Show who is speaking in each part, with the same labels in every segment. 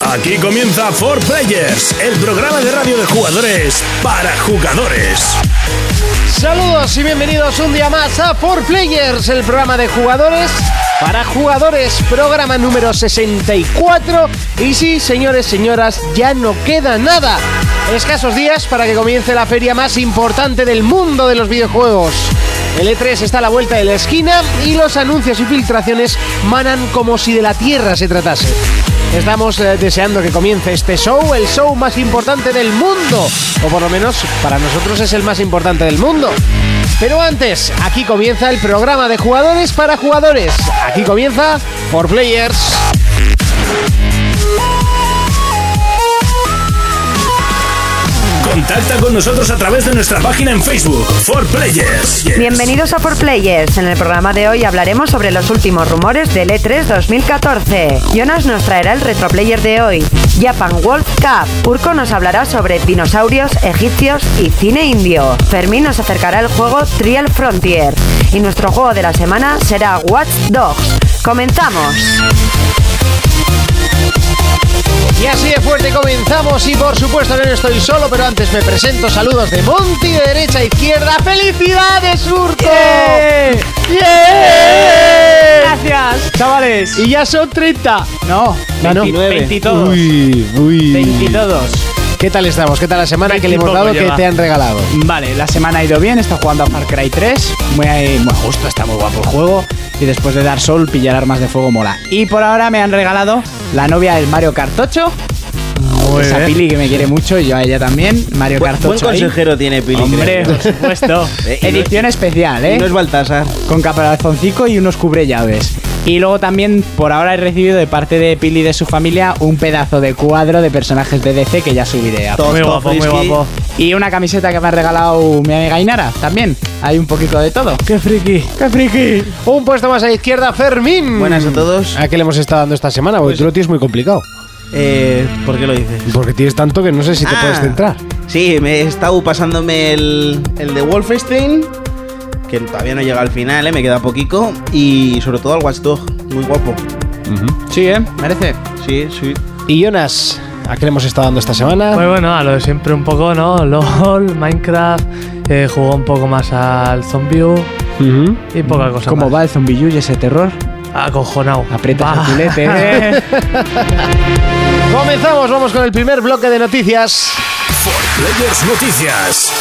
Speaker 1: Aquí comienza For Players, el programa de radio de jugadores para jugadores.
Speaker 2: Saludos y bienvenidos un día más a For Players, el programa de jugadores para jugadores, programa número 64. Y sí, señores, señoras, ya no queda nada. Escasos días para que comience la feria más importante del mundo de los videojuegos. El E3 está a la vuelta de la esquina y los anuncios y filtraciones manan como si de la Tierra se tratase. Estamos eh, deseando que comience este show, el show más importante del mundo, o por lo menos para nosotros es el más importante del mundo. Pero antes, aquí comienza el programa de jugadores para jugadores. Aquí comienza For Players.
Speaker 1: Contacta con nosotros a través de nuestra página en Facebook, For Players.
Speaker 3: Bienvenidos a For Players. En el programa de hoy hablaremos sobre los últimos rumores del E E3 2014. Jonas nos traerá el retroplayer de hoy, Japan World Cup. Urko nos hablará sobre dinosaurios, egipcios y cine indio. Fermín nos acercará el juego Trial Frontier. Y nuestro juego de la semana será Watch Dogs. Comenzamos.
Speaker 2: Y así de fuerte comenzamos y por supuesto que no estoy solo, pero antes me presento saludos de Monty de derecha a izquierda. ¡Felicidades, Urco!
Speaker 4: Gracias, chavales.
Speaker 2: Y ya son 30.
Speaker 4: No,
Speaker 2: Ah, no.
Speaker 4: 29. 20 y todos.
Speaker 2: Uy, uy.
Speaker 4: 20 y todos.
Speaker 2: ¿Qué tal estamos? ¿Qué tal la semana que le hemos
Speaker 4: Veintipoco
Speaker 2: dado que
Speaker 4: lleva.
Speaker 2: te han regalado?
Speaker 4: Vale, la semana ha ido bien, está jugando a Far Cry 3, muy, muy a gusto, está muy guapo el juego. Y después de Dark Soul, pillar armas de fuego mola. Y por ahora me han regalado la novia del Mario Cartocho. esa Pili que me quiere mucho y yo a ella también. Mario
Speaker 5: Buen-
Speaker 4: Cartocho.
Speaker 5: Buen
Speaker 4: ahí.
Speaker 5: consejero tiene Pili.
Speaker 4: Hombre,
Speaker 5: creo.
Speaker 4: por supuesto.
Speaker 5: Eh, y no-
Speaker 4: Edición especial, ¿eh?
Speaker 5: Y No es Baltasar.
Speaker 4: con caparazoncico y unos cubre llaves. Y luego también por ahora he recibido de parte de Pili y de su familia un pedazo de cuadro de personajes de DC que ya subiré
Speaker 2: Ah,
Speaker 4: a
Speaker 5: Muy guapo, muy guapo.
Speaker 4: Y una camiseta que me ha regalado mi amiga Inara también. Hay un poquito de todo. ¡Qué friki! ¡Qué friki!
Speaker 2: Un puesto más a la izquierda, Fermín.
Speaker 5: Buenas a todos.
Speaker 2: ¿A qué le hemos estado dando esta semana? Porque tú lo tienes muy complicado.
Speaker 5: Eh, ¿Por qué lo dices?
Speaker 2: Porque tienes tanto que no sé si te
Speaker 5: Ah,
Speaker 2: puedes centrar.
Speaker 5: Sí, me he estado pasándome el, el de Wolfenstein, que todavía no llega al final, eh, me queda poquito. Y sobre todo al Watch Dog, muy guapo.
Speaker 4: Sí, ¿eh? Merece.
Speaker 5: Sí, sí.
Speaker 2: Y Jonas, ¿a qué le hemos estado dando esta semana?
Speaker 6: Pues bueno, a lo de siempre un poco, ¿no? LOL, Minecraft, eh, jugó un poco más al Zombie
Speaker 2: Ujú.
Speaker 6: y poca cosa
Speaker 4: ¿Cómo
Speaker 6: más.
Speaker 4: va el zombi y ese terror?
Speaker 6: Acojonado.
Speaker 4: Aprietas
Speaker 6: Va.
Speaker 4: el culete, ¿eh?
Speaker 2: Comenzamos, vamos con el primer bloque de noticias.
Speaker 1: Players Noticias.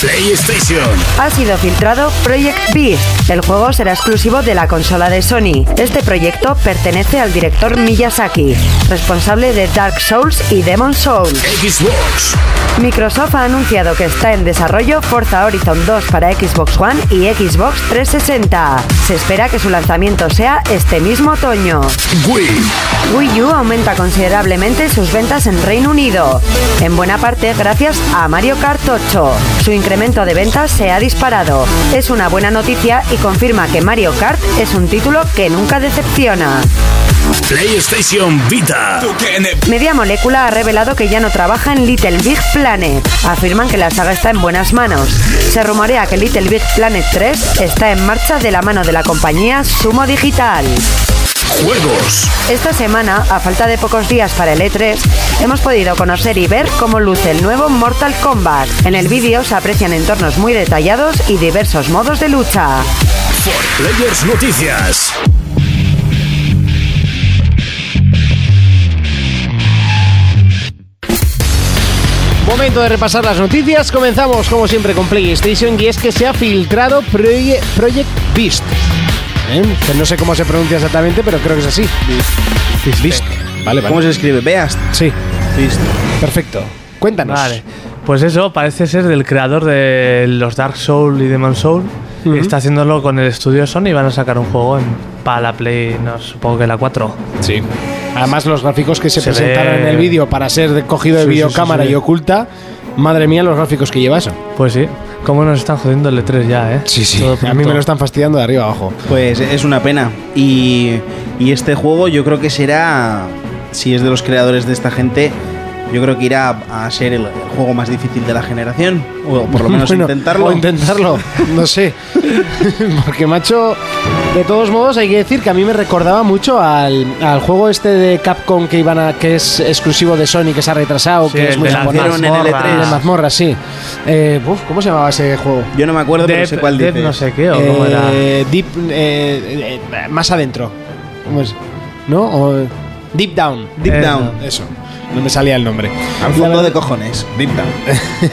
Speaker 1: PlayStation.
Speaker 3: Ha sido filtrado Project Beast. El juego será exclusivo de la consola de Sony. Este proyecto pertenece al director Miyazaki, responsable de Dark Souls y Demon Souls.
Speaker 1: Xbox.
Speaker 3: Microsoft ha anunciado que está en desarrollo Forza Horizon 2 para Xbox One y Xbox 360. Se espera que su lanzamiento sea este mismo otoño.
Speaker 1: Wii.
Speaker 3: Wii U aumenta considerablemente sus ventas en Reino Unido, en buena parte gracias a Mario Kart 8. Su incremento de ventas se ha disparado. Es una buena noticia y confirma que Mario Kart es un título que nunca decepciona.
Speaker 1: PlayStation Vita.
Speaker 3: Media Molecula ha revelado que ya no trabaja en Little Big Planet. Afirman que la saga está en buenas manos. Se rumorea que Little Big Planet 3 está en marcha de la mano de la compañía Sumo Digital.
Speaker 1: Juegos.
Speaker 3: Esta semana, a falta de pocos días para el E3, hemos podido conocer y ver cómo luce el nuevo Mortal Kombat. En el vídeo se aprecian entornos muy detallados y diversos modos de lucha.
Speaker 1: Players Noticias.
Speaker 2: Momento de repasar las noticias. Comenzamos, como siempre, con PlayStation y es que se ha filtrado Proye- Project Beast. ¿Eh? Que no sé cómo se pronuncia exactamente, pero creo que es así. Beast. Vale, vale.
Speaker 5: ¿Cómo se escribe? Veas.
Speaker 2: Sí,
Speaker 5: Listo.
Speaker 2: perfecto. Cuéntanos.
Speaker 6: Vale. Pues eso, parece ser del creador de los Dark Soul y Demon Soul.
Speaker 2: Ujú.
Speaker 6: Está haciéndolo con el estudio Sony y van a sacar un juego en, para la Play, no, supongo que la 4.
Speaker 2: Sí. Además, los gráficos que se,
Speaker 6: Se
Speaker 2: presentaron
Speaker 6: ve-
Speaker 2: en el vídeo para ser de- cogido de
Speaker 6: Sí, sí,
Speaker 2: videocámara
Speaker 6: sí, sí.
Speaker 2: y oculta, madre mía, los gráficos que llevas.
Speaker 6: Pues sí, cómo nos están jodiendo el E3 ya, ¿eh? Todo
Speaker 2: A mí
Speaker 6: pronto.
Speaker 2: me lo están fastidiando de arriba abajo.
Speaker 5: Pues es una pena. Y, y este juego yo creo que será, si es de los creadores de esta gente, Yo creo que irá a a ser el, el juego más difícil de la generación, o por lo menos
Speaker 2: Bueno,
Speaker 5: intentarlo.
Speaker 2: O intentarlo, no sé. Porque, macho, de todos modos hay que decir que a mí me recordaba mucho al, al juego este de Capcom que iban a, que es exclusivo de Sony, que se ha retrasado,
Speaker 6: Sí,
Speaker 2: que
Speaker 6: el
Speaker 2: es muy
Speaker 6: de las
Speaker 2: japonés.
Speaker 5: hicieron en el
Speaker 6: mazmorras.
Speaker 5: E3.
Speaker 2: De mazmorra, sí. Eh, uf, ¿Cómo se llamaba ese juego?
Speaker 5: Yo no me acuerdo, pero
Speaker 6: Death-
Speaker 5: sé cuál
Speaker 6: Death
Speaker 5: dices.
Speaker 6: no sé qué, o cómo
Speaker 2: Eh,
Speaker 6: era.
Speaker 2: Deep, eh, eh, más adentro. ¿Cómo es? ¿No? O- deep Down.
Speaker 5: Deep
Speaker 6: Eh,
Speaker 5: Down.
Speaker 2: Eso. No me salía el nombre.
Speaker 5: Al fondo de cojones. Deep Down.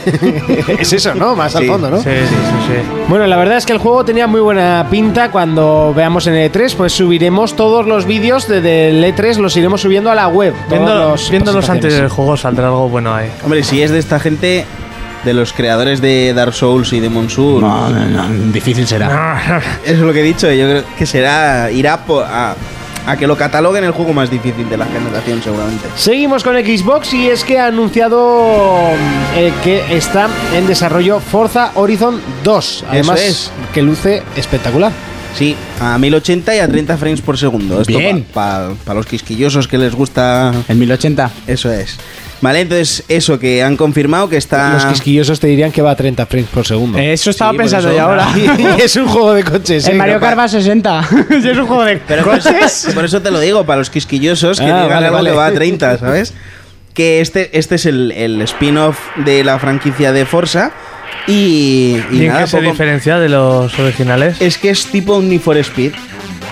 Speaker 2: Es eso, ¿no? Más al
Speaker 5: Sí,
Speaker 2: fondo, ¿no?
Speaker 6: Sí, sí, sí, sí.
Speaker 2: Bueno, la verdad es que el juego tenía muy buena pinta. Cuando veamos en el E3, pues subiremos todos los vídeos de- del E3, los iremos subiendo a la web.
Speaker 6: Viendo,
Speaker 2: todos los-
Speaker 6: viéndolos
Speaker 2: presentaciones.
Speaker 6: antes del juego saldrá algo bueno ahí.
Speaker 5: Hombre, si es de esta gente, de los creadores de Dark Souls y Demon Souls,
Speaker 7: No, no, no, difícil será.
Speaker 6: Ah,
Speaker 5: eso es lo que he dicho. Yo creo que será irá po- a, a que lo cataloguen el juego más difícil de la generación, seguramente.
Speaker 2: Seguimos con Xbox y es que ha anunciado eh, que está en desarrollo Forza Horizon 2. Además,
Speaker 5: es.
Speaker 2: que luce espectacular.
Speaker 5: Sí, a 1080 y a 30 frames por segundo. Esto
Speaker 7: Bien.
Speaker 5: para los quisquillosos que les gusta.
Speaker 7: En 1080.
Speaker 5: Eso es. Vale, entonces eso que han confirmado que está.
Speaker 2: Los quisquillosos te dirían que va a 30 frames por segundo.
Speaker 7: Eso estaba
Speaker 5: Sí, por
Speaker 7: pensando
Speaker 5: eso.
Speaker 7: yo ahora.
Speaker 2: Y es un juego de coches.
Speaker 7: el
Speaker 2: ¿eh?
Speaker 7: Mario Kart va a 60. Si es un juego de
Speaker 5: Pero por,
Speaker 7: coches.
Speaker 5: por eso te lo digo, para los quisquillosos que
Speaker 2: Ah,
Speaker 5: digan
Speaker 2: vale,
Speaker 5: algo
Speaker 2: vale.
Speaker 5: que va a 30, ¿sabes? Que este, este es el, el spin-off de la franquicia de Forza y, y
Speaker 6: ¿Y en
Speaker 5: nada,
Speaker 6: qué se
Speaker 5: poco-
Speaker 6: diferencia de los originales?
Speaker 5: es que es tipo un Need for Speed.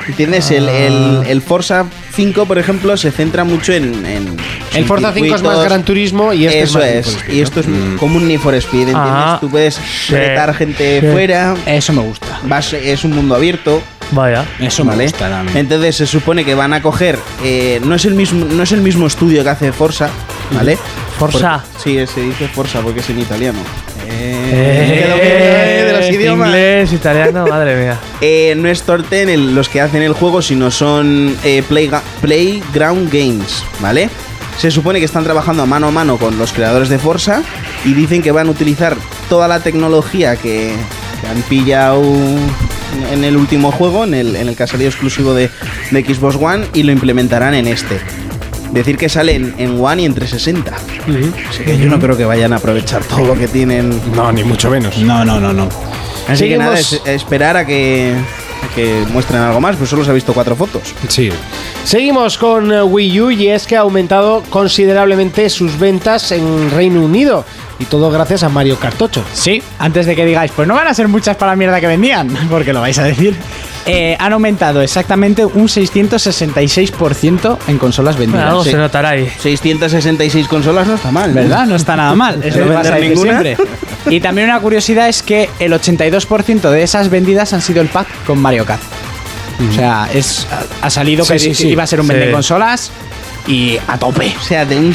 Speaker 5: ¿Entiendes? El,
Speaker 2: Ah.
Speaker 5: el- el Forza 5, por ejemplo, se centra mucho en... en
Speaker 2: El Forza 5 es más
Speaker 5: circuitos.
Speaker 2: Gran Turismo y este
Speaker 5: Eso
Speaker 2: es más Need for
Speaker 5: es.
Speaker 2: Speed,
Speaker 5: y
Speaker 2: ¿no?
Speaker 5: esto es
Speaker 7: Mm.
Speaker 5: como un Need for Speed, ¿entiendes?
Speaker 6: Ah,
Speaker 5: Tú puedes
Speaker 6: sí,
Speaker 5: retar gente
Speaker 6: sí.
Speaker 5: fuera,
Speaker 7: Eso me gusta.
Speaker 5: vas- es un mundo abierto,
Speaker 6: Vaya.
Speaker 7: Eso me
Speaker 5: ¿Vale?
Speaker 7: gusta también.
Speaker 5: Entonces se supone que van a coger. eh, no, es el mismo, no es el mismo estudio que hace Forza, ¿vale?
Speaker 6: Forza.
Speaker 5: Porque- sí, se dice Forza porque es en italiano. Eh, que lo que- eh, de los
Speaker 6: Eh,
Speaker 5: idiomas.
Speaker 6: Inglés, italiano, madre mía.
Speaker 5: Eh, no es Torten el- los que hacen el juego, sino son eh, Playga- Playground Games, ¿vale? Se supone que están trabajando a mano a mano con los creadores de Forza y dicen que van a utilizar toda la tecnología que, que han pillado en el último juego, en el, en el que ha salido exclusivo de, de Xbox One, y lo implementarán en este. Decir que sale en, en One y en 360. Así que yo no creo que vayan a aprovechar todo lo que tienen
Speaker 2: No, ni mucho menos.
Speaker 7: No, no, no, no.
Speaker 5: Así que
Speaker 2: Seguimos.
Speaker 5: nada, es- esperar a que, a que muestren algo más, pues solo se ha visto cuatro fotos.
Speaker 2: Sí. Seguimos con eh, Wii U y es que ha aumentado considerablemente sus ventas en Reino Unido. Y todo gracias a Mario Cartocho.
Speaker 7: Sí, antes de que digáis, pues no van a ser muchas para la mierda que vendían, porque lo vais a decir. eh, han aumentado exactamente un 666% en consolas vendidas.
Speaker 6: Bueno, algo
Speaker 5: sí.
Speaker 6: se notará ahí.
Speaker 5: 666 consolas no está mal. ¿no?
Speaker 7: ¿Verdad? No está nada mal. Es
Speaker 5: No
Speaker 7: lo que
Speaker 5: vender
Speaker 7: vas a decir
Speaker 5: ninguna.
Speaker 7: siempre. Y también una curiosidad es que el 82% de esas vendidas han sido el pack con Mario Kart. O sea, es, ha ha salido
Speaker 2: Sí,
Speaker 7: que
Speaker 2: sí,
Speaker 7: di-
Speaker 2: sí.
Speaker 7: iba a ser un
Speaker 6: Sí.
Speaker 7: vende consolas y a tope.
Speaker 5: O sea, de un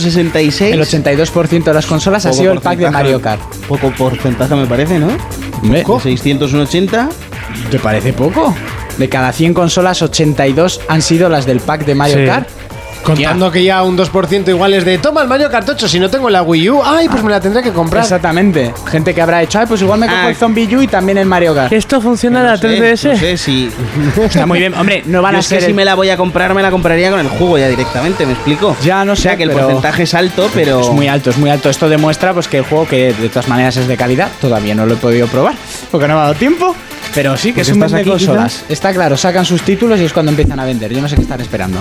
Speaker 5: 666.
Speaker 7: El 82% de las consolas ha
Speaker 5: poco
Speaker 7: sido el pack de
Speaker 5: porcentaje-
Speaker 7: Mario Kart.
Speaker 5: Poco porcentaje me parece, ¿no?
Speaker 7: Hombre,
Speaker 5: De 680.
Speaker 7: ¿Te parece poco? De cada 100 consolas, 82 han sido las del pack de Mario
Speaker 6: Sí.
Speaker 7: Kart.
Speaker 2: Contando que ya un 2% igual es de toma el Mario Cartocho, si no tengo la Wii U, ay, pues me la tendré que comprar.
Speaker 7: Exactamente. Gente que habrá hecho, ay, pues igual me cojo
Speaker 5: Ah.
Speaker 7: el Zombie U y también el Mario Kart.
Speaker 6: ¿Esto funciona en
Speaker 7: Ah,
Speaker 5: No
Speaker 6: la
Speaker 5: sé,
Speaker 6: 3DS?
Speaker 5: No sé si.
Speaker 7: Está muy bien. Hombre, no van
Speaker 5: Yo
Speaker 7: a
Speaker 5: es que
Speaker 7: ser.
Speaker 5: si
Speaker 7: el-
Speaker 5: me la voy a comprar, me la compraría con el juego ya directamente, ¿me explico?
Speaker 7: Ya, no
Speaker 5: O sea,
Speaker 7: sé,
Speaker 5: que el
Speaker 7: pero-
Speaker 5: porcentaje es alto, pero.
Speaker 7: Es muy alto, es muy alto. Esto demuestra pues que el juego, que de todas maneras es de calidad, todavía no lo he podido probar, porque no me ha dado tiempo. Pero sí, que
Speaker 5: Pues
Speaker 7: es un
Speaker 5: estás
Speaker 7: vende
Speaker 5: aquí,
Speaker 7: consolas. Está claro, sacan sus títulos y es cuando empiezan a vender. Yo no sé qué están esperando.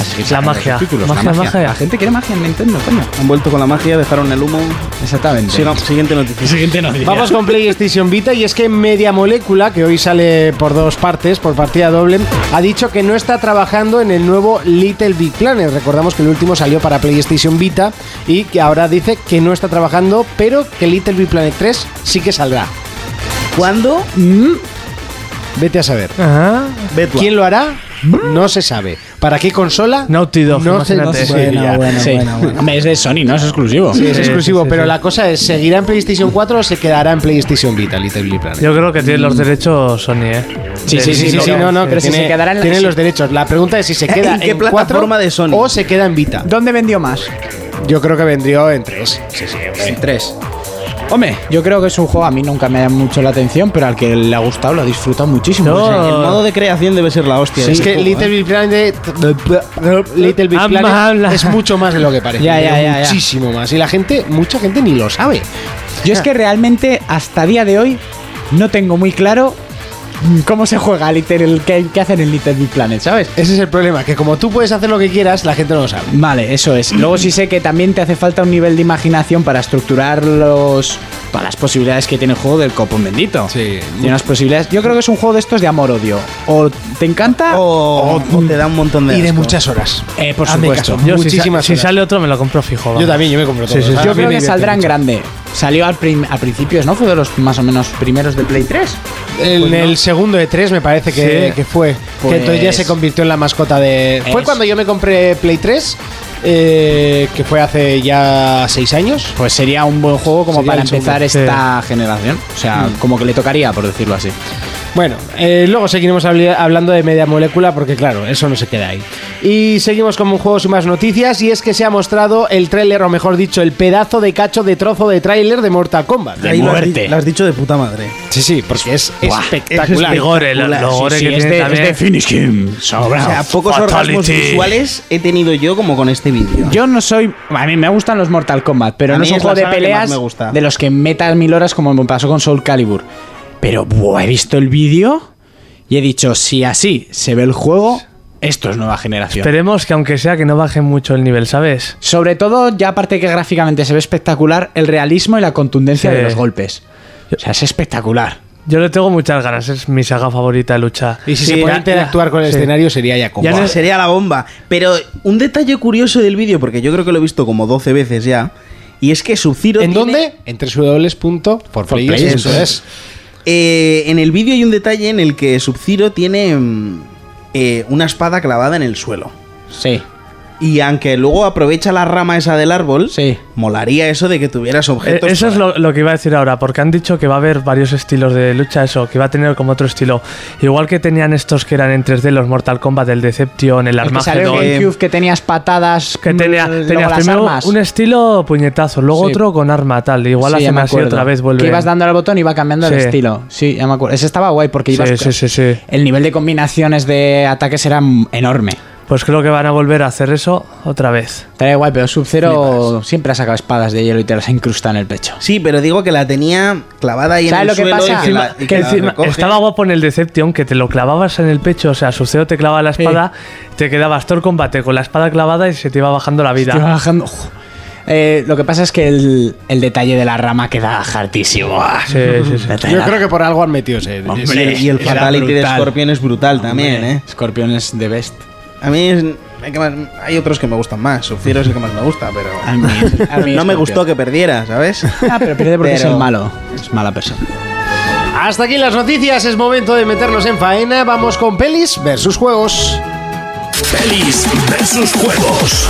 Speaker 7: Así que sacan
Speaker 6: magia,
Speaker 7: sus títulos,
Speaker 6: magia, magia.
Speaker 7: La gente quiere magia en Nintendo, coño.
Speaker 5: Han vuelto con la magia, dejaron el humo.
Speaker 7: Exactamente.
Speaker 5: Siga- siguiente noticia.
Speaker 7: Siguiente noticia.
Speaker 2: Vamos con PlayStation Vita y es que Media Molecula, que hoy sale por dos partes, por partida doble, ha dicho que no está trabajando en el nuevo Little Big Planet. Recordamos que el último salió para PlayStation Vita y que ahora dice que no está trabajando, pero que Little Big Planet 3 sí que saldrá.
Speaker 5: ¿Cuándo?
Speaker 2: Vete a saber.
Speaker 6: Ajá.
Speaker 5: Betua.
Speaker 2: ¿Quién lo hará? No se sabe. ¿Para qué consola?
Speaker 6: Naughty Dog,
Speaker 2: No se
Speaker 6: imagínate.
Speaker 2: sí,
Speaker 7: Bueno,
Speaker 2: ya.
Speaker 7: bueno,
Speaker 2: Sí.
Speaker 7: bueno, bueno. Hombre, Es de Sony, ¿no? Es exclusivo.
Speaker 2: Sí, es
Speaker 6: Sí,
Speaker 2: exclusivo,
Speaker 6: sí, sí,
Speaker 2: pero
Speaker 6: sí.
Speaker 2: la cosa es, ¿seguirá en PlayStation 4 o se quedará en PlayStation Vita Little Big Planet?
Speaker 6: Yo creo que tiene los derechos Sony, ¿eh?
Speaker 7: Sí, sí, sí,
Speaker 2: Sí, sí,
Speaker 7: no,
Speaker 2: no, no,
Speaker 7: pero
Speaker 2: que
Speaker 7: si
Speaker 2: tiene,
Speaker 7: se quedará en la-
Speaker 2: tiene los derechos. La pregunta es si se queda
Speaker 5: ¿En qué
Speaker 2: cuatro
Speaker 5: plataforma de Sony?
Speaker 2: o se queda en Vita.
Speaker 7: ¿Dónde vendió más?
Speaker 2: Yo creo que vendría en tres.
Speaker 7: En tres. Hombre, yo creo que es un juego, a mí nunca me ha llamado mucho la atención, pero al que le ha gustado lo ha disfrutado muchísimo.
Speaker 6: No.
Speaker 7: O sea,
Speaker 5: El modo de creación debe ser la hostia. de
Speaker 2: es
Speaker 5: este
Speaker 2: que
Speaker 5: juego,
Speaker 2: Little
Speaker 5: ¿eh?
Speaker 2: Big Planet, Little Big
Speaker 6: Habla,
Speaker 2: Planet
Speaker 6: habla.
Speaker 2: es mucho más de lo que parece.
Speaker 7: Ya, ya,
Speaker 2: pero
Speaker 7: ya, ya.
Speaker 2: muchísimo más. Y la gente, mucha gente ni lo sabe.
Speaker 7: Yo es que realmente hasta día de hoy no tengo muy claro mm, cómo se juega Little, qué, qué hacen en Little Big Planet, ¿sabes?
Speaker 2: Ese es el problema, que como tú puedes hacer lo que quieras, la gente no lo sabe.
Speaker 7: Vale, eso es. Luego sí sé que también te hace falta un nivel de imaginación para estructurar los para las posibilidades que tiene el juego del copón bendito.
Speaker 2: Sí.
Speaker 7: Tiene unas posibilidades. Yo creo que es un juego de estos de amor odio. O te encanta
Speaker 5: O, o te da un montón de.
Speaker 2: Y de
Speaker 5: asco.
Speaker 2: muchas horas.
Speaker 7: eh, por
Speaker 2: hazme
Speaker 7: supuesto.
Speaker 2: caso.
Speaker 6: Yo, si sa-
Speaker 2: Muchísimas
Speaker 6: si,
Speaker 2: horas.
Speaker 6: sale otro, me lo compro fijo. vamos.
Speaker 2: Yo también, yo me compro todo. Ah,
Speaker 6: Sí, sí, sí.
Speaker 7: Yo
Speaker 2: A mí
Speaker 7: creo
Speaker 2: me
Speaker 7: que
Speaker 2: divierte
Speaker 7: saldrá en
Speaker 2: mucho.
Speaker 7: grande. Salió al prim- a principios, ¿no? Fue de los más o menos primeros de Play 3.
Speaker 2: En
Speaker 7: Pues no.
Speaker 2: el segundo de tres me parece que,
Speaker 7: Sí.
Speaker 2: que fue.
Speaker 7: Pues-
Speaker 2: Que entonces ya se convirtió en la mascota de... Fue
Speaker 7: Es-
Speaker 2: cuando yo me compré Play 3, eh, que fue hace ya seis años.
Speaker 7: Pues sería un buen juego como
Speaker 2: Sería
Speaker 7: para
Speaker 2: el segundo,
Speaker 7: empezar esta generación. O sea, como que le tocaría, por decirlo así.
Speaker 2: Bueno, eh, luego seguiremos habli- hablando de media molécula porque claro, eso no se queda ahí. Y seguimos con juegos y más noticias y es que se ha mostrado el tráiler o mejor dicho el pedazo de cacho de trozo de tráiler de Mortal Kombat.
Speaker 5: Ahí lo has di-
Speaker 7: muerte.
Speaker 5: Lo has dicho de puta madre.
Speaker 2: Sí, sí, porque es
Speaker 7: Buah,
Speaker 2: espectacular.
Speaker 6: El gore, el- el gore
Speaker 7: Sí,
Speaker 6: que
Speaker 7: es,
Speaker 6: tiene
Speaker 7: de,
Speaker 6: también.
Speaker 7: es de Finish Him.
Speaker 5: O sea,
Speaker 7: Sobrao.
Speaker 5: pocos orgasmos
Speaker 6: Fatality.
Speaker 5: visuales he tenido yo como con este vídeo.
Speaker 7: Yo no soy. A mí me gustan los Mortal Kombat, pero
Speaker 5: A
Speaker 7: no
Speaker 5: mí
Speaker 7: es un
Speaker 5: es
Speaker 7: juego
Speaker 5: la
Speaker 7: de
Speaker 5: saga que más
Speaker 7: peleas
Speaker 5: me gusta.
Speaker 7: de los que metas mil horas como me pasó con Soul Calibur. Pero, buah, he visto el vídeo y he dicho: si así se ve el juego, esto es nueva generación.
Speaker 6: Esperemos que, aunque sea, que no baje mucho el nivel, ¿sabes?
Speaker 7: Sobre todo, ya aparte que gráficamente se ve espectacular, el realismo y la contundencia
Speaker 6: Sí.
Speaker 7: de los golpes. O sea, es espectacular.
Speaker 6: Yo le tengo muchas ganas, es mi saga favorita de lucha.
Speaker 2: Y si
Speaker 5: Sí,
Speaker 2: se puede
Speaker 5: ya-
Speaker 2: interactuar con el
Speaker 6: sí.
Speaker 2: escenario sería ya como...
Speaker 6: Ya
Speaker 5: Buah,
Speaker 6: no-
Speaker 5: sería la bomba. Pero un detalle curioso del vídeo, porque yo creo que lo he visto como 12 veces ya, y es que Sub-Zero
Speaker 2: ¿En
Speaker 5: tiene-
Speaker 2: dónde? En
Speaker 5: Players, eso
Speaker 2: www.forplayers.es.
Speaker 5: es. Eh, en el vídeo hay un detalle en el que Sub-Zero tiene mm, eh, una espada clavada en el suelo.
Speaker 7: Sí.
Speaker 5: Y aunque luego aprovecha la rama esa del árbol,
Speaker 7: Sí.
Speaker 5: molaría eso de que tuvieras
Speaker 6: Eh,
Speaker 5: objetos.
Speaker 6: Eso es
Speaker 5: para-
Speaker 6: lo, lo que iba a decir ahora, porque han dicho que va a haber varios estilos de lucha, eso, que va a tener como otro estilo. Igual que tenían estos que eran en 3D, los Mortal Kombat, el Deception, el
Speaker 7: El que salió
Speaker 6: Armageddon.
Speaker 7: en
Speaker 6: Que,
Speaker 7: GameCube que tenías patadas.
Speaker 6: tenía,
Speaker 7: mm,
Speaker 6: tenía
Speaker 7: luego las
Speaker 6: primero
Speaker 7: armas.
Speaker 6: un estilo puñetazo, luego
Speaker 7: Sí.
Speaker 6: otro con arma tal. Igual
Speaker 7: Sí, ya
Speaker 6: hacen
Speaker 7: me
Speaker 6: así
Speaker 7: acuerdo.
Speaker 6: otra vez, vuelve.
Speaker 7: Que ibas dando al botón y iba cambiando el
Speaker 6: Sí.
Speaker 7: estilo. Sí, ya me acuerdo. Ese estaba guay porque
Speaker 6: Sí,
Speaker 7: ibas.
Speaker 6: sí, sí, sí.
Speaker 7: El nivel de combinaciones de ataques era m- enorme.
Speaker 6: Pues creo que van a volver a hacer eso otra vez.
Speaker 7: Estaría guay, pero Sub-Zero siempre ha sacado espadas de hielo y te las ha incrustado en el pecho.
Speaker 5: Sí, pero digo que la tenía clavada ahí en
Speaker 7: ¿Sabes
Speaker 5: el
Speaker 7: lo que
Speaker 5: suelo y
Speaker 7: pasa?
Speaker 5: que la- y
Speaker 6: Que
Speaker 5: que la
Speaker 6: encima
Speaker 5: recoge.
Speaker 6: estaba guapo en el Deception que te lo clavabas en el pecho, o sea, Suceo te clavaba la espada, te quedabas todo el combate con la espada clavada y se te iba bajando la vida.
Speaker 7: Estoy bajando- Uf. Eh, lo que pasa es que el, el detalle de la rama queda hartísimo.
Speaker 6: Sí, sí, sí.
Speaker 2: Yo creo que por algo han metido ese.
Speaker 7: Hombre.
Speaker 5: Sí, y el
Speaker 7: Era
Speaker 5: Fatality de
Speaker 7: brutal.
Speaker 5: Scorpion es brutal también, ¿eh?
Speaker 7: Scorpion es the best.
Speaker 5: A mí es- hay, que más- hay otros que me gustan más. Sub-Zero es el que más me gusta, pero.
Speaker 7: A mí- a mí
Speaker 5: no me
Speaker 7: Scorpion.
Speaker 5: gustó que perdiera, ¿sabes?
Speaker 7: Ah, pero pierde porque es
Speaker 5: Pero-
Speaker 7: el malo. Es mala persona.
Speaker 2: Hasta aquí las noticias, es momento de meternos en faena. Vamos con pelis versus juegos.
Speaker 1: Pelis versus juegos.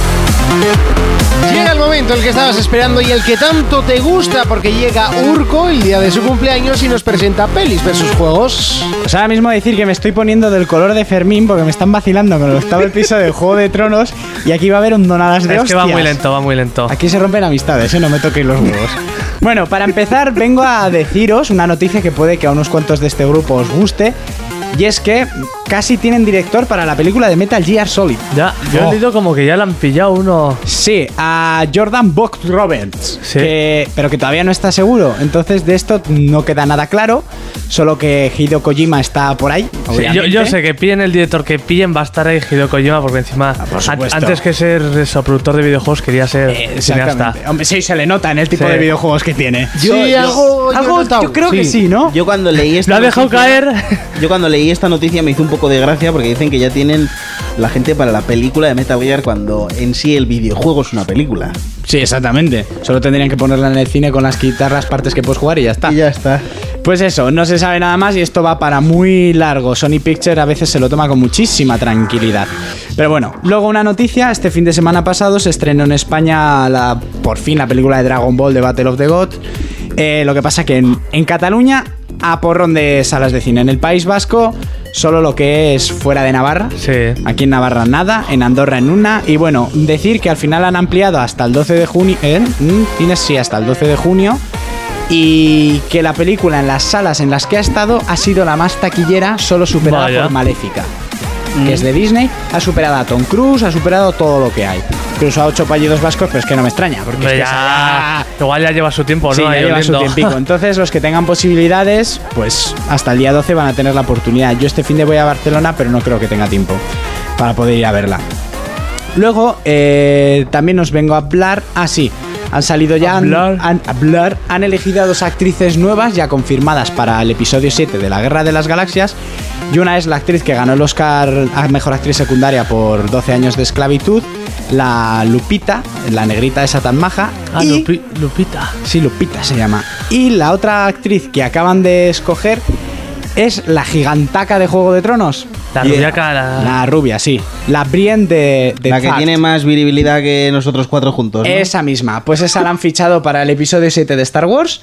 Speaker 2: Llega el momento, el que estabas esperando y el que tanto te gusta, porque llega Urco el día de su cumpleaños y nos presenta pelis versus juegos.
Speaker 7: Pues ahora mismo decir que me estoy poniendo del color de Fermín porque me están vacilando con el octavo episodio de Juego de Tronos y aquí va a haber hondonadas de
Speaker 6: Es que va
Speaker 7: hostias.
Speaker 6: muy lento, va muy lento.
Speaker 7: Aquí se rompen amistades, ¿eh? no me toquéis los huevos. Bueno, para empezar vengo a deciros una noticia que puede que a unos cuantos de este grupo os guste y es que casi tienen director para la película de Metal Gear Solid.
Speaker 6: Ya, yo
Speaker 7: Oh.
Speaker 6: he leído como que ya le han pillado uno.
Speaker 7: Sí, a Jordan Buck Roberts,
Speaker 6: Sí.
Speaker 7: que- pero que todavía no está seguro. Entonces de esto no queda nada claro, solo que Hideo Kojima está por ahí.
Speaker 6: Sí, yo,
Speaker 7: obviamente.
Speaker 6: yo sé que pillen el director que pillen va a estar ahí Hideo Kojima porque encima
Speaker 7: Ah, por
Speaker 6: an-
Speaker 7: supuesto.
Speaker 6: antes que ser eso, productor de videojuegos quería ser
Speaker 7: Eh,
Speaker 6: cineasta.
Speaker 7: Exactamente. Hombre, sí, se le nota en el tipo
Speaker 6: Sí.
Speaker 7: de videojuegos que tiene.
Speaker 2: Sí, algo yo he
Speaker 7: Algo,
Speaker 2: notado,
Speaker 7: yo creo que
Speaker 2: sí.
Speaker 7: sí, ¿no?
Speaker 5: Yo cuando leí esta
Speaker 6: Lo ha dejado
Speaker 5: noticia-
Speaker 6: caer.
Speaker 5: Yo cuando leí esta noticia me hizo un poco de gracia porque dicen que ya tienen la gente para la película de Metal Gear cuando en sí el videojuego es una película.
Speaker 7: Sí, exactamente. Solo tendrían que ponerla en el cine con las quitar las partes que puedes jugar y ya está.
Speaker 5: Y ya está.
Speaker 7: Pues eso, no se sabe nada más y esto va para muy largo. Sony Pictures a veces se lo toma con muchísima tranquilidad. Pero bueno, luego una noticia, este fin de semana pasado se estrenó en España la, por fin la película de Dragon Ball de Battle of the God. Eh, lo que pasa que en, en Cataluña a porrón de salas de cine. En el País Vasco solo lo que es fuera de Navarra.
Speaker 6: Sí.
Speaker 7: Aquí en Navarra nada, en Andorra en una. Y bueno, decir que al final han ampliado hasta el 12 de junio. ¿eh? Mm, Tienes sí, hasta el 12 de junio. y que la película en las salas en las que ha estado ha sido la más taquillera, solo superada
Speaker 6: Vaya. Mm.
Speaker 7: por Maléfica, que es de Disney, ha superado a Tom Cruise, ha superado todo lo que hay. Incluso a ocho apellidos vascos, pero es que no me extraña, porque
Speaker 6: Hombre,
Speaker 7: es que
Speaker 6: ya-
Speaker 7: esa-
Speaker 6: Igual ya lleva su tiempo, ¿no?
Speaker 7: Sí, ya
Speaker 6: Ahí
Speaker 7: lleva su
Speaker 6: oliendo.
Speaker 7: tiempico. Entonces, los que tengan posibilidades, pues hasta el día 12 van a tener la oportunidad. Yo este fin de voy a Barcelona, pero no creo que tenga tiempo para poder ir a verla. Luego, eh, también os vengo a hablar. Ah, sí. Han salido ya. han-
Speaker 6: Hablar.
Speaker 7: Han, hablar. han elegido a dos actrices nuevas ya confirmadas para el episodio 7 de la Guerra de las Galaxias. Y una es la actriz que ganó el Oscar a Mejor Actriz Secundaria por 12 años de esclavitud. La Lupita, la negrita esa tan maja.
Speaker 6: Ah,
Speaker 7: y-
Speaker 6: Lupi- Lupita.
Speaker 7: Sí, Lupita se llama. Y la otra actriz que acaban de escoger es la gigantaca de Juego de Tronos.
Speaker 6: La
Speaker 5: Yeah.
Speaker 6: rubiaca, la-
Speaker 7: La rubia, sí. La Brienne de, de
Speaker 5: La que
Speaker 7: Zack.
Speaker 5: tiene más viribilidad que nosotros cuatro juntos. ¿no?
Speaker 7: Esa misma. Pues esa la han fichado para el episodio 7 de Star Wars.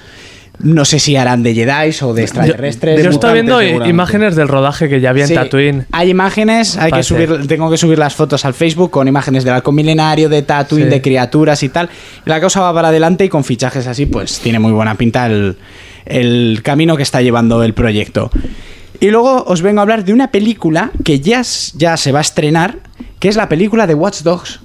Speaker 7: No sé si harán de Jedi o de extraterrestres.
Speaker 6: Yo estoy
Speaker 5: mutantes,
Speaker 6: viendo i-
Speaker 5: seguramente.
Speaker 6: imágenes del rodaje que ya había en
Speaker 7: Sí,
Speaker 6: Tatooine.
Speaker 7: Hay imágenes, hay que
Speaker 6: Parece.
Speaker 7: subir, tengo que subir las fotos al Facebook con imágenes del arco milenario, de Tatooine,
Speaker 6: Sí.
Speaker 7: de criaturas y tal. La cosa va para adelante y con fichajes así, pues tiene muy buena pinta el, el camino que está llevando el proyecto. Y luego os vengo a hablar de una película que ya, s- ya se va a estrenar, que es la película de Watch Dogs.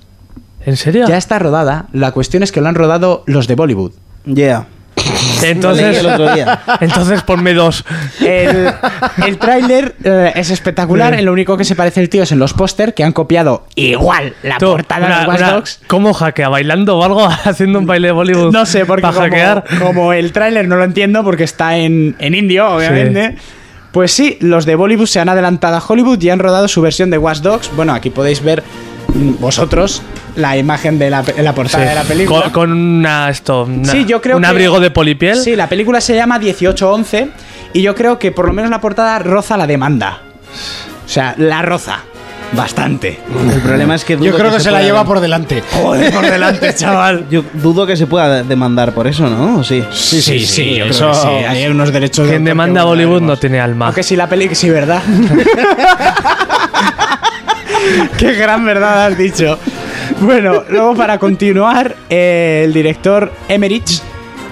Speaker 6: ¿En serio?
Speaker 7: Ya está rodada, la cuestión es que lo han rodado los de Bollywood.
Speaker 5: Yeah. Lo leí
Speaker 6: Entonces,
Speaker 5: el otro día.
Speaker 6: entonces ponme dos.
Speaker 7: El, el tráiler eh, es espectacular. En lo único que se parece el tío es en los póster que han copiado igual la
Speaker 6: Tú,
Speaker 7: portada
Speaker 6: una-
Speaker 7: de Watch
Speaker 6: una-
Speaker 7: Dogs.
Speaker 6: ¿Cómo hackea? ¿Bailando o algo? ¿Haciendo un baile de Bollywood?
Speaker 7: No sé, porque
Speaker 6: Para
Speaker 7: como,
Speaker 6: hackear.
Speaker 7: como el tráiler no lo entiendo porque está en, en indio, obviamente. Pues sí, los de Bollywood se han adelantado a Hollywood y han rodado su versión de Watch Dogs. Bueno, aquí podéis ver mm, vosotros la imagen de la, pe- la portada
Speaker 6: Sí.
Speaker 7: de la película.
Speaker 6: Con, con una, esto, una-
Speaker 7: Sí, yo creo
Speaker 6: un
Speaker 7: que-
Speaker 6: abrigo de polipiel.
Speaker 7: Sí, la película se llama 1811 y yo creo que por lo menos la portada roza la demanda. O sea, la roza. Bastante.
Speaker 5: El problema es que dudo
Speaker 2: Yo creo que, se, la
Speaker 5: pueda-
Speaker 2: lleva por delante.
Speaker 7: Joder, por delante, chaval.
Speaker 5: Yo dudo que se pueda demandar por eso, ¿no? ¿O sí?
Speaker 7: Sí, sí, sí, yo
Speaker 2: eso-
Speaker 7: creo que sí. Hay unos
Speaker 6: Quien
Speaker 7: derechos de autor que
Speaker 6: demanda a
Speaker 7: bueno,
Speaker 6: Bollywood no
Speaker 7: veremos.
Speaker 6: tiene alma.
Speaker 7: Aunque si la peli, sí, ¿verdad? Qué gran verdad has dicho. Bueno, luego para continuar, eh, el director Emmerich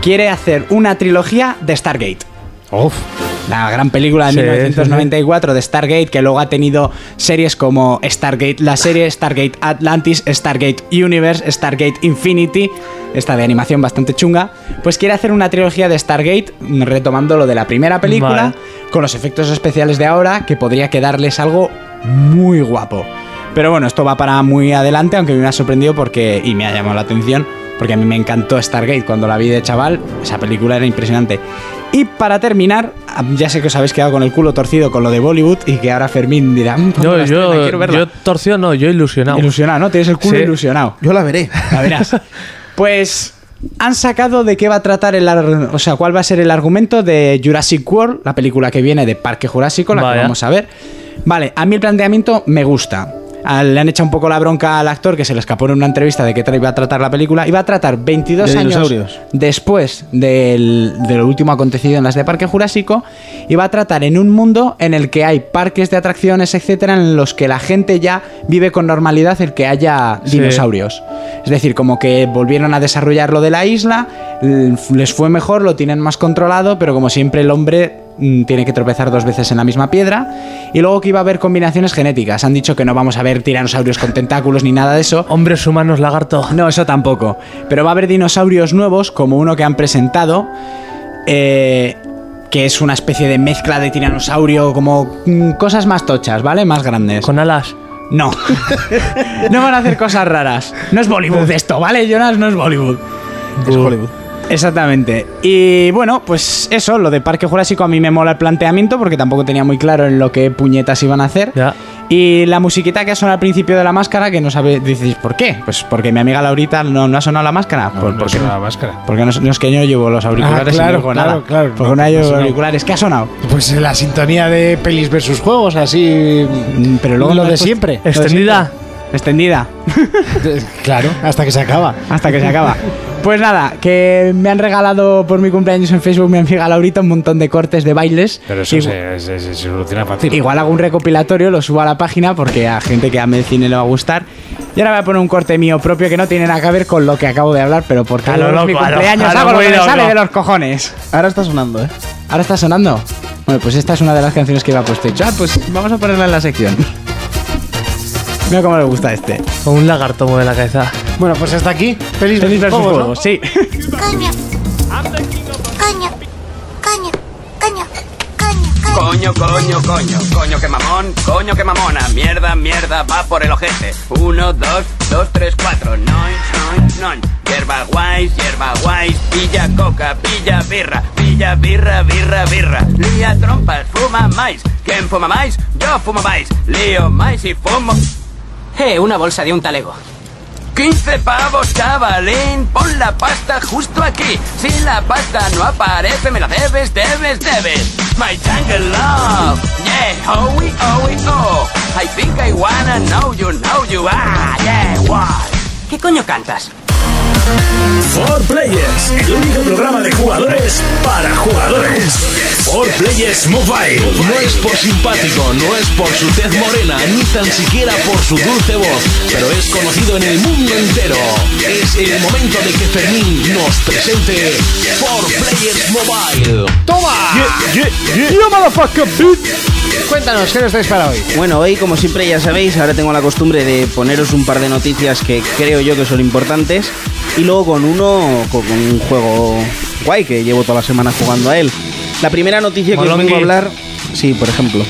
Speaker 7: quiere hacer una trilogía de Stargate.
Speaker 2: Uf.
Speaker 7: La gran película de
Speaker 6: Sí,
Speaker 7: 1994 de Stargate, que luego ha tenido series como Stargate, la serie Stargate Atlantis, Stargate Universe, Stargate Infinity, esta de animación bastante chunga, pues quiere hacer una trilogía de Stargate mm, retomando lo de la primera película,
Speaker 6: Vale.
Speaker 7: con los efectos especiales de ahora, que podría quedarles algo muy guapo. Pero bueno, esto va para muy adelante, aunque me ha sorprendido porque y me ha llamado la atención, porque a mí me encantó Stargate cuando la vi de chaval, esa película era impresionante. Y para terminar, ya sé que os habéis quedado con el culo torcido con lo de Bollywood y que ahora Fermín dirá, "Mm, ¿cuándo
Speaker 6: Yo,
Speaker 7: la estrena?
Speaker 6: yo,
Speaker 7: quiero verla".
Speaker 6: yo torcido no, yo ilusionado.
Speaker 7: Ilusionado, ¿no? Tienes el culo
Speaker 6: Sí.
Speaker 7: ilusionado.
Speaker 5: Yo la veré.
Speaker 7: La verás. Pues han sacado de qué va a tratar el ar- o sea, cuál va a ser el argumento de Jurassic World, la película que viene de Parque Jurásico, la que
Speaker 6: Vaya.
Speaker 7: vamos a ver. Vale, a mí el planteamiento me gusta. Ah, Le han echado un poco la bronca al actor que se le escapó en una entrevista de qué tra- iba a tratar la película. Iba a tratar 22
Speaker 5: De
Speaker 7: años
Speaker 5: dinosaurios.
Speaker 7: después del, de lo último acontecido en las de Parque Jurásico. Iba a tratar en un mundo en el que hay parques de atracciones, etcétera, en los que la gente ya vive con normalidad el que haya
Speaker 6: Sí.
Speaker 7: dinosaurios. Es decir, como que volvieron a desarrollar lo de la isla, l- les fue mejor, lo tienen más controlado, pero como siempre el hombre mm, tiene que tropezar dos veces en la misma piedra. Y luego que iba a haber combinaciones genéticas. Han dicho que no vamos a ver tiranosaurios con tentáculos ni nada de eso.
Speaker 6: Hombres humanos, lagarto.
Speaker 7: No, eso tampoco. Pero va a haber dinosaurios nuevos, como uno que han presentado, eh, que es una especie de mezcla de tiranosaurio, como mm, cosas más tochas, ¿vale? Más grandes.
Speaker 6: Con alas.
Speaker 7: No. no van a hacer cosas raras. No es Bollywood esto, ¿vale, Jonas? No es Bollywood.
Speaker 5: Es Hollywood.
Speaker 7: Exactamente. Y bueno, pues eso, lo de Parque Jurásico a mí me mola el planteamiento porque tampoco tenía muy claro en lo que puñetas iban a hacer.
Speaker 6: Ya.
Speaker 7: Y la musiquita que ha sonado al principio de la máscara, que no sabe, dices, ¿por qué? Pues porque mi amiga Laurita no, no ha sonado la máscara. Por-
Speaker 2: no
Speaker 7: porque
Speaker 2: suena la máscara.
Speaker 7: porque no, no es que yo no llevo los auriculares
Speaker 2: Ah, claro,
Speaker 7: y no digo
Speaker 2: claro,
Speaker 7: nada.
Speaker 2: claro,
Speaker 7: Porque
Speaker 2: no,
Speaker 7: no, llevo
Speaker 2: no suena.
Speaker 7: auriculares. ¿Qué ha sonado?
Speaker 2: Pues la sintonía de pelis versus juegos, así.
Speaker 7: Mm, Pero luego
Speaker 2: lo
Speaker 7: no
Speaker 2: de
Speaker 7: has puesto-
Speaker 2: siempre.
Speaker 6: Extendida.
Speaker 7: Extendida.
Speaker 2: Claro, hasta que se acaba.
Speaker 7: hasta que se acaba. Pues nada, que me han regalado por mi cumpleaños en Facebook mi amiga Laurita un montón de cortes de bailes.
Speaker 2: Pero eso
Speaker 7: Igu-
Speaker 2: se, se- se soluciona fácil.
Speaker 7: Igual hago un recopilatorio, lo subo a la página porque a gente que ame el cine le va a gustar. Y ahora voy a poner un corte mío propio que no tiene nada que ver con lo que acabo de hablar, pero porque
Speaker 6: A lo
Speaker 7: es mi
Speaker 6: loco, a lo-
Speaker 7: cumpleaños
Speaker 6: a lo
Speaker 7: hago lo
Speaker 6: muy
Speaker 7: que me
Speaker 6: loco.
Speaker 7: sale de los cojones.
Speaker 5: Ahora está sonando, ¿eh?
Speaker 7: ¿Ahora está sonando? Bueno, pues esta es una de las canciones que iba puesto. Ah, pues vamos a ponerla en la sección. Mira cómo le gusta a este.
Speaker 6: Con un lagartomo de la cabeza.
Speaker 2: Bueno, pues hasta aquí. Pelis,
Speaker 7: Feliz versus
Speaker 2: juegos, ¿no?
Speaker 7: juegos, sí.
Speaker 8: Coño. Coño. Coño. Coño. Coño. Coño.
Speaker 9: Coño, coño, coño, coño que mamón, coño que mamona, mierda, mierda, va por el ojete. Uno, dos, dos, tres, cuatro, noin, noin, noin. Hierba guays, hierba guays, pilla coca, pilla birra, pilla birra, birra, birra. Lía trompas, fuma mais. ¿Quién fuma mais? Yo fumo mais. Lío mais y fumo. Eh, una bolsa de un talego. 15 pavos, chavalín, pon la pasta justo aquí. Si la pasta no aparece, me la debes, debes, debes. My jungle love, yeah, oh, we, oh, we, oh. I think I wanna know you, know you, ah, yeah, what? ¿Qué coño cantas?
Speaker 1: For Players, el único programa de jugadores para jugadores. For Players Mobile.
Speaker 10: No es por simpático, no es por su tez morena, ni tan siquiera por su dulce voz, pero es conocido en el mundo entero. Es el momento de que Fermín nos presente For Players Mobile.
Speaker 11: Cuéntanos, ¿qué nos traes para hoy?
Speaker 5: Bueno, hoy como siempre ya sabéis, ahora tengo la costumbre de poneros un par de noticias que creo yo que son importantes y luego con uno, con con un juego guay que llevo toda la semana jugando a él. La primera noticia que os
Speaker 6: Molongi.
Speaker 5: vengo a hablar, sí, por ejemplo,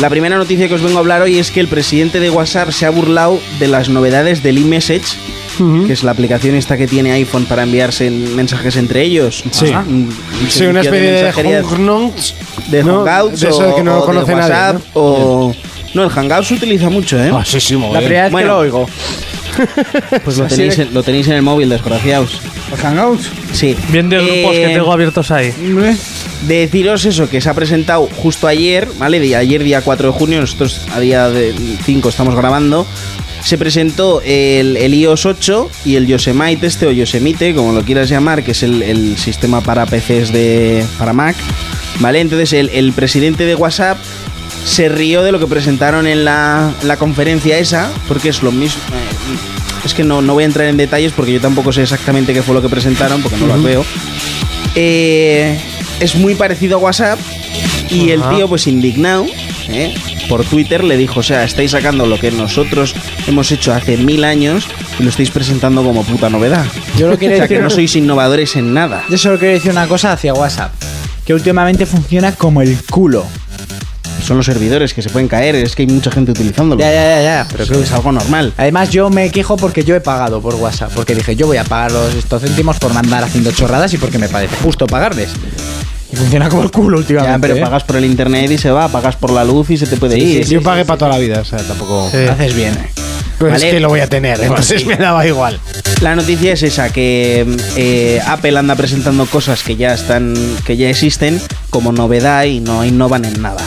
Speaker 5: la primera noticia que os vengo a hablar hoy es que el presidente de WhatsApp se ha burlado de las novedades del iMessage, que es la aplicación esta que tiene iPhone para enviarse en- mensajes entre ellos.
Speaker 2: Sí.
Speaker 5: Ajá. Un- un
Speaker 2: Sí, una
Speaker 5: servicio
Speaker 2: especie de
Speaker 5: mensajería
Speaker 2: Hongnongs,
Speaker 5: de
Speaker 2: ¿no?
Speaker 5: Hangouts
Speaker 2: de eso
Speaker 5: o,
Speaker 2: que no
Speaker 5: o de
Speaker 2: conoce nadie,
Speaker 5: WhatsApp
Speaker 2: ¿no?
Speaker 5: o no el Hangouts se utiliza mucho eh
Speaker 2: Ah, sí, sí, muy
Speaker 7: La
Speaker 2: bien.
Speaker 7: primera vez
Speaker 5: Bueno.
Speaker 7: que lo oigo.
Speaker 5: pues lo tenéis, en- lo tenéis en el móvil desgraciados
Speaker 7: Hangouts?
Speaker 5: sí
Speaker 6: Bien de grupos que
Speaker 5: Eh,
Speaker 6: tengo abiertos ahí.
Speaker 5: deciros eso que se ha presentado justo ayer vale De ayer día 4 de junio nosotros a día de 5 estamos grabando se presentó el, el iOS 8 y el Yosemite este o Yosemite como lo quieras llamar que es el, el sistema para PCs de para Mac vale entonces el- el presidente de WhatsApp se rió de lo que presentaron en la, en la conferencia esa, porque es lo mismo. eh, Es que no, no voy a entrar en detalles porque yo tampoco sé exactamente qué fue lo que presentaron, porque no lo veo. Eh, es muy parecido a WhatsApp y el tío, pues indignado, eh, por Twitter le dijo, o sea, estáis sacando lo que nosotros hemos hecho hace mil años y lo estáis presentando como puta novedad.
Speaker 7: Yo lo quiero
Speaker 5: O sea, que
Speaker 7: decir-
Speaker 5: no sois innovadores en nada.
Speaker 7: Yo solo quiero decir una cosa hacia WhatsApp. Que últimamente funciona como el culo.
Speaker 5: Son los servidores que se pueden caer, es que hay mucha gente utilizándolo.
Speaker 7: Ya, ya, ya, ya.
Speaker 5: Pero creo que es algo normal.
Speaker 7: Además, yo me quejo porque yo he pagado por WhatsApp. Porque dije, yo voy a pagar los estos céntimos por mandar haciendo chorradas y porque me parece justo pagarles. Y funciona como el culo últimamente.
Speaker 5: Ya, pero
Speaker 7: ¿eh?
Speaker 5: pagas por el internet y se va, pagas por la luz y se te puede ir.
Speaker 2: Yo pagué para toda la vida, o sea, tampoco.
Speaker 7: Haces bien. ¿eh?
Speaker 2: Pero
Speaker 5: Vale.
Speaker 2: pues es que lo voy a tener, entonces me daba igual.
Speaker 5: La noticia es esa, que eh, Apple anda presentando cosas que ya están, que ya existen como novedad y no innovan en nada.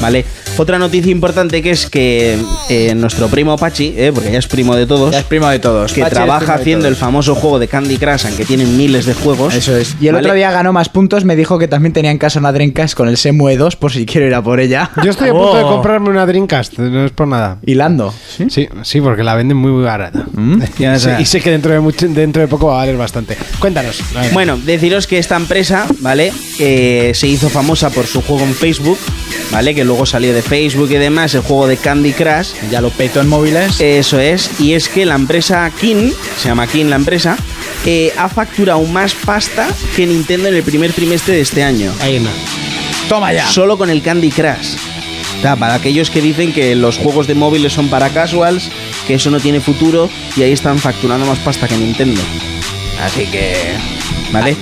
Speaker 5: ¿Vale? Otra noticia importante que es que eh, nuestro primo Pachi, eh, porque ya es primo de todos,
Speaker 7: Ya es primo de todos.
Speaker 5: que
Speaker 7: Pachi es primo
Speaker 5: trabaja
Speaker 7: de
Speaker 5: haciendo el
Speaker 7: todos.
Speaker 5: famoso juego de Candy Crush, aunque tienen miles de juegos.
Speaker 7: Eso es. Y el
Speaker 5: ¿vale?
Speaker 7: otro día ganó más puntos. Me dijo que también tenía en casa una Dreamcast con el Semue 2 por si quiero ir a por ella.
Speaker 2: Yo estoy a punto de
Speaker 6: Oh.
Speaker 2: comprarme una Dreamcast, no es por nada.
Speaker 7: Hilando.
Speaker 2: Sí, sí, porque la venden muy barata.
Speaker 7: ¿Mm?
Speaker 5: Ya
Speaker 2: Sí,
Speaker 5: está.
Speaker 2: y sé que dentro de mucho, dentro de poco va a valer bastante. Cuéntanos. a ver.
Speaker 5: Bueno, deciros que esta empresa, ¿vale? Que se hizo famosa por su juego en Facebook, ¿vale? Que luego salió de Facebook y demás, el juego de Candy Crush.
Speaker 7: Ya lo petó en móviles.
Speaker 5: Eso es, y es que la empresa King, se llama King la empresa, eh, ha facturado más pasta que Nintendo en el primer trimestre de este año.
Speaker 2: Ahí no.
Speaker 7: Toma ya.
Speaker 5: Solo con el Candy Crush. O sea, para aquellos que dicen que los juegos de móviles son para casuals, que eso no tiene futuro, y ahí están facturando más pasta que Nintendo. Así que... ¿Vale?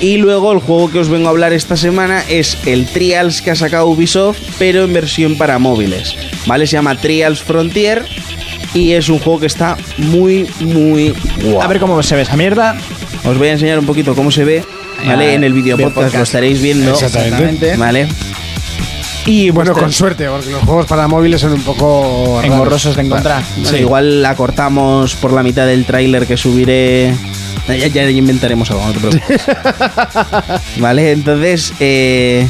Speaker 5: Y luego el juego que os vengo a hablar esta semana es el Trials que ha sacado Ubisoft, pero en versión para móviles. ¿Vale? Se llama Trials Frontier y es un juego que está muy, muy guapo.
Speaker 7: A ver cómo se ve esa mierda.
Speaker 5: Os voy a enseñar un poquito cómo se ve, ¿vale?
Speaker 7: Ah,
Speaker 5: en el video
Speaker 7: video
Speaker 5: podcast, lo
Speaker 7: podcast.
Speaker 5: estaréis viendo.
Speaker 2: Exactamente.
Speaker 5: ¿Vale? Y
Speaker 2: Bueno,
Speaker 5: vuestra-
Speaker 2: con suerte, porque los juegos para móviles son un poco. raros.
Speaker 7: Engorrosos de encontrar.
Speaker 5: Bueno, Igual la cortamos por la mitad del tráiler que subiré. Ya, ya- ya inventaremos algo, no te preocupes. vale, entonces. eh,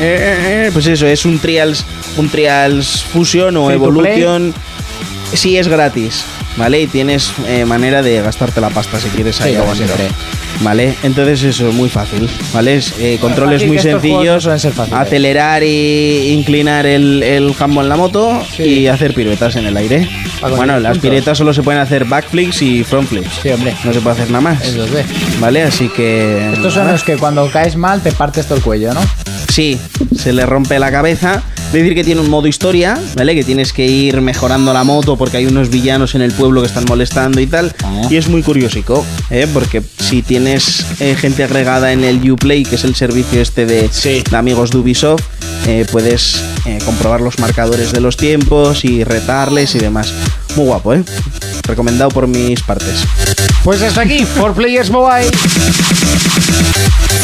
Speaker 5: eh, eh, eh, pues eso, es un Trials, un trials Fusion o
Speaker 7: Free to play.
Speaker 5: Evolution. si es gratis, ¿vale? Y tienes eh, manera de gastarte la pasta si quieres ahí
Speaker 7: como
Speaker 5: adentro,
Speaker 7: siempre.
Speaker 5: ¿Vale? Entonces eso es muy fácil, ¿vale? Es, eh, controles
Speaker 7: fácil
Speaker 5: muy
Speaker 7: que estos juegos no
Speaker 5: sencillos,
Speaker 7: suelen ser fáciles.
Speaker 5: acelerar e inclinar el, el jambo en la moto y hacer piruetas en el aire.
Speaker 7: Ah, con
Speaker 5: Bueno,
Speaker 7: diez
Speaker 5: las
Speaker 7: puntos.
Speaker 5: piruetas solo se pueden hacer backflips y frontflips.
Speaker 7: Sí, hombre.
Speaker 5: No se puede hacer nada más.
Speaker 7: Eso es, ve.
Speaker 5: ¿Vale? Así que...
Speaker 7: Estos son
Speaker 5: nada.
Speaker 7: los que cuando caes mal te partes todo el cuello, ¿no?
Speaker 5: Sí, se le rompe la cabeza. Decir que tiene un modo historia, ¿vale? Que tienes que ir mejorando la moto porque hay unos villanos en el pueblo que están molestando y tal.
Speaker 2: Ah.
Speaker 5: Y es muy curiosico, ¿eh? Porque si tienes eh, gente agregada en el Uplay, que es el servicio este de, de amigos de Ubisoft, eh, puedes eh, comprobar los marcadores de los tiempos y retarles y demás. Muy guapo, ¿eh? Recomendado por mis partes.
Speaker 2: Pues hasta aquí, For Players Mobile.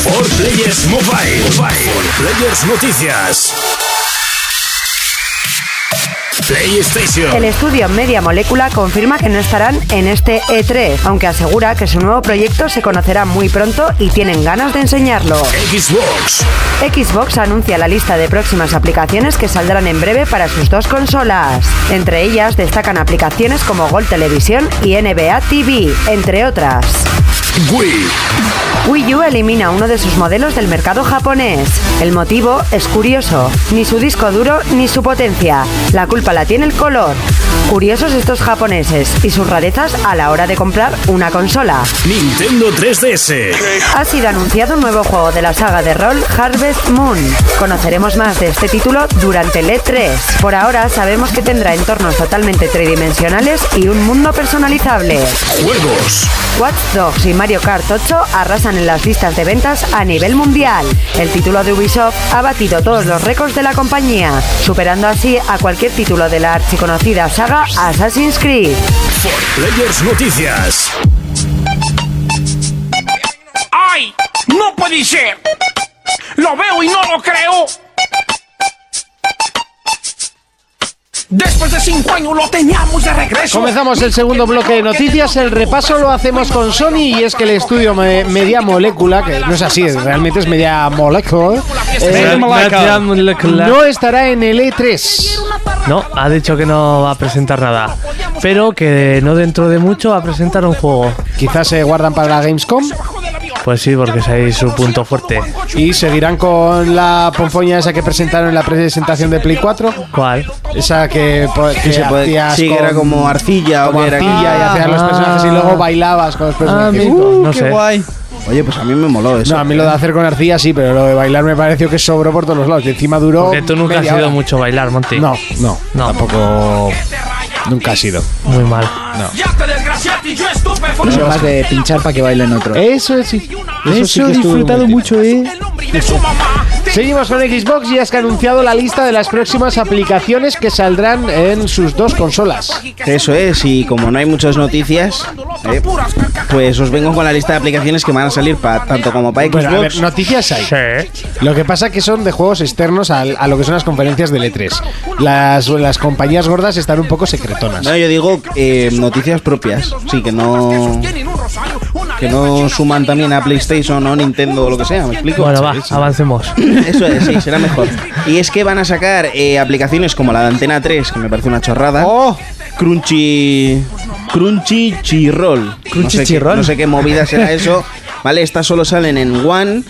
Speaker 1: For Players Mobile. For Players Noticias. PlayStation.
Speaker 3: El estudio Media Molecula confirma que no estarán en este E3, aunque asegura que su nuevo proyecto se conocerá muy pronto y tienen ganas de enseñarlo.
Speaker 1: Xbox.
Speaker 3: Xbox anuncia la lista de próximas aplicaciones que saldrán en breve para sus dos consolas. Entre ellas destacan aplicaciones como Gold Televisión y NBA TV, entre otras.
Speaker 1: Wii.
Speaker 3: Wii U elimina uno de sus modelos del mercado japonés. El motivo es curioso, ni su disco duro ni su potencia. La culpa la tiene el color. Curiosos estos japoneses y sus rarezas a la hora de comprar una consola.
Speaker 1: Nintendo 3DS.
Speaker 3: Ha sido anunciado un nuevo juego de la saga de rol Harvest Moon. Conoceremos más de este título durante el E3. Por ahora sabemos que tendrá entornos totalmente tridimensionales y un mundo personalizable.
Speaker 1: Juegos.
Speaker 3: Watch Dogs y Mario Kart 8 arrasan en las listas de ventas a nivel mundial. El título de Ubisoft ha batido todos los récords de la compañía, superando así a cualquier título de la archiconocida saga Assassin's Creed.
Speaker 1: Players Noticias.
Speaker 12: ¡Ay! ¡No puede ser! ¡Lo veo y no lo creo! Después de cinco años lo teníamos de regreso.
Speaker 2: Comenzamos el segundo bloque de noticias. El repaso lo hacemos con Sony y es que el estudio Me- Media Molecula, que no es así, realmente es Media Molecula, eh,
Speaker 6: Media Molecula.
Speaker 2: no estará en el E E3.
Speaker 6: No, ha dicho que no va a presentar nada. Pero que no dentro de mucho va a presentar un juego.
Speaker 2: Quizás se guardan para la Gamescom
Speaker 6: Pues sí, porque es ahí su punto fuerte.
Speaker 2: y seguirán con la ponzoña esa que presentaron en la presentación de Play 4.
Speaker 6: ¿Cuál?
Speaker 2: Esa que, po- que
Speaker 5: se puede-
Speaker 2: hacías
Speaker 5: sí, que era
Speaker 2: con-
Speaker 5: como arcilla o
Speaker 2: como
Speaker 5: que era-
Speaker 2: arcilla y hacías los
Speaker 6: Ah.
Speaker 2: personajes y luego bailabas con los personajes.
Speaker 6: Amigo, Pues, no
Speaker 5: qué
Speaker 6: sé.
Speaker 5: guay. Oye, pues a mí me moló eso.
Speaker 2: No, a mí lo de hacer con arcilla sí, pero lo de bailar me pareció que sobró por todos los lados. Y encima duró.
Speaker 6: Porque tú nunca has
Speaker 2: media
Speaker 6: ido
Speaker 2: hora.
Speaker 6: mucho a bailar, Monty.
Speaker 2: No, no,
Speaker 6: No.
Speaker 2: tampoco. Nunca ha sido.
Speaker 6: Muy mal.
Speaker 12: Ya te desgraciaste y yo estuve
Speaker 7: Yo
Speaker 12: por
Speaker 7: soy más de pinchar para que bailen otro.
Speaker 2: Eso es sí.
Speaker 7: Eso sí que estuvo divertido.
Speaker 2: eh.
Speaker 12: el nombre y de su mamá.
Speaker 2: Seguimos con Xbox y es que ha anunciado la lista de las próximas aplicaciones que saldrán en sus dos consolas.
Speaker 5: Eso es, y como no hay muchas noticias, eh, pues os vengo con la lista de aplicaciones que van a salir para tanto como para
Speaker 2: Bueno, a
Speaker 5: Xbox.
Speaker 2: ver, noticias hay.
Speaker 6: Sí.
Speaker 2: Lo que pasa que son de juegos externos al- a, lo que son las conferencias del E3. Las, las compañías gordas están un poco secretonas.
Speaker 5: No, yo digo eh, noticias propias, sí, que no que no suman también a PlayStation o Nintendo o lo que sea, ¿me explico?
Speaker 6: Bueno, va, avancemos.
Speaker 5: Eso es, sí, será mejor. Y es que van a sacar eh, aplicaciones como la de Antena 3, que me parece una chorrada. ¡Oh! Crunchy. Crunchy Chirrol. no sé qué-
Speaker 7: Chirrol.
Speaker 5: no sé qué movida será eso. Vale, estas solo salen en One.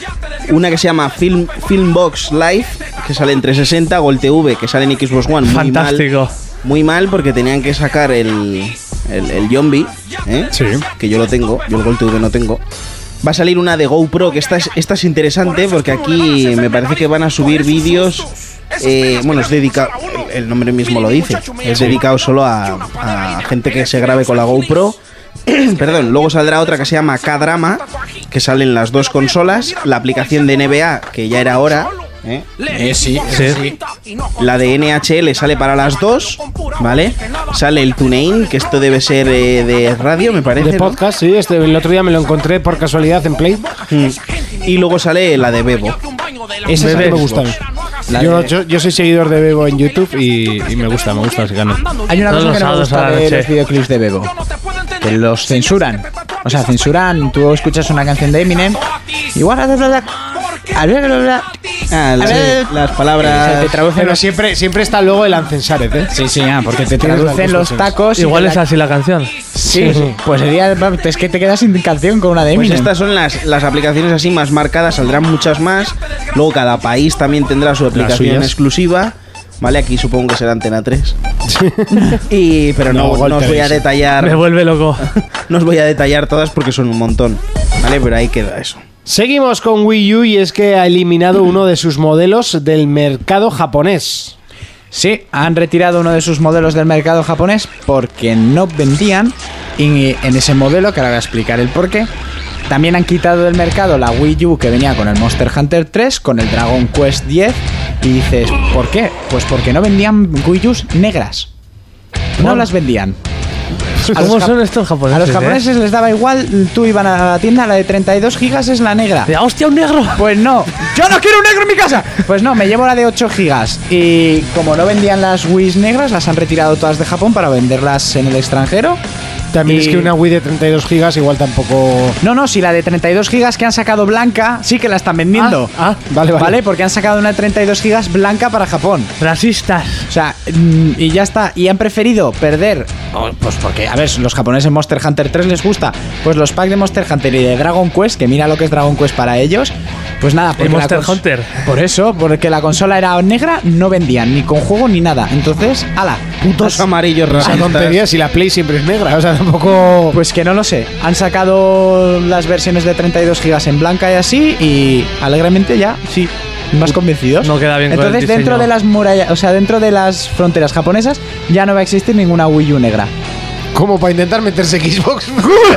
Speaker 5: Una que se llama Film, Filmbox Live, que sale en 360. Gol TV, que sale en Xbox One. Muy mal.
Speaker 6: Fantástico.
Speaker 5: Muy mal porque tenían que sacar el, el, el zombie, ¿eh? que yo lo tengo, yo el Gol TV no tengo. Va a salir una de GoPro, que esta es, esta es interesante porque aquí me parece que van a subir vídeos. eh, bueno, es dedicado, el, el nombre mismo lo dice, es dedicado solo a, a gente que se grabe con la GoPro. Perdón, luego saldrá otra que se llama K-Drama, que sale en las dos consolas, la aplicación de NBA, que ya era hora, ¿eh?
Speaker 7: sí,
Speaker 6: Sí.
Speaker 5: La de NHL sale para las 2, ¿vale? Sale el TuneIn, que esto debe ser eh, de radio, me parece.
Speaker 2: De
Speaker 5: ¿no?
Speaker 2: podcast, sí, este, el otro día me lo encontré por casualidad en Play.
Speaker 5: Mm. Y luego sale la de Bebo.
Speaker 2: Esa es la que me
Speaker 5: Bebes.
Speaker 2: gusta. a mí.
Speaker 7: La
Speaker 2: Yo,
Speaker 7: de-
Speaker 2: yo, yo soy seguidor de Bebo en YouTube y, y me gusta, me gusta así que no.
Speaker 7: Hay una
Speaker 6: Todos los
Speaker 7: cosa que no me
Speaker 6: sábados a
Speaker 7: gusta
Speaker 6: la
Speaker 7: de
Speaker 6: noche.
Speaker 7: los videoclips de Bebo. Que los censuran. O sea, censuran. Tú escuchas una canción de Eminem. Igual haces bla bla. bla, bla, bla,
Speaker 5: Ah, las, las palabras.
Speaker 2: Pero siempre, siempre está luego el Ancensares, ¿eh?
Speaker 7: Sí, sí, ah, porque te
Speaker 2: Tienes
Speaker 7: traducen
Speaker 2: razón,
Speaker 7: los
Speaker 2: sí.
Speaker 7: tacos. y
Speaker 6: Igual
Speaker 7: te
Speaker 6: es
Speaker 7: Pues la-
Speaker 6: así la canción.
Speaker 7: Sí,
Speaker 6: Sí.
Speaker 7: pues sería. Es que te quedas sin canción con una de
Speaker 5: Pues
Speaker 7: Eminem.
Speaker 5: estas son las, las aplicaciones así más marcadas, saldrán muchas más. Luego cada país también tendrá su aplicación
Speaker 2: suyas.
Speaker 5: exclusiva. Vale, aquí supongo que será Antena 3. y, pero no,
Speaker 2: No, Gol
Speaker 5: no os voy a
Speaker 2: Televisión.
Speaker 5: detallar.
Speaker 6: Me vuelve loco.
Speaker 5: No os voy a detallar todas porque son un montón. Vale, pero ahí queda eso.
Speaker 11: Seguimos con Wii U y es que ha eliminado uno de sus modelos del mercado japonés.
Speaker 7: Sí, han retirado uno de sus modelos del mercado japonés porque no vendían y en ese modelo, que ahora voy a explicar el porqué. También han quitado del mercado la Wii U que venía con el Monster Hunter 3, con el Dragon Quest 10 y dices, ¿por qué? Pues porque no vendían Wii Us negras. No las vendían. A los
Speaker 6: ¿Cómo
Speaker 7: jap-
Speaker 6: son estos japoneses?
Speaker 7: A los
Speaker 6: eh?
Speaker 7: japoneses les daba igual, tú iban a la tienda, la de 32 gigas es la negra.
Speaker 6: Mira, ¡Hostia, un negro!
Speaker 7: Pues no, yo no quiero un negro en mi casa. Pues no, me llevo la de 8 gigas. Y como no vendían las Wii negras, las han retirado todas de Japón para venderlas en el extranjero.
Speaker 2: También
Speaker 7: Y-
Speaker 2: es que una Wii de 32 gigas igual tampoco.
Speaker 7: No, no, si la de 32 gigas que han sacado blanca, sí que la están vendiendo.
Speaker 2: Ah, ah, vale, vale.
Speaker 7: porque han sacado una de 32 gigas blanca para Japón.
Speaker 6: Racistas.
Speaker 7: O sea, mm, y ya está. Y han preferido perder. oh, Pues porque, a ver, los japoneses Monster Hunter 3 les gusta. Pues los packs de Monster Hunter y de Dragon Quest, que mira lo que es Dragon Quest para ellos. Pues nada, porque la
Speaker 6: Monster
Speaker 7: cons-
Speaker 6: Hunter.
Speaker 7: Por eso, porque la consola era negra, no vendían ni con juego ni nada. Entonces, ala.
Speaker 5: Putos
Speaker 7: Has-
Speaker 5: amarillos
Speaker 2: Esa
Speaker 5: racistas.
Speaker 2: tontería si la Play siempre es negra. O sea, tampoco.
Speaker 7: Pues que no lo sé. Han sacado las versiones de 32 gigas en blanca y así. Y alegremente ya, sí. Más convencidos.
Speaker 6: No queda bien con el
Speaker 7: Entonces, dentro
Speaker 6: diseño.
Speaker 7: de las murallas, o sea, dentro de las fronteras japonesas, ya no va a existir ninguna Wii U negra.
Speaker 2: Como para intentar meterse Xbox.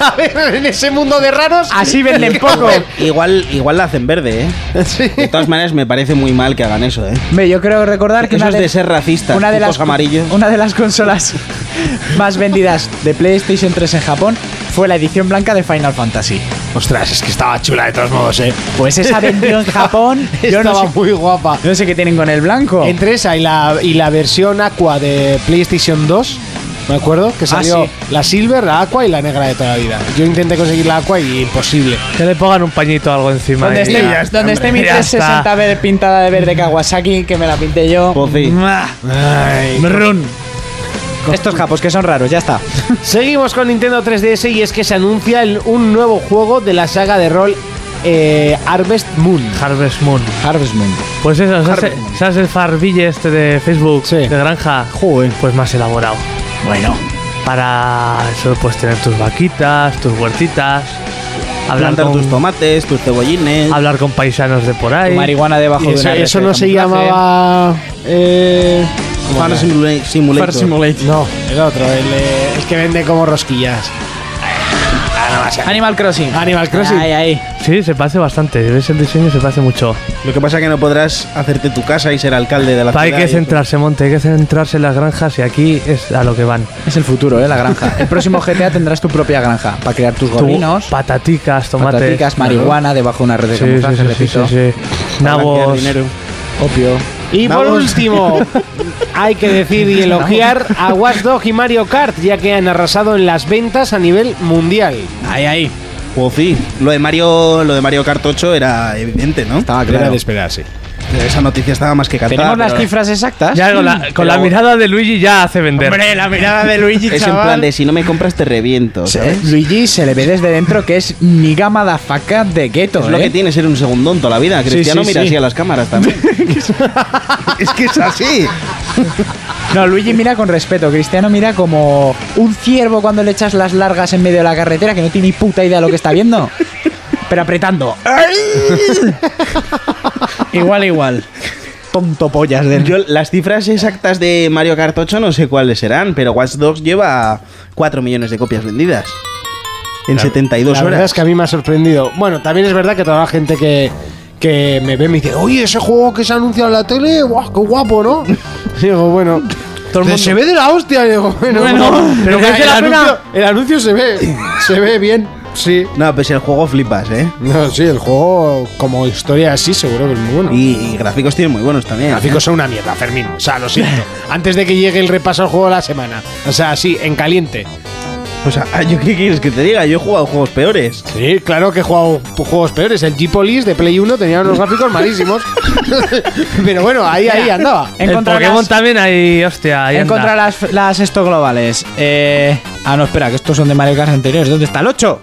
Speaker 2: a ver, en ese mundo de raros.
Speaker 7: Así venden poco.
Speaker 5: Igual, igual la hacen verde, ¿eh? De todas maneras, me parece muy mal que hagan eso, ¿eh?
Speaker 7: Ve, yo creo recordar que
Speaker 5: Eso
Speaker 7: una
Speaker 5: es de ser racista.
Speaker 7: una de
Speaker 5: putos
Speaker 7: las
Speaker 5: amarillos.
Speaker 7: una de las consolas más vendidas de PlayStation 3 en Japón fue la edición blanca de Final Fantasy.
Speaker 2: Ostras, es que estaba chula de todos modos, eh.
Speaker 7: Pues esa vendió en Japón. Yo no
Speaker 2: estaba
Speaker 7: sé,
Speaker 2: muy guapa.
Speaker 7: no sé qué tienen con el blanco.
Speaker 2: Entre esa y la, y la versión Aqua de PlayStation 2, me acuerdo, que salió
Speaker 7: Ah, sí.
Speaker 2: la Silver, la Aqua y la negra de toda la vida. Yo intenté conseguir la Aqua y imposible.
Speaker 6: Que le pongan un pañito o algo encima.
Speaker 7: Donde
Speaker 6: y
Speaker 7: esté,
Speaker 6: ya.
Speaker 7: donde esté mi
Speaker 6: Ya
Speaker 7: 360
Speaker 6: está.
Speaker 7: ver- pintada de verde Kawasaki, que me la pinté yo.
Speaker 5: Pozi.
Speaker 6: Mm. Ah.
Speaker 7: Estos japos que son raros, ya está.
Speaker 11: Seguimos con Nintendo 3DS y es que se anuncia el- un nuevo juego de la saga de rol eh, Harvest Moon.
Speaker 6: Harvest Moon.
Speaker 7: Harvest Moon.
Speaker 6: Pues eso, ¿sabes, sabes el farbille este de Facebook de granja? Pues más elaborado.
Speaker 7: Bueno.
Speaker 6: Para eso puedes tener tus vaquitas, tus huertitas, hablar
Speaker 5: Plantar
Speaker 6: con,
Speaker 5: tus tomates, tus cebollines.
Speaker 6: hablar con paisanos de por
Speaker 7: Tu
Speaker 6: ahí.
Speaker 7: marihuana debajo
Speaker 2: Y
Speaker 7: de
Speaker 2: eso,
Speaker 7: una
Speaker 2: eso
Speaker 7: red de
Speaker 2: no se
Speaker 7: camuflaje.
Speaker 2: llamaba. Eh,
Speaker 5: Farm Simula- Simulator.
Speaker 2: no, el otro, el, eh, el que vende como rosquillas.
Speaker 7: Animal Crossing.
Speaker 2: Animal Crossing.
Speaker 7: Ahí, ahí.
Speaker 6: Sí, se parece bastante. Ves el diseño, se parece mucho.
Speaker 5: Lo que pasa es que no podrás hacerte tu casa y ser alcalde de la
Speaker 6: Pa, hay
Speaker 5: ciudad.
Speaker 6: que
Speaker 5: y eso.
Speaker 6: centrarse, Monte, hay que centrarse en las granjas y aquí es a lo que van.
Speaker 7: Es el futuro, ¿eh? La granja. El próximo GTA tendrás tu propia granja para crear tus
Speaker 6: Tú,
Speaker 7: gobinos,
Speaker 6: pataticas, tomates.
Speaker 7: pataticas, marihuana debajo de una red de
Speaker 6: Sí,
Speaker 7: camuflaje,
Speaker 6: sí, sí, sí,
Speaker 7: repito.
Speaker 6: sí, sí. Nabos.
Speaker 5: Dinero.
Speaker 7: Opio.
Speaker 11: Y por
Speaker 5: Vamos.
Speaker 11: último, hay que decir y elogiar a Watch Dog y Mario Kart, ya que han arrasado en las ventas a nivel mundial.
Speaker 7: Ahí, ahí.
Speaker 5: Pues sí, lo de Mario, lo de Mario Kart 8 era evidente, ¿no?
Speaker 7: Estaba
Speaker 2: Era
Speaker 7: claro.
Speaker 2: de esperar, sí.
Speaker 5: Esa noticia estaba más que cantada.
Speaker 7: ¿Tenemos las
Speaker 5: pero
Speaker 7: cifras exactas?
Speaker 6: Ya con la, con la mirada de Luigi ya hace vender.
Speaker 7: la mirada de Luigi,
Speaker 5: Es en plan de si no me compras te reviento, ¿sabes?
Speaker 7: Luigi se le ve desde dentro que es Nigama da faca de Ghetto,
Speaker 5: Es lo
Speaker 7: ¿eh?
Speaker 5: que tiene ser un segundón toda la vida. Cristiano
Speaker 7: sí,
Speaker 5: mira
Speaker 7: sí.
Speaker 5: así a las cámaras también. es que es así.
Speaker 7: No, Luigi mira con respeto. Cristiano mira como un ciervo cuando le echas las largas en medio de la carretera que no tiene ni puta idea de lo que está viendo. Pero apretando. igual, igual. Tonto pollas del.
Speaker 5: Yo, las cifras exactas de Mario Kart 8 no sé cuáles serán, pero Watch Dogs lleva 4 millones de copias vendidas. En 72
Speaker 2: La verdad
Speaker 5: horas.
Speaker 2: es que a mí me ha sorprendido. Bueno, también es verdad que toda la gente que, que me ve me dice, oye, ese juego que se ha anunciado en la tele, guau, qué guapo, ¿no? Y digo, bueno, se ve de la hostia. Y digo, bueno,
Speaker 6: pero merece
Speaker 2: el,
Speaker 6: la pena.
Speaker 2: anuncio, el anuncio se ve, se ve bien, sí.
Speaker 5: No, pues el juego flipas, ¿eh?
Speaker 2: No, sí, el juego como historia así seguro que es muy bueno. Y
Speaker 5: Y, y gráficos tiene muy buenos también.
Speaker 2: los gráficos son una mierda, Fermín. O sea, lo siento. Antes de que llegue el repaso al juego de la semana. O sea, sí, en caliente.
Speaker 5: Pues, ah, ¿yo ¿qué quieres que te diga? Yo he jugado juegos peores.
Speaker 2: Sí, claro que he jugado juegos peores. El G-Police de Play 1 tenía unos gráficos malísimos. Pero bueno, ahí, ahí andaba.
Speaker 6: En Pokémon también hay, hostia, ahí anda.
Speaker 7: Encontrarás las esto globales. Eh, ah, no, espera, que estos son de Mario Kart anteriores. ¿Dónde está el 8?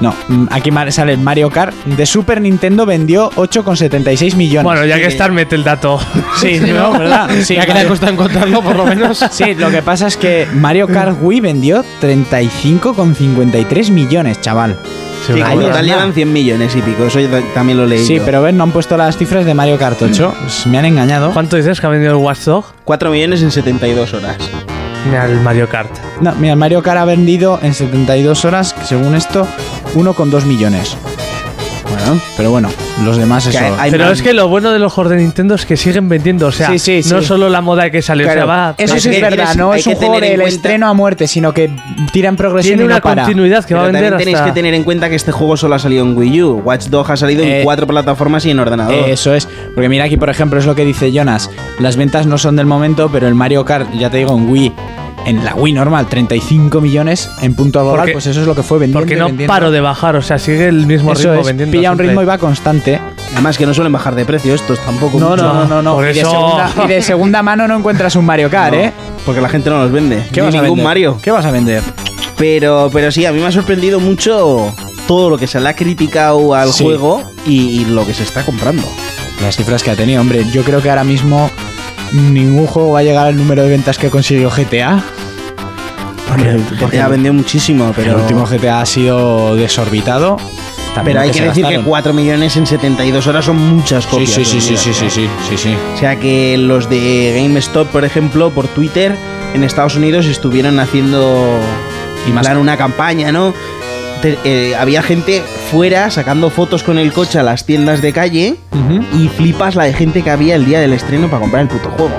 Speaker 7: No, mm, aquí ma- sale el Mario Kart de Super Nintendo vendió 8,76 millones.
Speaker 6: Bueno, ya que estar, mete el dato.
Speaker 7: Sí, no, ¿verdad? Sí,
Speaker 2: Ya que te ha
Speaker 7: Mario-
Speaker 2: costado encontrarlo, por lo menos.
Speaker 7: Sí, lo que pasa es que Mario Kart Wii vendió 35,53 millones, chaval.
Speaker 5: Sí, que en
Speaker 7: Ahí
Speaker 5: total
Speaker 7: está.
Speaker 5: llevan 100 millones y pico. Eso yo ta- también lo leí.
Speaker 7: Sí, pero ven, no han puesto las cifras de Mario Kart 8. Pues me han engañado.
Speaker 6: ¿Cuánto dices que ha vendido el Watch Dog?
Speaker 5: 4 millones en 72 horas.
Speaker 6: Mira el Mario Kart.
Speaker 7: No, mira, el Mario Kart ha vendido en 72 horas, según esto, 1,2 millones. Bueno, pero bueno, los demás
Speaker 5: Que
Speaker 7: eso.
Speaker 5: hay- hay
Speaker 6: Pero
Speaker 5: más-
Speaker 6: es que lo bueno de los juegos de Nintendo es que siguen vendiendo. O sea,
Speaker 7: Sí, sí,
Speaker 6: no
Speaker 7: sí.
Speaker 6: solo la moda que salió,
Speaker 5: Claro.
Speaker 6: o sea, va.
Speaker 7: Eso
Speaker 5: Pero
Speaker 7: sí
Speaker 5: es
Speaker 7: es
Speaker 5: que
Speaker 7: verdad,
Speaker 5: tienes-
Speaker 7: no
Speaker 5: hay
Speaker 7: es
Speaker 5: que
Speaker 7: un juego
Speaker 5: tener en
Speaker 7: del
Speaker 5: cuenta-
Speaker 7: estreno a muerte, sino que tira en progresión
Speaker 6: tiene
Speaker 7: y no
Speaker 6: una
Speaker 7: para.
Speaker 6: continuidad que va a
Speaker 5: Pero
Speaker 6: vender
Speaker 5: también tenéis
Speaker 6: hasta.
Speaker 5: que tener en cuenta que este juego solo ha salido en Wii U. Watch Dog ha salido
Speaker 7: Eh,
Speaker 5: en cuatro plataformas y en ordenador.
Speaker 7: Eso es, porque mira aquí, por ejemplo, es lo que dice Jonas. Las ventas no son del momento, pero el Mario Kart, ya te digo, en Wii, en la Wii normal, 35 millones en punto global,
Speaker 6: Porque-
Speaker 7: pues eso es lo que fue vendiendo.
Speaker 6: Porque
Speaker 7: y
Speaker 6: no
Speaker 7: vendiendo.
Speaker 6: paro de bajar, o sea, sigue el mismo
Speaker 7: Eso
Speaker 6: ritmo
Speaker 7: es,
Speaker 6: vendiendo.
Speaker 7: pilla un
Speaker 6: siempre.
Speaker 7: ritmo y va constante.
Speaker 5: Además que no suelen bajar de precio estos tampoco.
Speaker 7: No,
Speaker 5: mucho.
Speaker 7: no, no, no, no.
Speaker 6: Por
Speaker 7: y, de
Speaker 6: eso-
Speaker 7: segunda, y de segunda mano no encuentras un Mario Kart, ¿eh?
Speaker 5: Porque la gente no los vende.
Speaker 7: ¿Qué
Speaker 5: Ni
Speaker 7: vas a
Speaker 5: ningún
Speaker 7: vender?
Speaker 5: Mario.
Speaker 7: ¿Qué vas a vender?
Speaker 5: Pero, pero sí, a mí me ha sorprendido mucho todo lo que se le ha criticado al
Speaker 7: Sí.
Speaker 5: juego y, y lo que se está comprando.
Speaker 7: Las cifras que ha tenido, hombre. Yo creo que ahora mismo ningún juego va a llegar al número de ventas que consiguió GTA. Porque, porque
Speaker 5: Ya ha vendido muchísimo, pero.
Speaker 7: el último GTA ha sido desorbitado.
Speaker 5: Pero
Speaker 7: También lo
Speaker 5: hay que
Speaker 7: se
Speaker 5: decir que
Speaker 7: gastaron.
Speaker 5: 4 millones en 72 horas son muchas
Speaker 7: Sí,
Speaker 5: copias.
Speaker 7: sí, sí, sí,
Speaker 5: vendidas.
Speaker 7: sí, sí, sí, sí, sí.
Speaker 5: O sea que los de GameStop, por ejemplo, por Twitter, en Estados Unidos estuvieron haciendo
Speaker 7: Y más-
Speaker 5: plan, una campaña, ¿no? Te- eh, había gente fuera sacando fotos con el coche a las tiendas de calle y flipas la de gente que había el día del estreno para comprar el puto juego.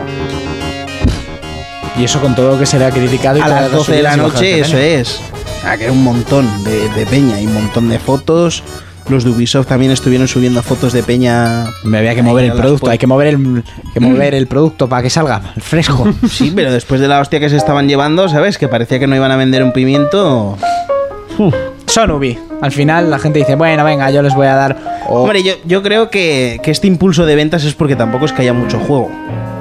Speaker 7: Y eso con todo lo que se le ha criticado. Y
Speaker 5: a
Speaker 7: todas
Speaker 5: las 12 de
Speaker 7: subidas
Speaker 5: la
Speaker 7: y bajadas
Speaker 5: noche,
Speaker 7: que
Speaker 5: eso
Speaker 7: tiene.
Speaker 5: es. Ah, que era un montón de, de peña y un montón de fotos. Los de Ubisoft también estuvieron subiendo fotos de peña.
Speaker 7: Me había que
Speaker 5: Ahí a
Speaker 7: mover el
Speaker 5: las Mm.
Speaker 7: producto, hay
Speaker 5: puertas.
Speaker 7: que mover el, que mover el producto para que salga fresco.
Speaker 5: Sí, pero después de la hostia que se estaban llevando, ¿sabes? Que parecía que no iban a vender un pimiento.
Speaker 7: Son Ubi. Al final la gente dice, bueno, venga, yo les voy a dar. o-
Speaker 5: Hombre, yo, yo creo que, que este impulso de ventas es porque tampoco es que haya mucho juego.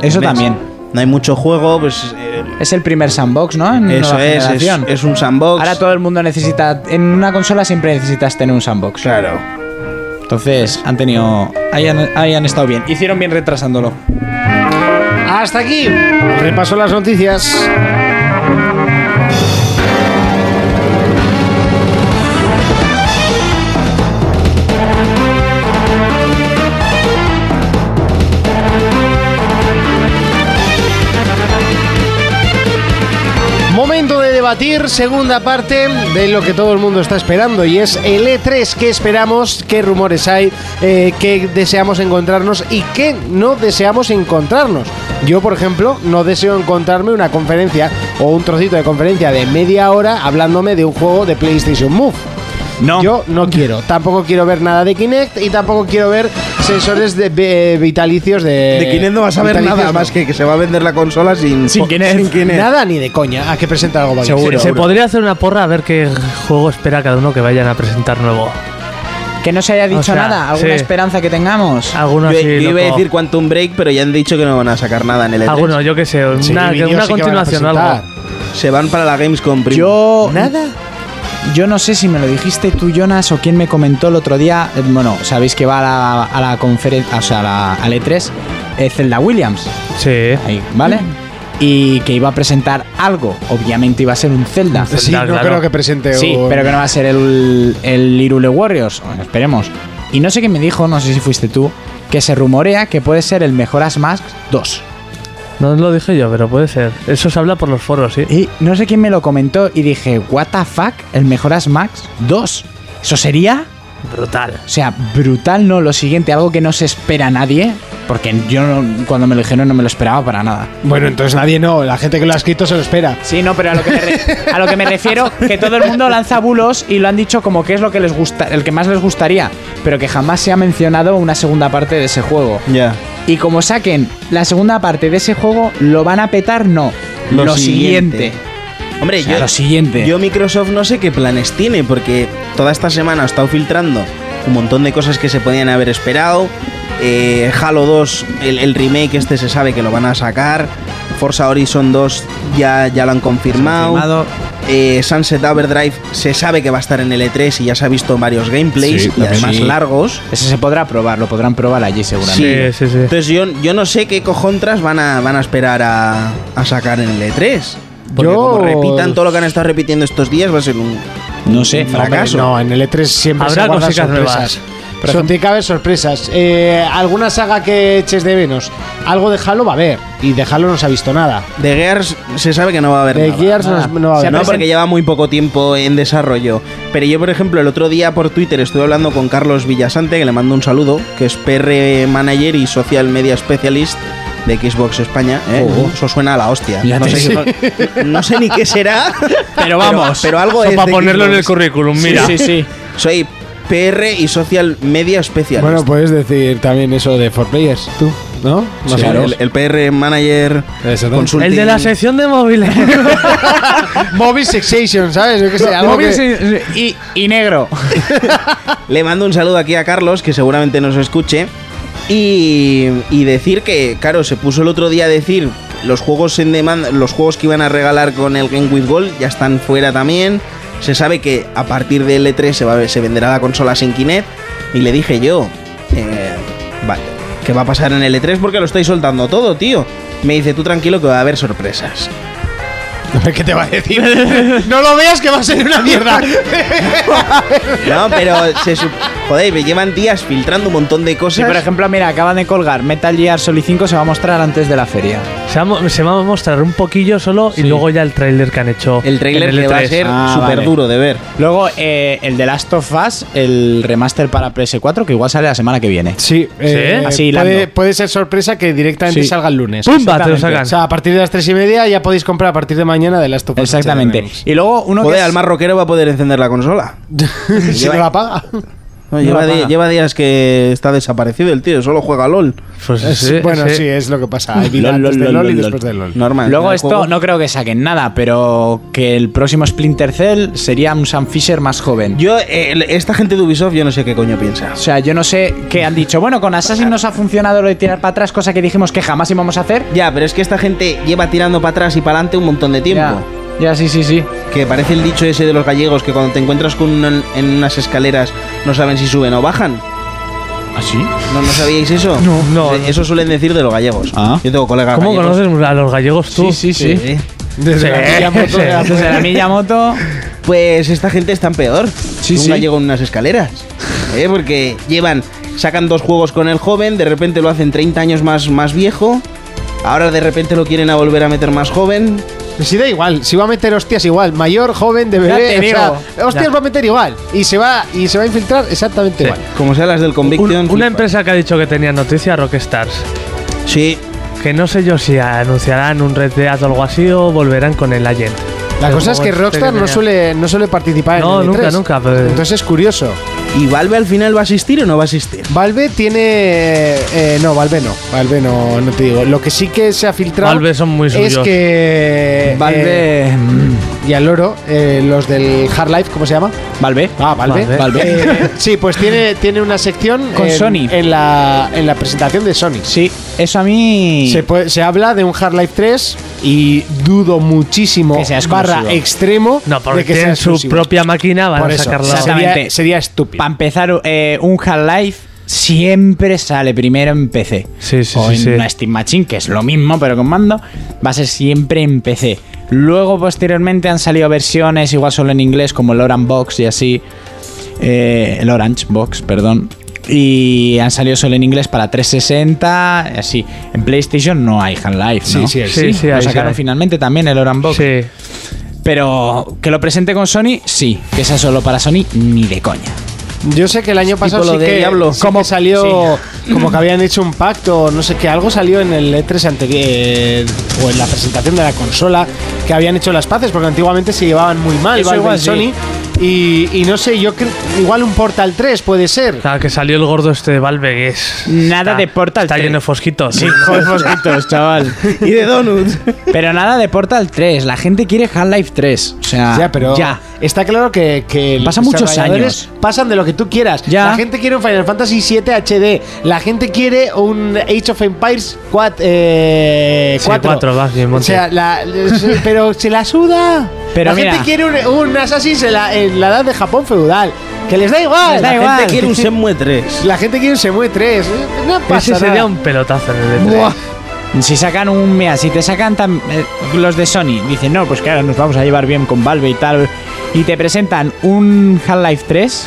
Speaker 7: eso
Speaker 5: ¿Ves?
Speaker 7: también.
Speaker 5: No hay mucho juego, pues. eh,
Speaker 7: Es el primer sandbox, ¿no? En
Speaker 5: eso
Speaker 7: nueva
Speaker 5: es, es,
Speaker 7: generación.
Speaker 5: es un sandbox.
Speaker 7: Ahora todo el mundo necesita. En una consola siempre necesitas tener un sandbox.
Speaker 5: Claro.
Speaker 7: Entonces, han tenido. Hayan, hayan estado bien. Hicieron bien retrasándolo.
Speaker 2: Hasta aquí. Repaso las noticias. Momento de debatir, segunda parte de lo que todo el mundo está esperando y es el E3, qué esperamos, qué rumores hay, eh, qué deseamos encontrarnos y qué no deseamos encontrarnos. Yo, por ejemplo, no deseo encontrarme una conferencia o un trocito de conferencia de media hora hablándome de un juego de PlayStation Move.
Speaker 7: No.
Speaker 2: Yo no quiero, tampoco quiero ver nada de Kinect y tampoco quiero ver sensores de eh, vitalicios de...
Speaker 5: De Kinect no vas a ver
Speaker 2: vitalicios
Speaker 5: nada
Speaker 2: no.
Speaker 5: más que que se va a vender la consola sin,
Speaker 7: Sin Kinect.
Speaker 2: Nada ni de coña, a que presenta algo Valve.
Speaker 6: Se, se podría hacer una porra a ver qué juego espera cada uno que vayan a presentar nuevo.
Speaker 7: Que no se haya dicho
Speaker 6: O sea,
Speaker 7: nada. ¿Alguna
Speaker 6: sí. Ah,
Speaker 7: esperanza que tengamos?
Speaker 6: Alguno
Speaker 5: Yo,
Speaker 6: así,
Speaker 5: yo iba a
Speaker 6: loco.
Speaker 5: decir Quantum Break, pero ya han dicho que no van a sacar nada en el E E3.
Speaker 6: Alguno, yo qué sé, una,
Speaker 2: Sí,
Speaker 6: una
Speaker 2: vídeos sí que van a
Speaker 6: continuación o algo.
Speaker 2: presentar.
Speaker 5: Se van para la Gamescom primo.
Speaker 7: Yo. Nada. Yo no sé si me lo dijiste tú, Jonas, o quién me comentó el otro día. eh, Bueno, sabéis que va a la, a la conferencia, o sea, a la, al E3, eh, Zelda Williams.
Speaker 6: Sí.
Speaker 7: Ahí, ¿vale? Y que iba a presentar algo. Obviamente iba a ser un Zelda.
Speaker 2: Sí,
Speaker 6: Claro,
Speaker 2: no
Speaker 6: claro.
Speaker 2: creo que presente
Speaker 7: Sí,
Speaker 2: un-
Speaker 7: pero que no va a ser el, el Irule Warriors. Bueno, Esperemos. Y no sé quién me dijo, no sé si fuiste tú, que se rumorea que puede ser el mejor Mask 2.
Speaker 6: No lo dije yo, pero puede ser. Eso se habla por los foros, sí.
Speaker 7: Y no sé quién me lo comentó y dije, ¿What the fuck? ¿El mejor Max 2? ¿Eso sería?
Speaker 6: Brutal.
Speaker 7: O sea, brutal, ¿no? Lo siguiente, algo que no se espera a nadie. Porque yo no- cuando me lo dijeron no me lo esperaba para nada.
Speaker 2: Bueno, entonces nadie no, la gente que lo ha escrito se lo espera.
Speaker 7: Sí, no, pero a lo, que me re- a lo que me refiero, que todo el mundo lanza bulos y lo han dicho como que es lo que les gusta, el que más les gustaría, pero que jamás se ha mencionado una segunda parte de ese juego.
Speaker 5: Ya.
Speaker 7: Y como saquen la segunda parte de ese juego, ¿lo van a petar? No. Lo,
Speaker 5: Lo
Speaker 7: siguiente.
Speaker 5: siguiente. Hombre,
Speaker 7: O sea,
Speaker 5: yo,
Speaker 7: lo siguiente.
Speaker 5: yo Microsoft no sé qué planes tiene, porque toda esta semana ha estado filtrando un montón de cosas que se podían haber esperado. Eh, Halo 2, el, el remake este se sabe que lo van a sacar. Forza Horizon 2 ya, ya lo han confirmado.
Speaker 7: Confirmado.
Speaker 5: Eh, Sunset Overdrive se sabe que va a estar en el E3 y ya se ha visto en varios gameplays
Speaker 10: Sí,
Speaker 5: y
Speaker 10: también.
Speaker 5: además
Speaker 10: Sí.
Speaker 5: largos.
Speaker 7: Ese se podrá probar, lo podrán probar allí seguramente.
Speaker 5: Sí.
Speaker 6: Sí, sí, sí.
Speaker 5: Entonces yo, yo no sé qué cojontras van a, van a esperar a, a sacar en el E E3. Porque
Speaker 2: Yo-
Speaker 5: como repitan todo lo que han estado repitiendo estos días, va a ser un...
Speaker 7: No sé,
Speaker 5: un
Speaker 2: No, hombre,
Speaker 5: fracaso.
Speaker 2: No, en el E3 siempre
Speaker 6: Habrá
Speaker 2: se guardan
Speaker 6: cositas
Speaker 2: sorpresas.
Speaker 6: nuevas.
Speaker 2: Por ejemplo- Siempre cabe sorpresas. Eh, ¿Alguna saga que eches de menos? Algo de Halo va a haber. Y de Halo no se ha visto nada.
Speaker 5: De Gears se sabe que no va a haber
Speaker 2: De
Speaker 5: nada.
Speaker 2: Gears
Speaker 5: Nada.
Speaker 2: no- no va a haber.
Speaker 5: No, porque lleva muy poco tiempo en desarrollo. Pero yo, por ejemplo, el otro día por Twitter estuve hablando con Carlos Villasante, que le mando un saludo, que es PR Manager y Social Media Specialist de Xbox España. ¿eh? Eso suena a la hostia.
Speaker 7: Ya
Speaker 5: No
Speaker 7: te
Speaker 5: sé, qué- no sé ni qué será.
Speaker 7: Pero vamos.
Speaker 5: Pero, algo es
Speaker 6: para
Speaker 5: de
Speaker 6: ponerlo en el
Speaker 5: Xbox.
Speaker 6: currículum, mira.
Speaker 7: Sí, sí, sí.
Speaker 5: Soy PR y Social Media Specialist.
Speaker 2: Bueno, puedes decir también eso de 4Players, tú, ¿no?
Speaker 5: Sí, el, el PR Manager
Speaker 2: Exactamente.
Speaker 5: Consulting.
Speaker 6: El de la sección de móviles.
Speaker 2: Móvil Sexation, ¿sabes? Yo qué sé, algo que-
Speaker 7: Y, y negro.
Speaker 5: Le mando un saludo aquí a Carlos, que seguramente nos escuche. Y, y decir que, claro, se puso el otro día a decir los juegos en demanda, los juegos que iban a regalar con el Game with Gold ya están fuera también. Se sabe que a partir del E3 se, va a- se venderá la consola sin Kinect. Y le dije yo, eh, vale, ¿qué va a pasar en el E3? Porque lo estoy soltando todo, tío. Me dice, tú tranquilo que va a haber sorpresas.
Speaker 2: ¿Qué te va a decir? no lo veas que va a ser una mierda.
Speaker 5: No, pero se sup- Joder, me llevan días filtrando un montón de cosas.
Speaker 7: Sí, por ejemplo, mira, acaban de colgar Metal Gear Solid 5 se va a mostrar antes de la feria.
Speaker 6: Se va, a- se va a mostrar un poquillo solo y luego ya el tráiler que han hecho.
Speaker 5: el trailer
Speaker 6: en el
Speaker 5: que va a
Speaker 6: E3.
Speaker 5: ser
Speaker 7: Ah,
Speaker 5: súper
Speaker 7: vale.
Speaker 5: duro de ver.
Speaker 7: Luego, eh, el de Last of Us, el remaster para PS4, que igual sale la semana que viene.
Speaker 2: Sí, eh,
Speaker 7: Así,
Speaker 2: puede,
Speaker 7: hilando.
Speaker 2: puede ser sorpresa que directamente
Speaker 7: Sí.
Speaker 2: salga el lunes.
Speaker 6: ¡Pumba! Te lo
Speaker 7: Exactamente.
Speaker 6: sacan.
Speaker 2: O sea, a partir de las tres y media ya podéis comprar a partir de mañana de las topas.
Speaker 7: Exactamente. Y luego uno
Speaker 5: Joder,
Speaker 7: que es-
Speaker 5: al más rockero va a poder encender la consola.
Speaker 2: si no la paga.
Speaker 5: No, lleva,
Speaker 7: la
Speaker 5: di-
Speaker 7: paga.
Speaker 5: lleva días que está desaparecido el tío, solo juega LOL.
Speaker 6: Pues
Speaker 2: Es-
Speaker 6: sí,
Speaker 2: bueno,
Speaker 6: sí.
Speaker 2: sí, eh. es lo que pasa. Hay vida
Speaker 7: Lol,
Speaker 2: antes
Speaker 7: lol,
Speaker 2: de
Speaker 7: lol,
Speaker 2: LOL y
Speaker 7: lol,
Speaker 2: después
Speaker 7: lol.
Speaker 2: de LOL.
Speaker 5: Normal.
Speaker 7: Luego
Speaker 5: el
Speaker 7: esto
Speaker 5: juego-
Speaker 7: no creo que saquen nada, pero que el próximo Splinter Cell sería un Sam Fisher más joven.
Speaker 5: Yo, eh, el- esta gente de Ubisoft, yo no sé qué coño piensa.
Speaker 7: o sea, yo no sé qué han dicho. Bueno, con Assassin nos ha funcionado lo de tirar para atrás, cosa que dijimos que jamás íbamos a hacer.
Speaker 5: Ya, pero es que esta gente lleva tirando para atrás y para adelante un montón de tiempo.
Speaker 7: Ya, ya, sí, sí, sí.
Speaker 5: Que parece el dicho ese de los gallegos que cuando te encuentras con uno en, en unas escaleras no saben si suben o bajan.
Speaker 7: ¿Así?
Speaker 5: ¿No, no sabíais eso?
Speaker 6: No, no,
Speaker 5: Eh, Eso suelen decir de los gallegos.
Speaker 7: Ah.
Speaker 5: Yo tengo colegas
Speaker 6: ¿Cómo
Speaker 5: gallegos.
Speaker 6: conoces a los gallegos tú?
Speaker 7: sí, sí, sí.
Speaker 5: Sí.
Speaker 6: Sí, sí.
Speaker 7: Entonces, la Miyamoto.
Speaker 5: Pues esta gente está en peor.
Speaker 7: Sí,
Speaker 5: Nunca
Speaker 7: sí.
Speaker 5: llegó en unas escaleras. ¿eh? Porque llevan, sacan dos juegos con el joven, de repente lo hacen 30 años más, más viejo. Ahora de repente lo quieren a volver a meter más joven.
Speaker 2: Pues Si da igual, si va a meter hostias igual, mayor, joven, de
Speaker 7: Ya
Speaker 2: bebé,
Speaker 7: te
Speaker 2: o sea,
Speaker 7: digo.
Speaker 2: hostias
Speaker 7: Ya.
Speaker 2: va a meter igual y se va y se va a infiltrar exactamente igual.
Speaker 5: Como sea las del
Speaker 6: Un-
Speaker 5: Conviction.
Speaker 6: una
Speaker 5: flipa.
Speaker 6: empresa que ha dicho que tenía noticia, Rockstars.
Speaker 5: Sí.
Speaker 6: Que no sé yo si anunciarán un Red Dead o algo así o volverán con el Agent.
Speaker 2: La
Speaker 6: El
Speaker 2: cosa es
Speaker 6: juego
Speaker 2: que
Speaker 6: este
Speaker 2: Rockstar no
Speaker 6: tenía.
Speaker 2: suele no suele participar
Speaker 6: No,
Speaker 2: en el
Speaker 6: nunca,
Speaker 2: E3.
Speaker 6: nunca, pues. pero-
Speaker 2: Entonces es curioso.
Speaker 5: ¿Y Valve al final va a asistir o no va a asistir?
Speaker 2: Valve tiene. eh, no, Valve no. Valve no, no te digo. Lo que sí que se ha filtrado.
Speaker 6: Valve son muy
Speaker 2: Es
Speaker 6: suyos.
Speaker 2: que. eh,
Speaker 7: Valve. mm,
Speaker 2: y al loro, eh, los del Hard Life, ¿cómo se llama?
Speaker 7: Valve.
Speaker 2: Ah, Valve.
Speaker 6: Valve.
Speaker 2: Eh, sí, pues tiene, tiene una sección.
Speaker 7: Con
Speaker 2: en-
Speaker 7: Sony.
Speaker 2: En la, en la presentación de Sony.
Speaker 7: Sí, eso a mí.
Speaker 2: Se, puede- se habla de un Hard Life 3 y dudo muchísimo
Speaker 7: Que sea exclusivo.
Speaker 2: barra extremo
Speaker 6: No, porque
Speaker 2: de que sea
Speaker 6: tienen su
Speaker 2: exclusivo.
Speaker 6: propia máquina, van
Speaker 2: Por
Speaker 6: a
Speaker 2: eso,
Speaker 6: sacarla.
Speaker 7: exacto.
Speaker 2: sería,
Speaker 7: Exactamente.
Speaker 2: sería estúpido.
Speaker 7: Para empezar, eh, un Half-Life siempre sale primero en PC.
Speaker 6: Sí, sí,
Speaker 7: o
Speaker 6: sí,
Speaker 7: en
Speaker 6: sí.
Speaker 7: una Steam Machine, que es lo mismo, pero con mando, va a ser siempre en PC. Luego, posteriormente, han salido versiones, igual solo en inglés, como el Orange Box y así. eh, el Orange Box, perdón. Y han salido solo en inglés para 360, así. En PlayStation no hay Half-Life, ¿no?
Speaker 6: sí, sí, sí,
Speaker 7: Lo
Speaker 6: ahí,
Speaker 7: sacaron
Speaker 6: ahí.
Speaker 7: finalmente también el Orange Box.
Speaker 6: Sí.
Speaker 7: Pero que lo presente con Sony, sí. Que sea solo para Sony, ni de coña.
Speaker 2: Yo sé que el año pasado
Speaker 5: lo
Speaker 2: sí
Speaker 5: de
Speaker 2: que,
Speaker 5: Diablo.
Speaker 2: sí que salió como que habían hecho un pacto, no sé qué, algo salió en el E E3 anterior eh, o en la presentación de la consola que habían hecho las paces porque antiguamente se llevaban muy mal
Speaker 7: Eso
Speaker 2: Valve
Speaker 7: igual
Speaker 2: y
Speaker 7: sí.
Speaker 2: Sony Y, y no sé, yo creo. Igual un Portal 3 puede ser.
Speaker 6: Claro, que salió el gordo este de Valve, que es.
Speaker 7: Nada
Speaker 6: está-
Speaker 7: de Portal
Speaker 6: Está
Speaker 7: 3.
Speaker 6: lleno de fosquitos.
Speaker 7: Sí, joder, mosquitos, chaval.
Speaker 5: Y de donuts.
Speaker 7: Pero nada de Portal 3. La gente quiere Half-Life 3. O sea,
Speaker 2: Ya, pero
Speaker 7: Ah, ya.
Speaker 2: está claro que, que los
Speaker 7: Pasan muchos
Speaker 2: desarrolladores
Speaker 7: años.
Speaker 2: pasan de lo que tú quieras.
Speaker 7: Ya.
Speaker 2: La gente quiere un Final Fantasy 7 HD. La gente quiere un Age of Empires 4. Eh,
Speaker 6: Sí, cuatro, va, bien,
Speaker 2: o
Speaker 6: Monty.
Speaker 2: sea, la- se- pero se la suda.
Speaker 7: Pero
Speaker 2: la
Speaker 7: mira.
Speaker 2: gente quiere un, un Assassin's en la, en la edad de Japón feudal. Que les da igual.
Speaker 7: Les da
Speaker 2: la,
Speaker 7: igual.
Speaker 5: Gente quiere un Shenmue 3.
Speaker 2: Gente, la gente quiere un Semue 3. eh, No pasa
Speaker 6: Ese sería
Speaker 2: nada.
Speaker 6: un pelotazo en el E E3.
Speaker 7: Buah. Si sacan un. Mira, si te sacan tam- eh, los de Sony, dicen, no, pues claro, nos vamos a llevar bien con Valve y tal. Y te presentan un Half-Life 3.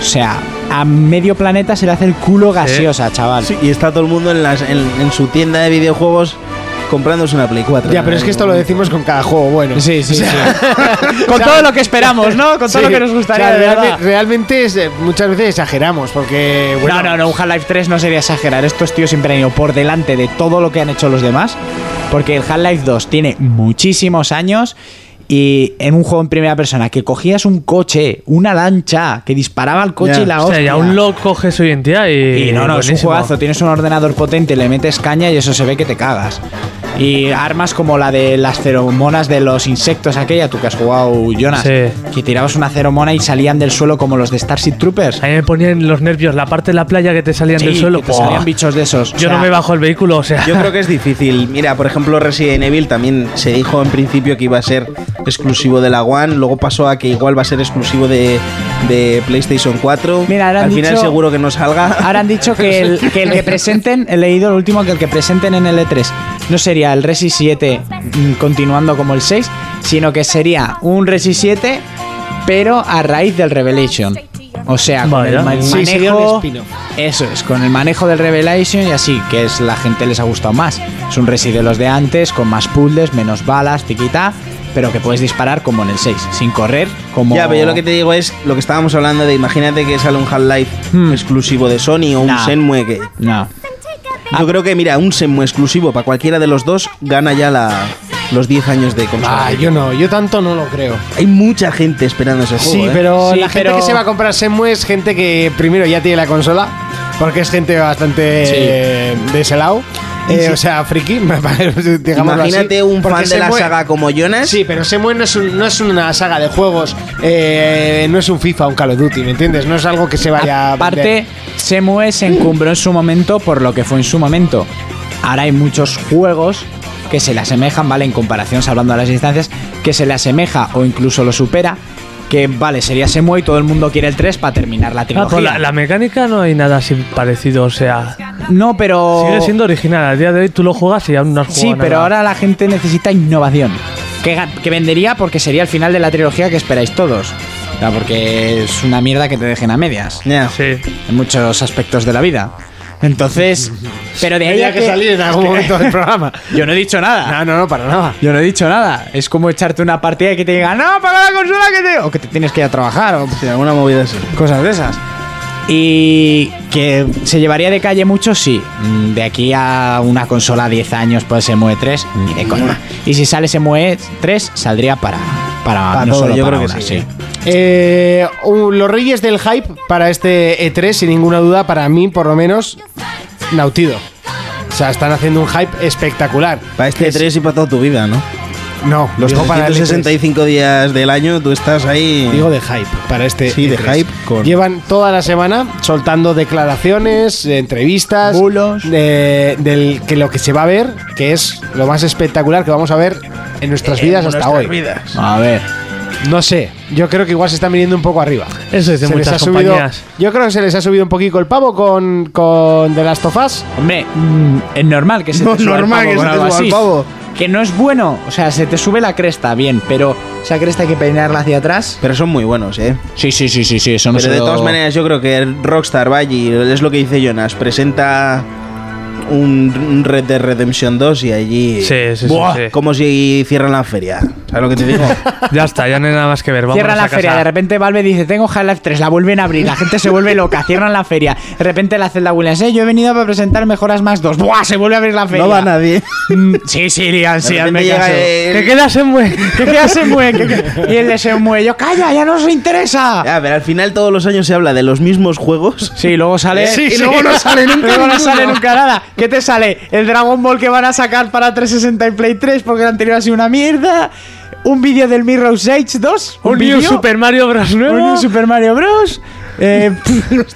Speaker 7: O sea, a medio planeta se le hace el culo gaseosa, chaval.
Speaker 5: Sí, y está todo el mundo en, las, en, en su tienda de videojuegos comprándose una Play 4.
Speaker 2: Ya, pero es que esto lo decimos con cada juego. Bueno.
Speaker 7: Sí, sí, sí. Con todo lo que esperamos, Pues ¿no? Con todo lo
Speaker 2: Sí.
Speaker 7: que nos gustaría,
Speaker 2: O sea,
Speaker 7: de
Speaker 2: realme-
Speaker 7: verdad.
Speaker 2: realmente, es, eh, muchas veces exageramos porque bueno,
Speaker 7: No, no, no, un Half-Life 3 no sería exagerar. Estos tíos siempre han ido por delante de todo lo que han hecho los demás. Porque el Half-Life 2 tiene muchísimos años. Y en un juego en primera persona que cogías un coche, una lancha, que disparaba al coche
Speaker 5: Ya,
Speaker 7: y la
Speaker 6: O sea,
Speaker 7: hostia.
Speaker 6: y aún lo coge su identidad y.
Speaker 7: Y no, no, es un
Speaker 6: buenísimo.
Speaker 7: juegazo. Tienes un ordenador potente, le metes caña y eso se ve que te cagas. Y armas como la de las feromonas de los insectos, aquella, tú que has jugado, Jonas.
Speaker 6: Sí.
Speaker 7: Que tirabas una feromona y salían del suelo como los de Starship Troopers.
Speaker 6: A mí me ponían los nervios la parte de la playa que te salían
Speaker 7: Sí,
Speaker 6: del suelo.
Speaker 7: que te
Speaker 6: Buah.
Speaker 7: salían bichos de esos.
Speaker 6: Yo no me bajo el vehículo, o sea.
Speaker 5: Yo creo que es difícil. Mira, por ejemplo, Resident Evil también se dijo en principio que iba a ser exclusivo de la One, luego pasó a que igual va a ser exclusivo de, de PlayStation 4.
Speaker 7: Mira, ahora han
Speaker 5: Al final
Speaker 7: dicho- Ah,
Speaker 5: seguro que no salga.
Speaker 7: Ahora han dicho que el, que el que presenten, he leído el último, que el que presenten en el E3 no sería el Resi 7 mm, continuando como el 6, sino que sería un Resi 7, pero a raíz del Revelation. O sea, con
Speaker 6: Vaya.
Speaker 7: el ma-
Speaker 2: Sí, sería un
Speaker 7: manejo.
Speaker 2: spin-off.
Speaker 7: eso es, con el manejo del Revelation y así, que es la gente les ha gustado más. Es un Resi de los de antes, con más puzzles, menos balas, tiquita, pero que puedes disparar como en el 6, sin correr, como.
Speaker 5: Ya, pero yo lo que te digo es lo que estábamos hablando de imagínate que sale un Half-Life
Speaker 7: Hmm.
Speaker 5: exclusivo de Sony o un
Speaker 7: Nah.
Speaker 5: Shenmue que...
Speaker 7: No.
Speaker 5: Yo creo que, mira, un Shenmue exclusivo para cualquiera de los dos gana ya la, los 10 años de consola.
Speaker 2: Ah, yo no, yo tanto no lo creo.
Speaker 5: Hay mucha gente esperando ese juego.
Speaker 2: Sí,
Speaker 5: ¿eh?
Speaker 2: pero
Speaker 7: Sí,
Speaker 2: la gente
Speaker 7: pero-
Speaker 2: que se va a comprar Semue es gente que primero ya tiene la consola, porque es gente bastante
Speaker 7: Sí.
Speaker 2: eh, de ese lado. Eh, O sea, friki, digamos
Speaker 5: Imagínate un fan de la saga como Jonas.
Speaker 2: Sí, pero Semue no es, un- no es una saga de juegos, eh, no es un FIFA, un Call of Duty, ¿me entiendes? No es algo que se vaya a vender.
Speaker 7: Aparte, Semue se encumbró en su momento por lo que fue en su momento. Ahora hay muchos juegos que se le asemejan, ¿vale? En comparación, hablando de las distancias, que se le asemeja o incluso lo supera. Que vale, sería Semue y todo el mundo quiere el 3 para terminar la
Speaker 6: Ah,
Speaker 7: trilogía.
Speaker 6: con la, la mecánica no hay nada así parecido, o sea.
Speaker 7: No, pero.
Speaker 6: Sigue siendo original. A día de hoy tú lo juegas y aún no has jugado.
Speaker 7: Sí, pero
Speaker 6: nada.
Speaker 7: ahora la gente necesita innovación. Que, ga- que vendería porque sería el final de la trilogía que esperáis todos. O sea, porque es una mierda que te dejen a medias.
Speaker 5: Ya.
Speaker 6: Sí.
Speaker 7: En muchos aspectos de la vida. Entonces. Pero de ahí
Speaker 2: Tenía
Speaker 7: a
Speaker 2: que, salir en algún momento del programa.
Speaker 7: Yo no he dicho nada.
Speaker 2: No, no, no, para nada.
Speaker 7: Yo no he dicho nada. Es como echarte una partida y que te digan, no, paga la consola que te. O que te tienes que ir a trabajar o
Speaker 5: Sí, alguna movida así.
Speaker 7: cosas de esas. Y que se llevaría de calle mucho, sí. Mm, De aquí a una consola 10 años, pues MUE 3, ni de coña. Y si sale MUE 3, saldría para. Para,
Speaker 5: Para
Speaker 7: no
Speaker 5: todo,
Speaker 7: solo
Speaker 5: yo
Speaker 7: para
Speaker 5: creo que
Speaker 7: una,
Speaker 5: sí.
Speaker 2: Eh, un- los reyes del hype para este E3, sin ninguna duda, para mí por lo menos, Nautido. O sea, están haciendo un hype espectacular.
Speaker 5: Para este 3 y para toda tu vida, ¿no?
Speaker 2: No,
Speaker 5: Los
Speaker 2: digo para el E3.
Speaker 5: 365 días del año tú estás ahí.
Speaker 2: Digo de hype para este.
Speaker 5: Sí, de
Speaker 2: E3.
Speaker 5: hype con-
Speaker 2: Llevan toda la semana soltando declaraciones, eh, entrevistas.
Speaker 7: Bulos.
Speaker 2: De, del- que lo que se va a ver, que es lo más espectacular que vamos a ver en nuestras
Speaker 5: Eh,
Speaker 2: vidas hasta hoy.
Speaker 7: A ver.
Speaker 2: No sé, yo creo que igual se están viniendo un poco arriba.
Speaker 6: Eso dicen
Speaker 2: Se les
Speaker 6: muchas
Speaker 2: ha subido-
Speaker 6: compañías.
Speaker 2: yo creo que se les ha subido un poquito el pavo con, con The Last of Us.
Speaker 7: Hombre, mm, es normal que se
Speaker 5: No,
Speaker 7: te suba
Speaker 5: normal que
Speaker 7: el pavo con
Speaker 5: se te
Speaker 7: algo
Speaker 5: suba el
Speaker 7: así.
Speaker 5: pavo.
Speaker 7: Que no es bueno, o sea, se te sube la cresta, bien, pero esa cresta hay que peinarla hacia atrás.
Speaker 5: Pero son muy buenos, ¿eh?
Speaker 7: Sí, sí, sí, sí, sí, eso no
Speaker 5: Pero
Speaker 7: se
Speaker 5: de
Speaker 7: lo-
Speaker 5: todas maneras yo creo que Rockstar Valle, es lo que dice Jonas, presenta un Red Dead Redemption 2 y allí.
Speaker 6: Sí, sí, sí,
Speaker 5: Buah,
Speaker 6: sí.
Speaker 5: Como si cierran la feria. ¿Sabes lo que te digo?
Speaker 6: Ya está, ya no hay nada más que ver. Vamos
Speaker 7: Cierran la
Speaker 6: a casa.
Speaker 7: feria, de repente Valve dice, tengo Half-Life 3, la vuelven a abrir, la gente se vuelve loca, cierran la feria, de repente la celda Williams, eh, yo he venido para presentar mejoras más 2, ¡buah! Se vuelve a abrir la feria.
Speaker 5: no va nadie.
Speaker 7: Mm, Sí, sí, Lian, sí,
Speaker 5: De
Speaker 7: hazme
Speaker 5: repente
Speaker 7: caso.
Speaker 5: llega el-
Speaker 7: Que quedas en mue, que quedas en mue, que que- y el de se mue, yo, calla, ya no os interesa.
Speaker 5: Ya, pero al final todos los años se habla de los mismos juegos.
Speaker 7: Sí, luego sale.
Speaker 5: Sí,
Speaker 7: y
Speaker 5: sí.
Speaker 7: luego no sale nunca. Luego no sale nunca nada. ¿Qué te sale? El Dragon Ball que van a sacar para 360 y Play 3 porque el anterior ha sido una mierda. Un vídeo del Mirror's Edge 2.
Speaker 6: Un New
Speaker 7: vídeo?
Speaker 6: Super Mario Bros. nuevo.
Speaker 7: Un New Super Mario Bros. Eh,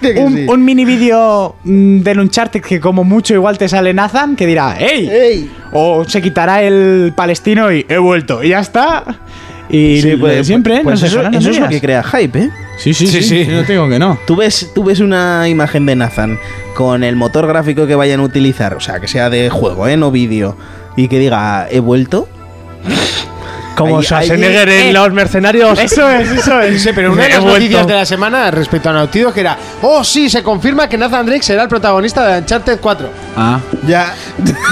Speaker 5: que
Speaker 7: un,
Speaker 5: sí.
Speaker 7: un mini vídeo mm, del Uncharted que como mucho igual te sale Nathan que dirá ¡Ey!
Speaker 5: ¡Ey!
Speaker 7: O se quitará el palestino y he vuelto. Y ya está. Y
Speaker 5: Sí,
Speaker 7: lo de siempre, ¿eh?
Speaker 5: pues
Speaker 7: No se
Speaker 5: eso,
Speaker 7: jodan, no
Speaker 5: eso
Speaker 7: me
Speaker 5: es lo que
Speaker 7: digas.
Speaker 5: crea hype, ¿eh?
Speaker 10: Sí, sí, sí, No tengo que no.
Speaker 5: Tú ves, tú ves una imagen de Nathan con el motor gráfico que vayan a utilizar, o sea, que sea de juego, ¿eh? No vídeo, y que diga, he vuelto.
Speaker 6: Como
Speaker 5: Ahí-
Speaker 6: Schwarzenegger en Los Mercenarios.
Speaker 7: Eso es, eso es.
Speaker 2: Sí, pero una de
Speaker 6: Me he
Speaker 2: las noticias
Speaker 6: vuelto.
Speaker 2: de la semana respecto a Naughty Dog era Oh, sí, se confirma que Nathan Drake será el protagonista de Uncharted 4
Speaker 10: Ah.
Speaker 7: ¿eh?
Speaker 5: Ya.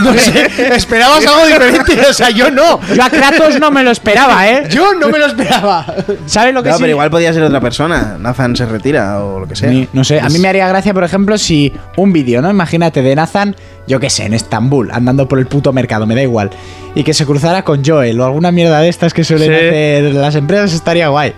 Speaker 2: No sé, esperabas algo diferente O sea, yo no
Speaker 7: Yo a Kratos no me lo esperaba, ¿eh?
Speaker 2: Yo no me lo esperaba
Speaker 7: ¿Sabes lo que
Speaker 5: No,
Speaker 7: sí?
Speaker 5: pero igual podía ser otra persona. Nathan se retira o lo que sea.
Speaker 7: Ni- no sé, a mí me haría gracia, por ejemplo, si un vídeo, ¿no? Imagínate de Nathan, yo qué sé, en Estambul, andando por el puto mercado, me da igual. Y que se cruzara con Joel o alguna mierda de estas que suelen
Speaker 6: Sí.
Speaker 7: hacer las empresas, estaría guay.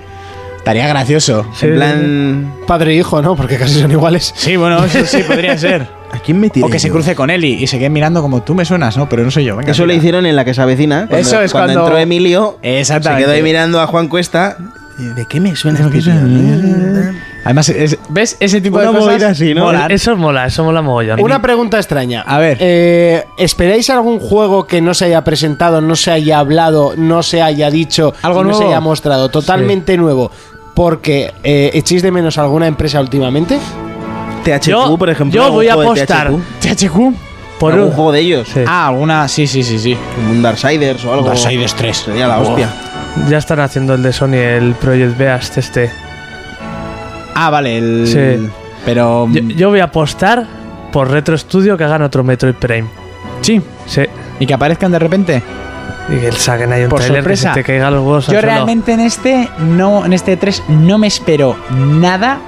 Speaker 7: Estaría gracioso.
Speaker 5: En plan,
Speaker 2: Padre e hijo, ¿no? Porque casi son iguales
Speaker 7: Sí, bueno, eso sí, podría ser.
Speaker 5: ¿a quién me tiré
Speaker 7: O que se
Speaker 5: yo?
Speaker 7: cruce con Eli y se quede mirando como tú me suenas, ¿no? Pero no soy yo. venga,
Speaker 5: Eso lo
Speaker 7: mira.
Speaker 5: hicieron en la que se avecina. cuando-
Speaker 7: Eso es cuando-
Speaker 5: entró Emilio.
Speaker 7: Exactamente.
Speaker 5: Se quedó ahí mirando a Juan Cuesta. y, ¿De qué me suena este tío?
Speaker 7: Además, es- ¿ves? Ese tipo
Speaker 5: Una
Speaker 7: de cosas.
Speaker 5: movida así, ¿no?
Speaker 7: molan.
Speaker 6: Eso mola, eso mola mogollón.
Speaker 2: Una pregunta extraña
Speaker 7: A ver.
Speaker 2: Eh, ¿Esperáis algún juego que no se haya presentado, no se haya hablado, no se haya dicho,
Speaker 7: ¿Algo
Speaker 2: no se
Speaker 7: nuevo?
Speaker 2: haya mostrado? Totalmente nuevo porque eh, echéis de menos alguna empresa últimamente
Speaker 5: THQ,
Speaker 6: Yo-
Speaker 5: por ejemplo.
Speaker 6: yo
Speaker 5: algún
Speaker 6: voy a
Speaker 5: juego de
Speaker 6: apostar.
Speaker 5: THQ,
Speaker 7: THQ.
Speaker 6: Por
Speaker 5: algún
Speaker 6: un-
Speaker 5: juego de ellos.
Speaker 6: Sí.
Speaker 7: Ah, alguna. Sí, sí, sí, sí.
Speaker 5: Como un Darksiders o algo.
Speaker 7: Darksiders 3.
Speaker 5: Sería la hostia.
Speaker 6: Ya están haciendo el de Sony, el Project Beast este.
Speaker 7: Ah, vale, el.
Speaker 6: Sí.
Speaker 7: Pero. mm,
Speaker 6: Yo, yo voy a apostar por Retro Studio que hagan otro Metroid Prime.
Speaker 7: Sí.
Speaker 6: Sí.
Speaker 7: Y que aparezcan de repente.
Speaker 6: Y que saquen ahí un
Speaker 7: Por
Speaker 6: trailer
Speaker 7: sorpresa.
Speaker 6: que se te caiga los huevos al
Speaker 7: Yo
Speaker 6: suelo.
Speaker 7: realmente en este no, en este 3 no me espero nada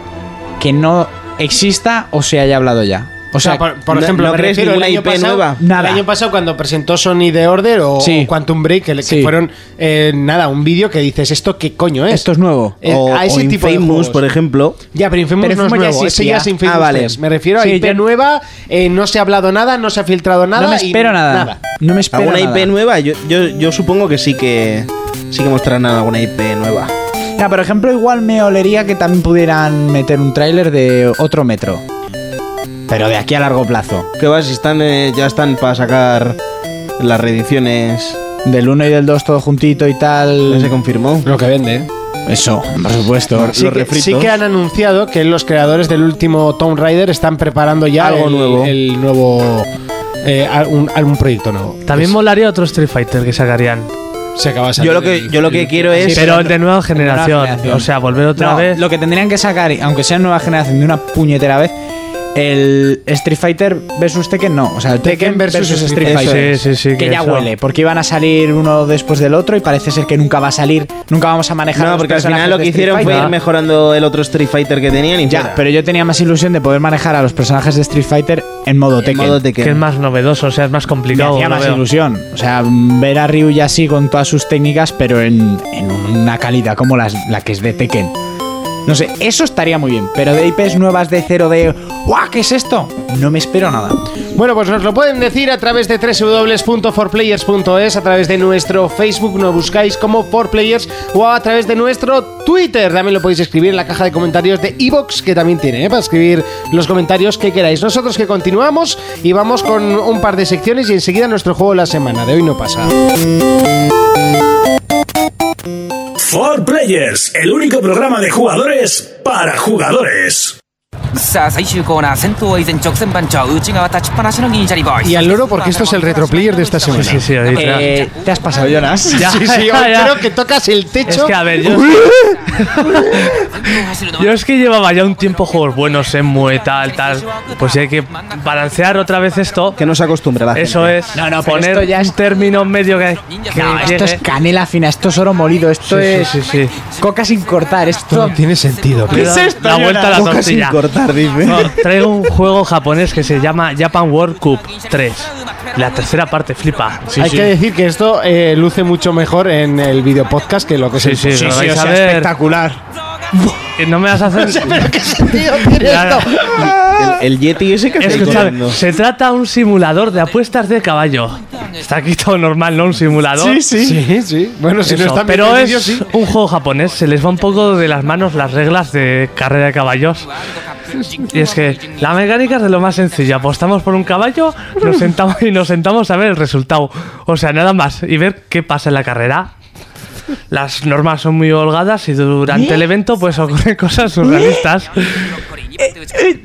Speaker 7: que no exista o se haya hablado ya. O
Speaker 2: O sea,
Speaker 7: sea,
Speaker 2: por, por
Speaker 5: no-
Speaker 2: ejemplo,
Speaker 5: no
Speaker 2: me
Speaker 5: crees
Speaker 2: refiero el
Speaker 5: ninguna
Speaker 2: año
Speaker 5: IP
Speaker 2: pasado,
Speaker 5: nueva.
Speaker 7: Nada.
Speaker 2: El año pasado cuando presentó Sony The Order o,
Speaker 7: Sí.
Speaker 2: o Quantum Break, que, le- que
Speaker 7: Sí.
Speaker 2: fueron eh, nada, un vídeo que dices esto qué coño es.
Speaker 7: esto es nuevo.
Speaker 2: Eh,
Speaker 5: o,
Speaker 2: a ese
Speaker 5: o
Speaker 2: tipo de
Speaker 5: Infamous,
Speaker 2: juegos.
Speaker 5: por ejemplo.
Speaker 2: Ya, pero Infamous
Speaker 7: Pero
Speaker 2: no es
Speaker 7: Infamous ya
Speaker 2: nuevo. Ese
Speaker 7: existía.
Speaker 2: ya es Infamous
Speaker 5: Ah, vale.
Speaker 2: 3. Me refiero a
Speaker 7: Sí,
Speaker 2: IP
Speaker 7: yo-
Speaker 2: nueva, eh, no se ha hablado nada, no se ha filtrado nada.
Speaker 7: no me
Speaker 2: y
Speaker 7: espero nada. No me espero
Speaker 5: ¿Alguna
Speaker 7: nada.
Speaker 5: IP nueva? Yo, yo, yo supongo que sí que. Sí que mostrarán alguna IP nueva.
Speaker 7: Ya, por ejemplo, igual me olería que también pudieran meter un tráiler de otro metro. Pero de aquí a largo plazo.
Speaker 5: Que va, si están, eh, ya están para sacar las reediciones.
Speaker 7: Del 1 y del 2 todo juntito y
Speaker 5: Ya se
Speaker 7: tal.
Speaker 5: confirmó.
Speaker 2: Lo que vende, ¿eh?
Speaker 7: Eso, por supuesto.
Speaker 2: Sí
Speaker 5: Los
Speaker 2: que,
Speaker 5: refritos.
Speaker 2: sí que han anunciado que los creadores del último Tomb Raider están preparando ya
Speaker 5: Algo
Speaker 2: el,
Speaker 5: nuevo.
Speaker 2: el nuevo eh, al- un, algún proyecto nuevo.
Speaker 7: Pues-
Speaker 2: Pues,
Speaker 6: También molaría otro Street Fighter que sacarían.
Speaker 2: se acaba de
Speaker 5: Yo
Speaker 2: salir
Speaker 5: lo que,
Speaker 2: el-
Speaker 5: yo lo que quiero es.
Speaker 6: pero de nueva generación.
Speaker 7: generación.
Speaker 6: O sea, volver otra
Speaker 7: No,
Speaker 6: vez.
Speaker 7: Lo que tendrían que sacar, aunque sea nueva generación de una puñetera vez, el Street Fighter versus Tekken no. O sea, el Tekken,
Speaker 2: Tekken
Speaker 7: versus,
Speaker 2: versus
Speaker 7: Street
Speaker 6: Eso
Speaker 7: Fighter.
Speaker 6: es, sí, sí, sí,
Speaker 7: que,
Speaker 6: que
Speaker 7: ya
Speaker 6: eso-
Speaker 7: huele, porque iban a salir uno después del otro y parece ser que nunca va a salir, nunca vamos a manejar.
Speaker 5: No,
Speaker 7: los
Speaker 5: porque al
Speaker 7: personajes
Speaker 5: final lo
Speaker 7: de
Speaker 5: que
Speaker 7: Street
Speaker 5: hicieron fue
Speaker 7: Fighter. Ah.
Speaker 5: ir mejorando el otro Street Fighter que tenían y
Speaker 7: Ya,
Speaker 5: fuera.
Speaker 7: pero yo tenía más ilusión de poder manejar a los personajes de Street Fighter en modo
Speaker 5: En
Speaker 7: Tekken.
Speaker 5: modo Tekken.
Speaker 6: que es más novedoso, o sea, es más
Speaker 7: me
Speaker 6: complicado.
Speaker 7: hacía
Speaker 6: lo
Speaker 7: más
Speaker 6: veo.
Speaker 7: ilusión. O sea, ver a Ryu ya así con todas sus técnicas, pero en, en una calidad como las, la que es de Tekken. No sé, eso estaría muy bien, pero de IPs nuevas de cero de ¡Guau! ¿Qué es esto? No me espero nada.
Speaker 2: Bueno, pues nos lo pueden decir a través de www.forplayers.es, a través de nuestro Facebook, nos buscáis como 4players o a través de nuestro Twitter. También lo podéis escribir en la caja de comentarios de iBox que también tiene, ¿eh? para escribir los comentarios que queráis. Nosotros que continuamos y vamos con un par de secciones y enseguida nuestro juego de la semana. De hoy no pasa.
Speaker 1: 4Players, el único programa de jugadores para jugadores.
Speaker 13: さあ最終コーナー先頭は依然直線番長内側立ちっぱなしの銀シャリボーイ
Speaker 2: Y al loro, porque esto es el retroplayer de esta semana.
Speaker 6: Sí, sí, ahorita.
Speaker 7: Eh, ¿Te has pasado, Jonas?
Speaker 6: Ya,
Speaker 2: sí, sí,
Speaker 6: ya, ya.
Speaker 2: creo que tocas el techo.
Speaker 6: Es que, a ver, yo- Yo es que llevaba ya un tiempo juegos buenos en Mue, tal, tal. Pues si hay que balancear otra vez esto.
Speaker 5: Que no se acostumbra la
Speaker 6: Eso
Speaker 5: gente.
Speaker 6: es.
Speaker 7: No, no, pero
Speaker 6: poner
Speaker 7: esto ya es-
Speaker 6: un término medio que. que
Speaker 7: No, esto es
Speaker 6: llegue.
Speaker 7: canela fina, esto es oro molido, esto
Speaker 6: Sí,
Speaker 7: es
Speaker 6: sí, sí, sí.
Speaker 7: coca sin cortar, esto...
Speaker 2: Esto no tiene sentido.
Speaker 6: Le he dado La vuelta a la
Speaker 5: Coca sin
Speaker 6: tortilla.
Speaker 5: cortar, dice.
Speaker 6: No, traigo un juego japonés que se llama Japan World Cup 3. La tercera parte flipa. Sí,
Speaker 2: Hay
Speaker 6: sí.
Speaker 2: que decir que esto eh, luce mucho mejor en el video podcast que lo que
Speaker 6: Sí,
Speaker 2: se
Speaker 6: sí, lo
Speaker 7: Sí,
Speaker 6: vais
Speaker 7: o
Speaker 6: a
Speaker 7: sea,
Speaker 6: ver.
Speaker 7: espectacular.
Speaker 6: Que No me vas a hacer. Ya,
Speaker 5: El, el Yeti ese que está
Speaker 6: Escuchad,
Speaker 5: corriendo.
Speaker 6: se trata de un simulador de apuestas de caballo. Está aquí todo normal, ¿no? Un
Speaker 2: sí.
Speaker 6: simulador.
Speaker 2: Sí, sí. Bueno, Pues si
Speaker 6: Eso,
Speaker 2: no están
Speaker 6: pero
Speaker 2: viendo el
Speaker 6: es
Speaker 2: vídeo, sí.
Speaker 6: un juego japonés, se les va un poco de las manos las reglas de carrera de caballos. Y es que la mecánica es de lo más sencilla, apostamos por un caballo, nos sentamos y nos sentamos a ver el resultado. O sea, nada más, y ver qué pasa en la carrera. Las normas son muy holgadas y durante el evento pues ocurren cosas surrealistas.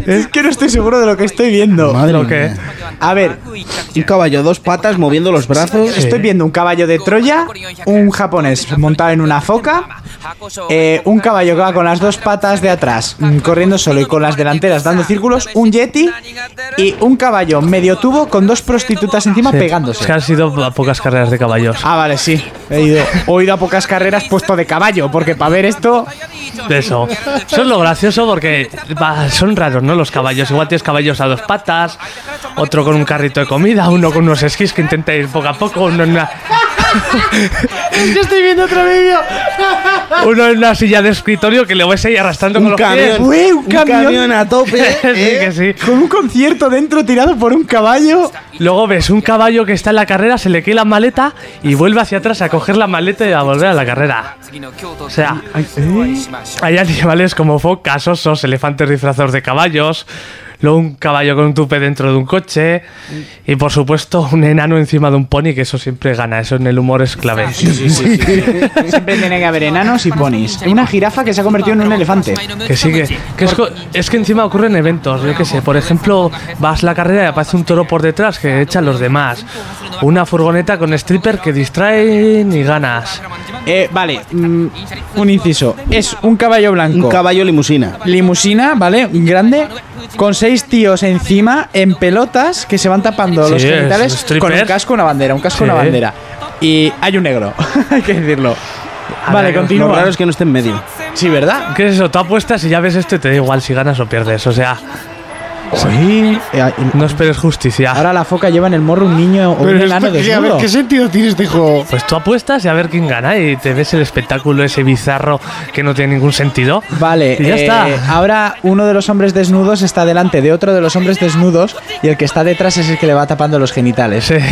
Speaker 7: Es que no estoy seguro de lo que estoy viendo.
Speaker 6: Lo que
Speaker 7: A ver,
Speaker 5: Un caballo, dos patas, moviendo los brazos.
Speaker 7: estoy viendo un caballo de Troya, un japonés montado en una foca, eh, un caballo que va con las dos patas de atrás, mm, corriendo solo y con las delanteras dando círculos, un yeti y un caballo medio tubo con dos prostitutas encima
Speaker 6: Es que
Speaker 7: pegándose.
Speaker 6: han sido a pocas carreras de caballos.
Speaker 7: Ah, vale, sí. He ido, he oído a pocas carreras puesto de caballo, porque para ver esto...
Speaker 6: Eso. Eso es lo gracioso porque va, son raros, ¿no? Los caballos. Igual tienes caballos a dos patas, otro con un carrito de comida, uno con unos esquís que intenta ir poco a poco, uno en una,
Speaker 2: Yo estoy viendo otro vídeo.
Speaker 6: uno en una silla de escritorio que le ves ahí arrastrando con
Speaker 5: Un
Speaker 6: los
Speaker 5: camión.
Speaker 6: pies.
Speaker 7: Ué, un
Speaker 5: Un camión,
Speaker 7: camión.
Speaker 5: a tope.
Speaker 6: sí,
Speaker 5: ¿eh?
Speaker 6: que sí.
Speaker 7: Con un concierto dentro tirado por un caballo.
Speaker 6: Luego ves un caballo que está en la carrera, se le cae la maleta y vuelve hacia atrás a coger la maleta y a volver a la carrera. O sea,
Speaker 7: eh.
Speaker 6: hay animales como focas, osos, elefantes disfrazados de caballos, luego un caballo con un tupe dentro de un coche y por supuesto un enano encima de un pony que eso siempre gana, eso en el humor es clave.
Speaker 7: Siempre tiene que haber enanos y ponis. Una jirafa que se ha convertido en un elefante.
Speaker 6: Que sí, que, que es, co- es que encima ocurren eventos, yo qué sé. Por ejemplo, vas la carrera y aparece un toro por detrás que echa a los demás. Una furgoneta con stripper que distraen y ganas.
Speaker 7: Eh, vale, mm, un inciso. Es un caballo blanco.
Speaker 5: Un caballo limusina.
Speaker 7: limusina, ¿vale? Un Grande. Con seis tíos encima, en pelotas, que se van tapando
Speaker 6: Sí,
Speaker 7: los
Speaker 6: es
Speaker 7: genitales
Speaker 6: stripper.
Speaker 7: con un casco, una bandera, un casco,
Speaker 6: Sí.
Speaker 7: una bandera. Y hay un negro, hay que decirlo. Vale,
Speaker 6: ver,
Speaker 5: Lo
Speaker 7: continúa.
Speaker 5: raro es que no esté en medio.
Speaker 7: Sí, ¿verdad?
Speaker 6: ¿Qué es eso? Tú apuestas y ya ves esto y te da igual si ganas o pierdes. O sea,
Speaker 7: Sí.
Speaker 6: no esperes justicia.
Speaker 7: Ahora la foca lleva en el morro un niño o un
Speaker 2: Pero
Speaker 7: enano
Speaker 2: esto, que- a ver,
Speaker 7: desnudo.
Speaker 2: ¿qué sentido tiene este juego?
Speaker 6: Pues tú apuestas y a ver quién gana y te ves el espectáculo ese bizarro que no tiene ningún sentido.
Speaker 7: Vale,
Speaker 6: Y ya
Speaker 7: eh,
Speaker 6: está.
Speaker 7: Ahora uno de los hombres desnudos está delante de otro de los hombres desnudos y el que está detrás es el que le va tapando los genitales.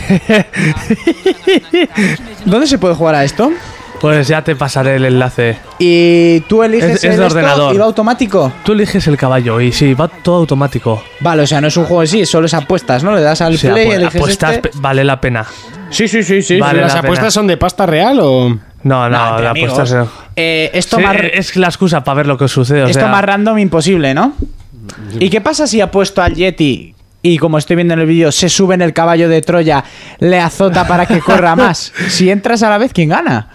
Speaker 6: Sí.
Speaker 7: ¿Dónde se puede jugar a esto?
Speaker 6: Pues ya te pasaré el enlace.
Speaker 7: Y tú eliges
Speaker 6: Es- es
Speaker 7: el
Speaker 6: de
Speaker 7: esto
Speaker 6: ordenador.
Speaker 7: y va automático.
Speaker 6: Tú eliges el caballo y sí, va todo automático.
Speaker 7: Vale, o sea, no es un juego en sí, solo es apuestas, ¿no? Le das al
Speaker 6: O sea,
Speaker 7: play,
Speaker 6: apu-
Speaker 7: eliges
Speaker 6: apuestas
Speaker 7: este.
Speaker 6: pe- vale la pena.
Speaker 7: Sí, sí, sí, sí.
Speaker 6: Vale
Speaker 2: ¿Las
Speaker 6: la pena.
Speaker 2: apuestas son de pasta real o.?
Speaker 6: No,
Speaker 7: No,
Speaker 6: no,
Speaker 7: entre
Speaker 6: la
Speaker 7: amigos.
Speaker 6: apuestas no.
Speaker 7: Eh, esto
Speaker 6: Sí,
Speaker 7: más
Speaker 6: eh, es la excusa para ver lo que sucede. o
Speaker 7: esto
Speaker 6: sea,
Speaker 7: más random imposible, ¿no? ¿Y qué pasa si apuesto al Yeti y como estoy viendo en el vídeo, se sube en el caballo de Troya, le azota para que corra más? Si entras a la vez, ¿quién gana?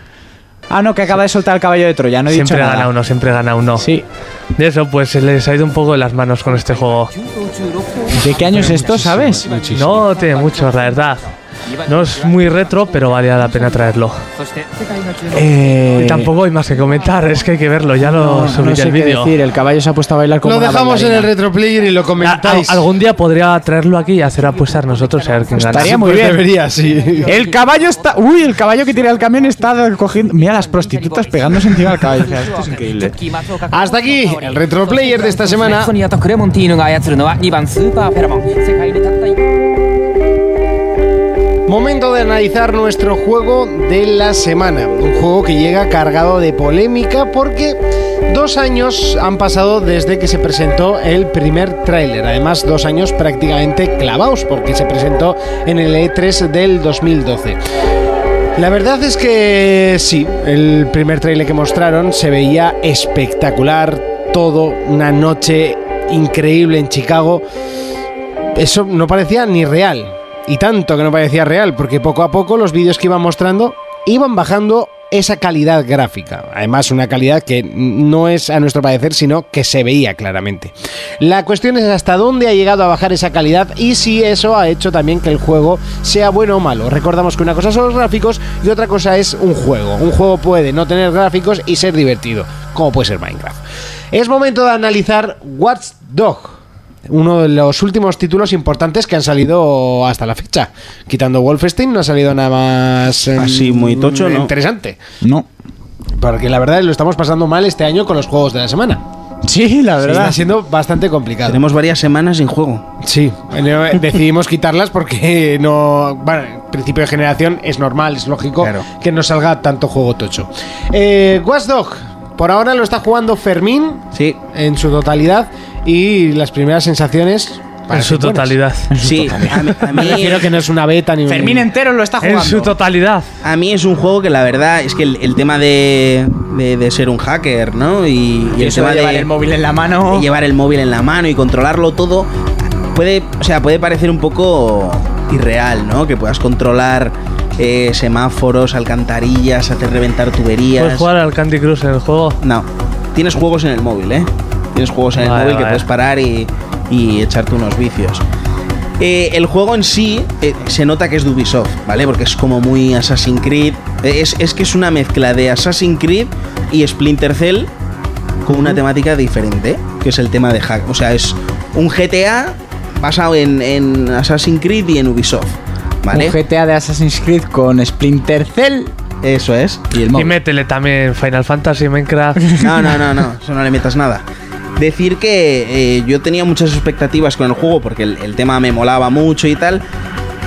Speaker 7: Ah, no, que acaba de soltar el caballo de Troya, no he
Speaker 6: siempre
Speaker 7: dicho nada.
Speaker 6: gana uno, siempre gana uno.
Speaker 7: Sí.
Speaker 6: De eso, pues se les ha ido un poco de las manos con este juego.
Speaker 7: ¿De qué año es esto, sabes?
Speaker 6: No tiene mucho, la verdad. No es muy retro, pero valía la pena traerlo.
Speaker 7: Eh,
Speaker 6: Y tampoco hay más que comentar, es que hay que verlo, ya lo
Speaker 7: no, eh, no
Speaker 6: subiré
Speaker 7: sé
Speaker 6: el
Speaker 7: qué
Speaker 6: vídeo.
Speaker 7: decir, el caballo se ha puesto a bailar como
Speaker 2: Lo
Speaker 7: una
Speaker 2: dejamos en
Speaker 7: bailarina.
Speaker 2: el retroplayer y lo
Speaker 6: A- a-
Speaker 2: comentáis.
Speaker 6: Ah, algún día podría traerlo aquí y hacer apuestas nosotros y a ver quién gana.
Speaker 7: Estaría muy bien.
Speaker 2: pues Debería, sí.
Speaker 7: El caballo está. Uy, el caballo que tira el camión está cogiendo. Mira las prostitutas pegándose encima del caballo. Esto es increíble.
Speaker 2: Hasta aquí el retroplayer de esta semana.
Speaker 13: ソニアとクレモンティーヌが操るのは2番スーパーペラモン世界でたった一
Speaker 2: Momento de analizar nuestro juego de la semana. Un juego que llega cargado de polémica porque dos años han pasado desde que se presentó el primer tráiler. Además, dos años prácticamente clavados porque se presentó en el E3 del 2012. La verdad es que sí, el primer tráiler que mostraron se veía espectacular, todo una noche increíble en Chicago, eso no parecía ni real. Y tanto que no parecía real, porque poco a poco los vídeos que iban mostrando iban bajando esa calidad gráfica. Además, una calidad que no es a nuestro parecer, sino que se veía claramente. La cuestión es hasta dónde ha llegado a bajar esa calidad y si eso ha hecho también que el juego sea bueno o malo. Recordamos que una cosa son los gráficos y otra cosa es un juego. Un juego puede no tener gráficos y ser divertido, como puede ser Minecraft. Es momento de analizar Watch Dog uno de los últimos títulos importantes que han salido hasta la fecha. Quitando Wolfenstein, no ha salido nada más em,
Speaker 5: Así, muy tocho, ¿no?
Speaker 2: interesante.
Speaker 7: No.
Speaker 2: Porque la verdad lo estamos pasando mal este año con los juegos de la semana.
Speaker 7: Sí, la verdad.
Speaker 2: Está siendo bastante complicado.
Speaker 5: Tenemos varias semanas sin juego.
Speaker 2: Sí, eh, decidimos quitarlas porque no. Bueno, en principio de generación es normal, es lógico
Speaker 7: Claro.
Speaker 2: que no salga tanto juego tocho. Eh, Watch Dog, por ahora lo está jugando Fermín
Speaker 5: Sí.
Speaker 2: en su totalidad y las primeras sensaciones.
Speaker 6: En
Speaker 2: parecen
Speaker 6: su
Speaker 2: buenas.
Speaker 6: totalidad.
Speaker 5: Sí, a mí, a
Speaker 2: Me
Speaker 5: mí-
Speaker 2: refiero que no es una beta ni un-
Speaker 7: Fermín entero lo está
Speaker 6: En
Speaker 7: jugando.
Speaker 6: su totalidad.
Speaker 5: a mí es un juego que la verdad es que el, el tema de, de- de ser un hacker, ¿no? Y, y
Speaker 7: Y
Speaker 5: el
Speaker 7: eso
Speaker 5: tema
Speaker 7: de
Speaker 5: de,
Speaker 7: llevar el móvil en la mano.
Speaker 5: de llevar el móvil en la mano y controlarlo todo puede, o sea, puede parecer un poco irreal, ¿no? Que puedas controlar eh, semáforos, alcantarillas, hacer reventar tuberías.
Speaker 6: Puedes jugar al Candy Crush en el juego.
Speaker 5: No, tienes juegos en el móvil, ¿eh? Tienes juegos en el
Speaker 6: Vale,
Speaker 5: móvil que
Speaker 6: vale.
Speaker 5: puedes parar y, y echarte unos vicios. Eh, el juego en sí eh, se nota que es de Ubisoft, ¿vale? Porque es como muy Assassin's Creed. Eh, Es, es que es una mezcla de Assassin's Creed y Splinter Cell con una temática diferente, que es el tema de hack. O sea, es un GTA basado en, en Assassin's Creed y en Ubisoft, ¿vale?
Speaker 7: Un GTA de Assassin's Creed con Splinter Cell
Speaker 5: Eso es.
Speaker 7: y el
Speaker 6: Y
Speaker 7: móvil.
Speaker 6: métele también Final Fantasy, Minecraft. e-,
Speaker 5: No, no, no, no, eso no le metas nada. Decir que eh, yo tenía muchas expectativas con el juego porque el, el tema me molaba mucho y tal.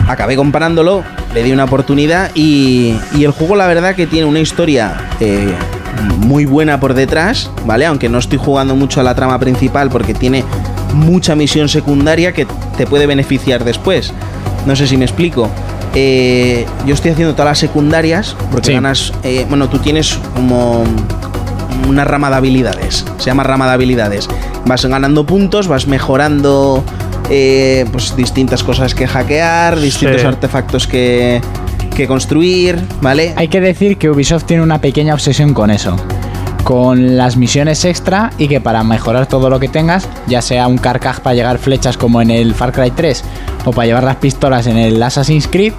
Speaker 5: Acabé comparándolo, le di una oportunidad y, y el juego la verdad que tiene una historia eh, muy buena por detrás, ¿vale? Aunque no estoy jugando mucho a la trama principal porque tiene mucha misión secundaria que te puede beneficiar después. No sé si me explico. Eh, yo estoy haciendo todas las secundarias porque
Speaker 7: Sí.
Speaker 5: ganas... eh, bueno, tú tienes como una rama de habilidades. Se llama rama de habilidades. Vas ganando puntos, vas mejorando eh, pues distintas cosas que hackear, distintos
Speaker 6: Sí.
Speaker 5: artefactos que, que construir, ¿vale?
Speaker 7: Hay que decir que Ubisoft tiene una pequeña obsesión con eso. Con las misiones extra y que para mejorar todo lo que tengas, ya sea un carcaj para llegar flechas como en el Far Cry 3 o para llevar las pistolas en el Assassin's Creed,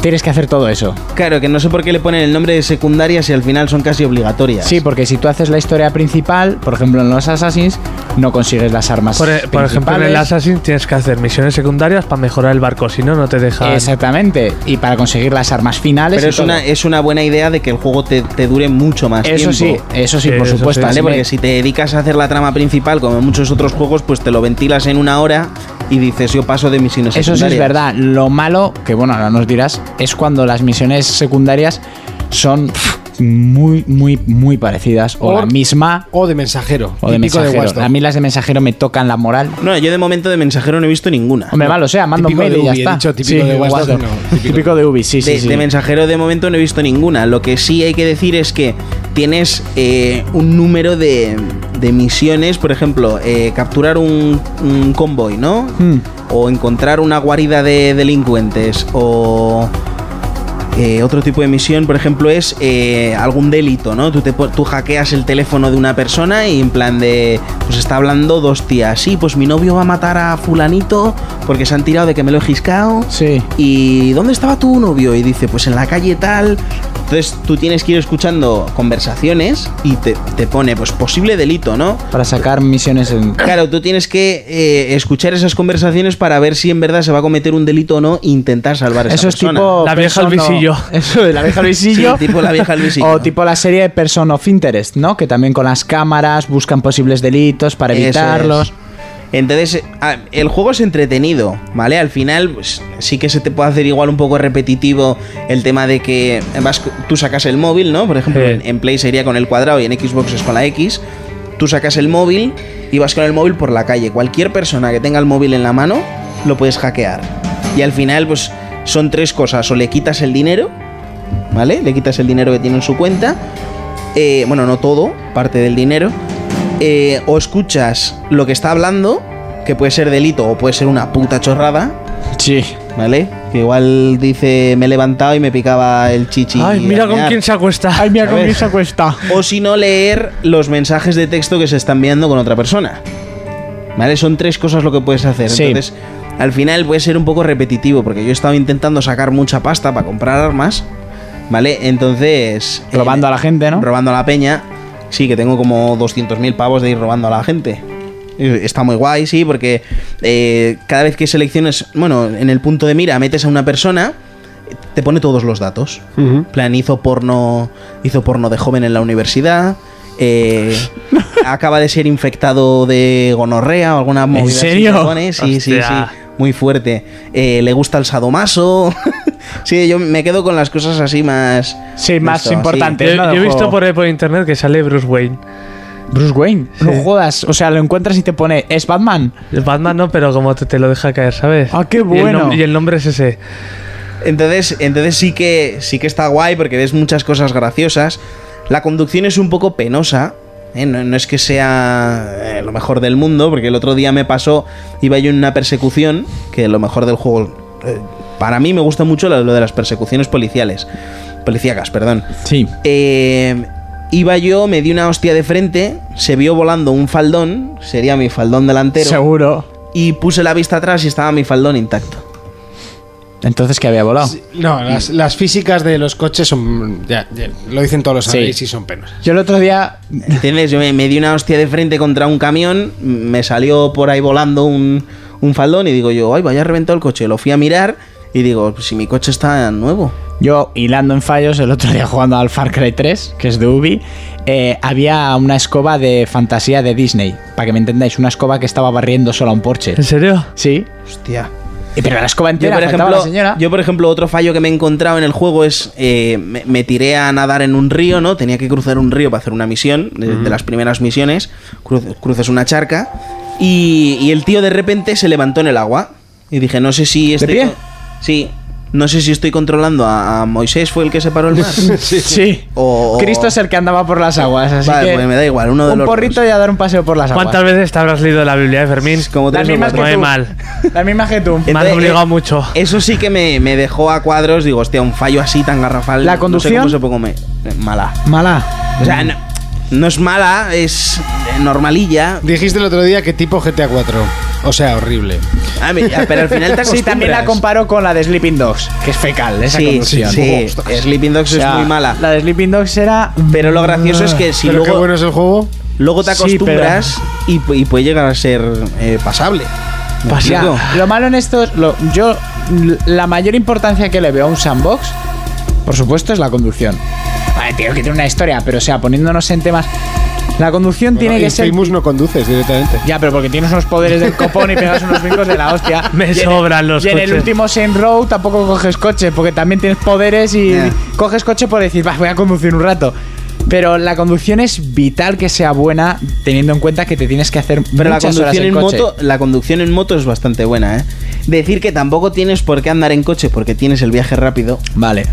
Speaker 7: tienes que hacer todo eso.
Speaker 5: Claro, que no sé por qué le ponen el nombre de secundarias y al final son casi obligatorias.
Speaker 7: Sí, porque si tú haces la historia principal, por ejemplo en los Assassins, no consigues las armas.
Speaker 6: Por, e- por ejemplo, en el
Speaker 7: principales.
Speaker 6: Assassin tienes que hacer misiones secundarias para mejorar el barco, si no, no te deja.
Speaker 7: Exactamente, y para conseguir las armas finales.
Speaker 5: Pero
Speaker 7: y
Speaker 5: es una,
Speaker 7: todo.
Speaker 5: es una buena idea de que el juego te, te dure mucho más
Speaker 7: Eso
Speaker 5: tiempo.
Speaker 7: sí, ¿eh? eso sí,
Speaker 6: Sí,
Speaker 7: por
Speaker 6: eso
Speaker 7: supuesto.
Speaker 6: sí.
Speaker 7: así
Speaker 5: ¿Vale?
Speaker 7: me-
Speaker 5: Porque si te dedicas a hacer la trama principal, como en muchos otros juegos, pues te lo ventilas en una hora y dices, yo paso de misiones
Speaker 7: Eso sí es
Speaker 5: secundarias".
Speaker 7: verdad. Lo malo, que bueno, ahora nos dirás, es cuando las misiones secundarias son pff, muy, muy, muy parecidas. O,
Speaker 2: O-
Speaker 7: la misma.
Speaker 2: O de mensajero.
Speaker 7: O de
Speaker 2: típico de
Speaker 7: mensajero.
Speaker 2: Watch Dogs.
Speaker 7: a mí las de mensajero me tocan la moral.
Speaker 5: No, yo de momento de mensajero no he visto ninguna.
Speaker 7: Hombre, malo sea, mando un
Speaker 2: Típico
Speaker 7: mail
Speaker 2: de
Speaker 7: y ya
Speaker 2: Ubi, he
Speaker 7: está.
Speaker 2: dicho típico de Watch Dogs,
Speaker 7: Dogs.
Speaker 2: no,
Speaker 7: típico, de Ubi, sí,
Speaker 5: de,
Speaker 7: sí. sí.
Speaker 5: de mensajero de momento no he visto ninguna. Lo que sí hay que decir es que tienes eh, un número de, de misiones, por ejemplo, eh, capturar un, un convoy, ¿no?
Speaker 7: Hmm.
Speaker 5: O encontrar una guarida de delincuentes. O eh, otro tipo de misión, por ejemplo, es eh, algún delito, ¿no? Tú, te, pon- tú hackeas el teléfono de una persona y en plan de, pues está hablando dos tías. Sí, pues mi novio va a matar a fulanito porque se han tirado de que me lo he jiscado.
Speaker 7: Sí.
Speaker 5: ¿Y dónde estaba tu novio? Y dice, pues en la calle tal. Entonces tú tienes que ir escuchando conversaciones y te, te pone, pues posible delito, ¿no?
Speaker 7: Para sacar misiones en.
Speaker 5: Claro, tú tienes que eh, escuchar esas conversaciones para ver si en verdad se va a cometer un delito o no e intentar salvar a esa
Speaker 7: Eso es
Speaker 5: persona.
Speaker 7: tipo.
Speaker 6: La vieja al
Speaker 7: Person of-
Speaker 6: visillo.
Speaker 7: Eso, la vieja al visillo.
Speaker 5: Sí, tipo la vieja al visillo.
Speaker 7: O tipo la serie de Person of Interest, ¿no? Que también con las cámaras buscan posibles delitos para
Speaker 5: Eso es.
Speaker 7: evitarlos.
Speaker 5: Entonces, eh, ah, el juego es entretenido, ¿vale? Al final, pues, sí que se te puede hacer igual un poco repetitivo el tema de que vas, c- tú sacas el móvil, ¿no? Por ejemplo,
Speaker 6: Sí.
Speaker 5: en, en Play sería con el cuadrado y en Xbox es con la X. Tú sacas el móvil y vas con el móvil por la calle. Cualquier persona que tenga el móvil en la mano lo puedes hackear. Y al final, pues, son tres cosas. O le quitas el dinero, ¿vale? Le quitas el dinero que tiene en su cuenta. eh, bueno, no todo, parte del dinero. eh, o escuchas lo que está hablando, que puede ser delito o puede ser una puta chorrada.
Speaker 7: Sí.
Speaker 5: ¿Vale? Que igual dice, me he levantado y me picaba el chichi.
Speaker 6: Ay, mira con quién se acuesta. Ay,
Speaker 7: mira
Speaker 5: con quién se
Speaker 7: acuesta.
Speaker 5: O si no, leer los mensajes de texto que se están enviando con otra persona. ¿Vale? Son tres cosas lo que puedes hacer.
Speaker 7: Sí.
Speaker 5: Entonces, al final puede ser un poco repetitivo, porque yo he estado intentando sacar mucha pasta para comprar armas. ¿Vale? Entonces. eh,
Speaker 7: Robando a la gente, ¿no?
Speaker 5: Robando a la peña. Sí, que tengo como 200.000 pavos de ir robando a la gente. Eh, Está muy guay, sí, porque eh, cada vez que selecciones, bueno, en el punto de mira metes a una persona, eh, te pone todos los datos. En plan, hizo porno, hizo porno de joven en la universidad, eh, acaba de ser infectado de gonorrea o alguna movida. así,
Speaker 6: serio?
Speaker 5: te pone, Sí, sí, sí,
Speaker 6: Hostia.
Speaker 5: muy fuerte. Eh, le gusta el sadomaso. sí, yo me quedo con las cosas así más...
Speaker 7: Sí, más
Speaker 5: esto, sí.
Speaker 7: importantes.
Speaker 6: Yo,
Speaker 7: ¿no?
Speaker 6: yo
Speaker 7: del
Speaker 6: he visto
Speaker 7: juego.
Speaker 6: por ahí por internet que sale Bruce Wayne.
Speaker 7: Bruce Wayne. No
Speaker 6: Sí.
Speaker 7: jodas. O sea, lo encuentras y te pone. ¿Es Batman?
Speaker 6: El Batman no, pero como te, te lo deja caer, ¿sabes?
Speaker 7: Ah, qué
Speaker 6: Y el
Speaker 7: bueno.
Speaker 6: nom- Y el, nombre es ese.
Speaker 5: Entonces, entonces sí que sí que está guay porque ves muchas cosas graciosas. La conducción es un poco penosa. ¿eh? No, no es que sea eh, lo mejor del mundo, porque el otro día me pasó, iba yo en una persecución, que lo mejor del juego... eh, para mí me gusta mucho lo, lo de las persecuciones policiales. Policíacas, perdón.
Speaker 7: Sí.
Speaker 5: Eh, iba yo, me di una hostia de frente, se vio volando un faldón, sería mi faldón delantero,
Speaker 7: Seguro.
Speaker 5: y puse la vista atrás y estaba mi faldón intacto.
Speaker 7: Entonces, que había volado?
Speaker 2: No, las, las físicas de los coches son. Ya, ya, lo dicen todos los
Speaker 7: Sí.
Speaker 2: análisis, son penosas.
Speaker 7: Yo el otro día.
Speaker 5: ¿Entiendes? Yo me, me di una hostia de frente contra un camión, me salió por ahí volando un, un faldón y digo yo, ay, vaya reventado el coche. Lo fui a mirar y digo, si mi coche está nuevo.
Speaker 7: Yo, hilando en fallos, el otro día jugando al Far Cry 3, que es de Ubi, eh, había una escoba de fantasía de Disney. Para que me entendáis, una escoba que estaba barriendo sola un Porsche.
Speaker 6: ¿En serio?
Speaker 7: Sí.
Speaker 5: Hostia.
Speaker 7: Eh, Pero la escoba
Speaker 5: Yo
Speaker 7: entera,
Speaker 5: por,
Speaker 7: faltaba
Speaker 5: ejemplo,
Speaker 7: la señora.
Speaker 5: yo, por ejemplo, otro fallo que me he encontrado en el juego es, eh, me, me tiré a nadar en un río, ¿no? Tenía que cruzar un río para hacer una misión, de, de las primeras misiones, cruz- cruzas una charca, y, y el tío de repente se levantó en el agua, y dije, no sé si estoy...
Speaker 7: pie?
Speaker 5: Sí, no sé si estoy controlando a, a Moisés, fue el que se paró el mar.
Speaker 7: Sí.
Speaker 5: O-
Speaker 7: Oh. Cristo es el que andaba por las aguas, así
Speaker 5: Vale,
Speaker 7: que
Speaker 5: pues me da igual, uno de
Speaker 7: un
Speaker 5: los
Speaker 7: porrito
Speaker 5: dos.
Speaker 7: y a dar un paseo por las aguas.
Speaker 6: ¿Cuántas veces te habrás leído la Biblia de Fermín?
Speaker 5: Como
Speaker 7: Las
Speaker 5: tres o
Speaker 7: mismas
Speaker 5: cuatro.
Speaker 6: No
Speaker 7: que
Speaker 6: hay
Speaker 7: tú.
Speaker 6: mal.
Speaker 7: La misma que tú.
Speaker 6: Me has
Speaker 5: Entonces,
Speaker 6: obligado
Speaker 5: eh,
Speaker 6: mucho.
Speaker 5: Eso sí que me, me dejó a cuadros, digo, hostia, un fallo así tan garrafal.
Speaker 7: La
Speaker 5: No
Speaker 7: conducción-
Speaker 5: sé cómo se pone me- mala.
Speaker 7: Mala.
Speaker 5: O sea, no, no es mala, es eh, normalilla.
Speaker 2: Dijiste el otro día que tipo GTA 4. O sea, horrible.
Speaker 5: Ah, mira, pero al final te acostumbras.
Speaker 7: Sí, también la comparo con la de Sleeping Dogs, que es fecal, esa
Speaker 5: Sí, sí,
Speaker 7: conducción.
Speaker 5: sí.
Speaker 7: Ostras.
Speaker 5: Sleeping Dogs
Speaker 7: O sea,
Speaker 5: es muy mala.
Speaker 7: La de Sleeping Dogs era.
Speaker 5: Pero lo gracioso es que si
Speaker 2: Pero qué
Speaker 5: luego,
Speaker 2: bueno es el juego.
Speaker 5: luego te
Speaker 7: Sí, pero-
Speaker 5: acostumbras y pu- y, puede llegar a ser eh, pasable. ¿Me
Speaker 7: Ya,
Speaker 5: explico?
Speaker 7: lo malo en esto es. Lo, yo. La mayor importancia que le veo a un sandbox, por supuesto, es la conducción. Vale, tío, que tiene una historia, pero o sea, poniéndonos en temas. La conducción tiene que ser.
Speaker 2: Famous no conduces directamente.
Speaker 7: Ya, pero porque tienes unos poderes del copón y pegas unos brincos de la hostia.
Speaker 6: Me
Speaker 7: Y en-
Speaker 6: sobran los
Speaker 7: Y en el
Speaker 6: coches.
Speaker 7: último Saint Row tampoco coges coche, porque también tienes poderes y
Speaker 5: Ya.
Speaker 7: coges coche por decir, "Bah, voy a conducir un rato. Pero la conducción es vital que sea buena, teniendo en cuenta que te tienes que hacer
Speaker 5: Pero la
Speaker 7: muchas horas
Speaker 5: conducción,
Speaker 7: en,
Speaker 5: en
Speaker 7: coche.
Speaker 5: moto, la conducción en moto es bastante buena, ¿eh? Decir que tampoco tienes por qué andar en coche porque tienes el viaje rápido,
Speaker 7: Vale.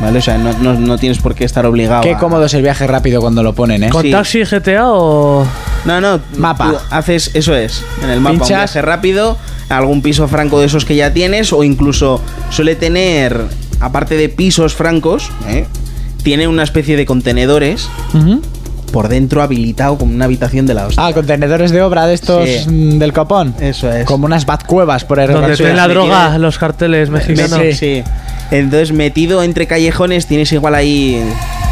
Speaker 5: ¿vale? O sea, no, no- no tienes por qué estar obligado.
Speaker 7: Qué
Speaker 5: a-
Speaker 7: cómodo es el viaje rápido cuando lo ponen, ¿eh?
Speaker 6: ¿Con
Speaker 5: sí.
Speaker 6: taxi GTA o.?
Speaker 5: No, no.
Speaker 7: Mapa.
Speaker 5: tú haces, eso es, en el mapa un
Speaker 7: Pinchas.
Speaker 5: viaje rápido, algún piso franco de esos que ya tienes, o incluso suele tener, aparte de pisos francos, ¿eh? tiene una especie de contenedores
Speaker 7: Ujú.
Speaker 5: por dentro habilitado como una habitación de la hostia.
Speaker 7: Ah, contenedores de obra de estos
Speaker 5: Sí.
Speaker 7: mm, del copón.
Speaker 5: Eso es.
Speaker 7: Como unas batcuevas por ahí
Speaker 6: Donde
Speaker 5: eso
Speaker 6: te
Speaker 5: es,
Speaker 6: la
Speaker 5: me
Speaker 6: droga,
Speaker 5: quiero-
Speaker 6: los carteles mexicanos.
Speaker 5: Metido- sí. Entonces, metido entre callejones, tienes igual ahí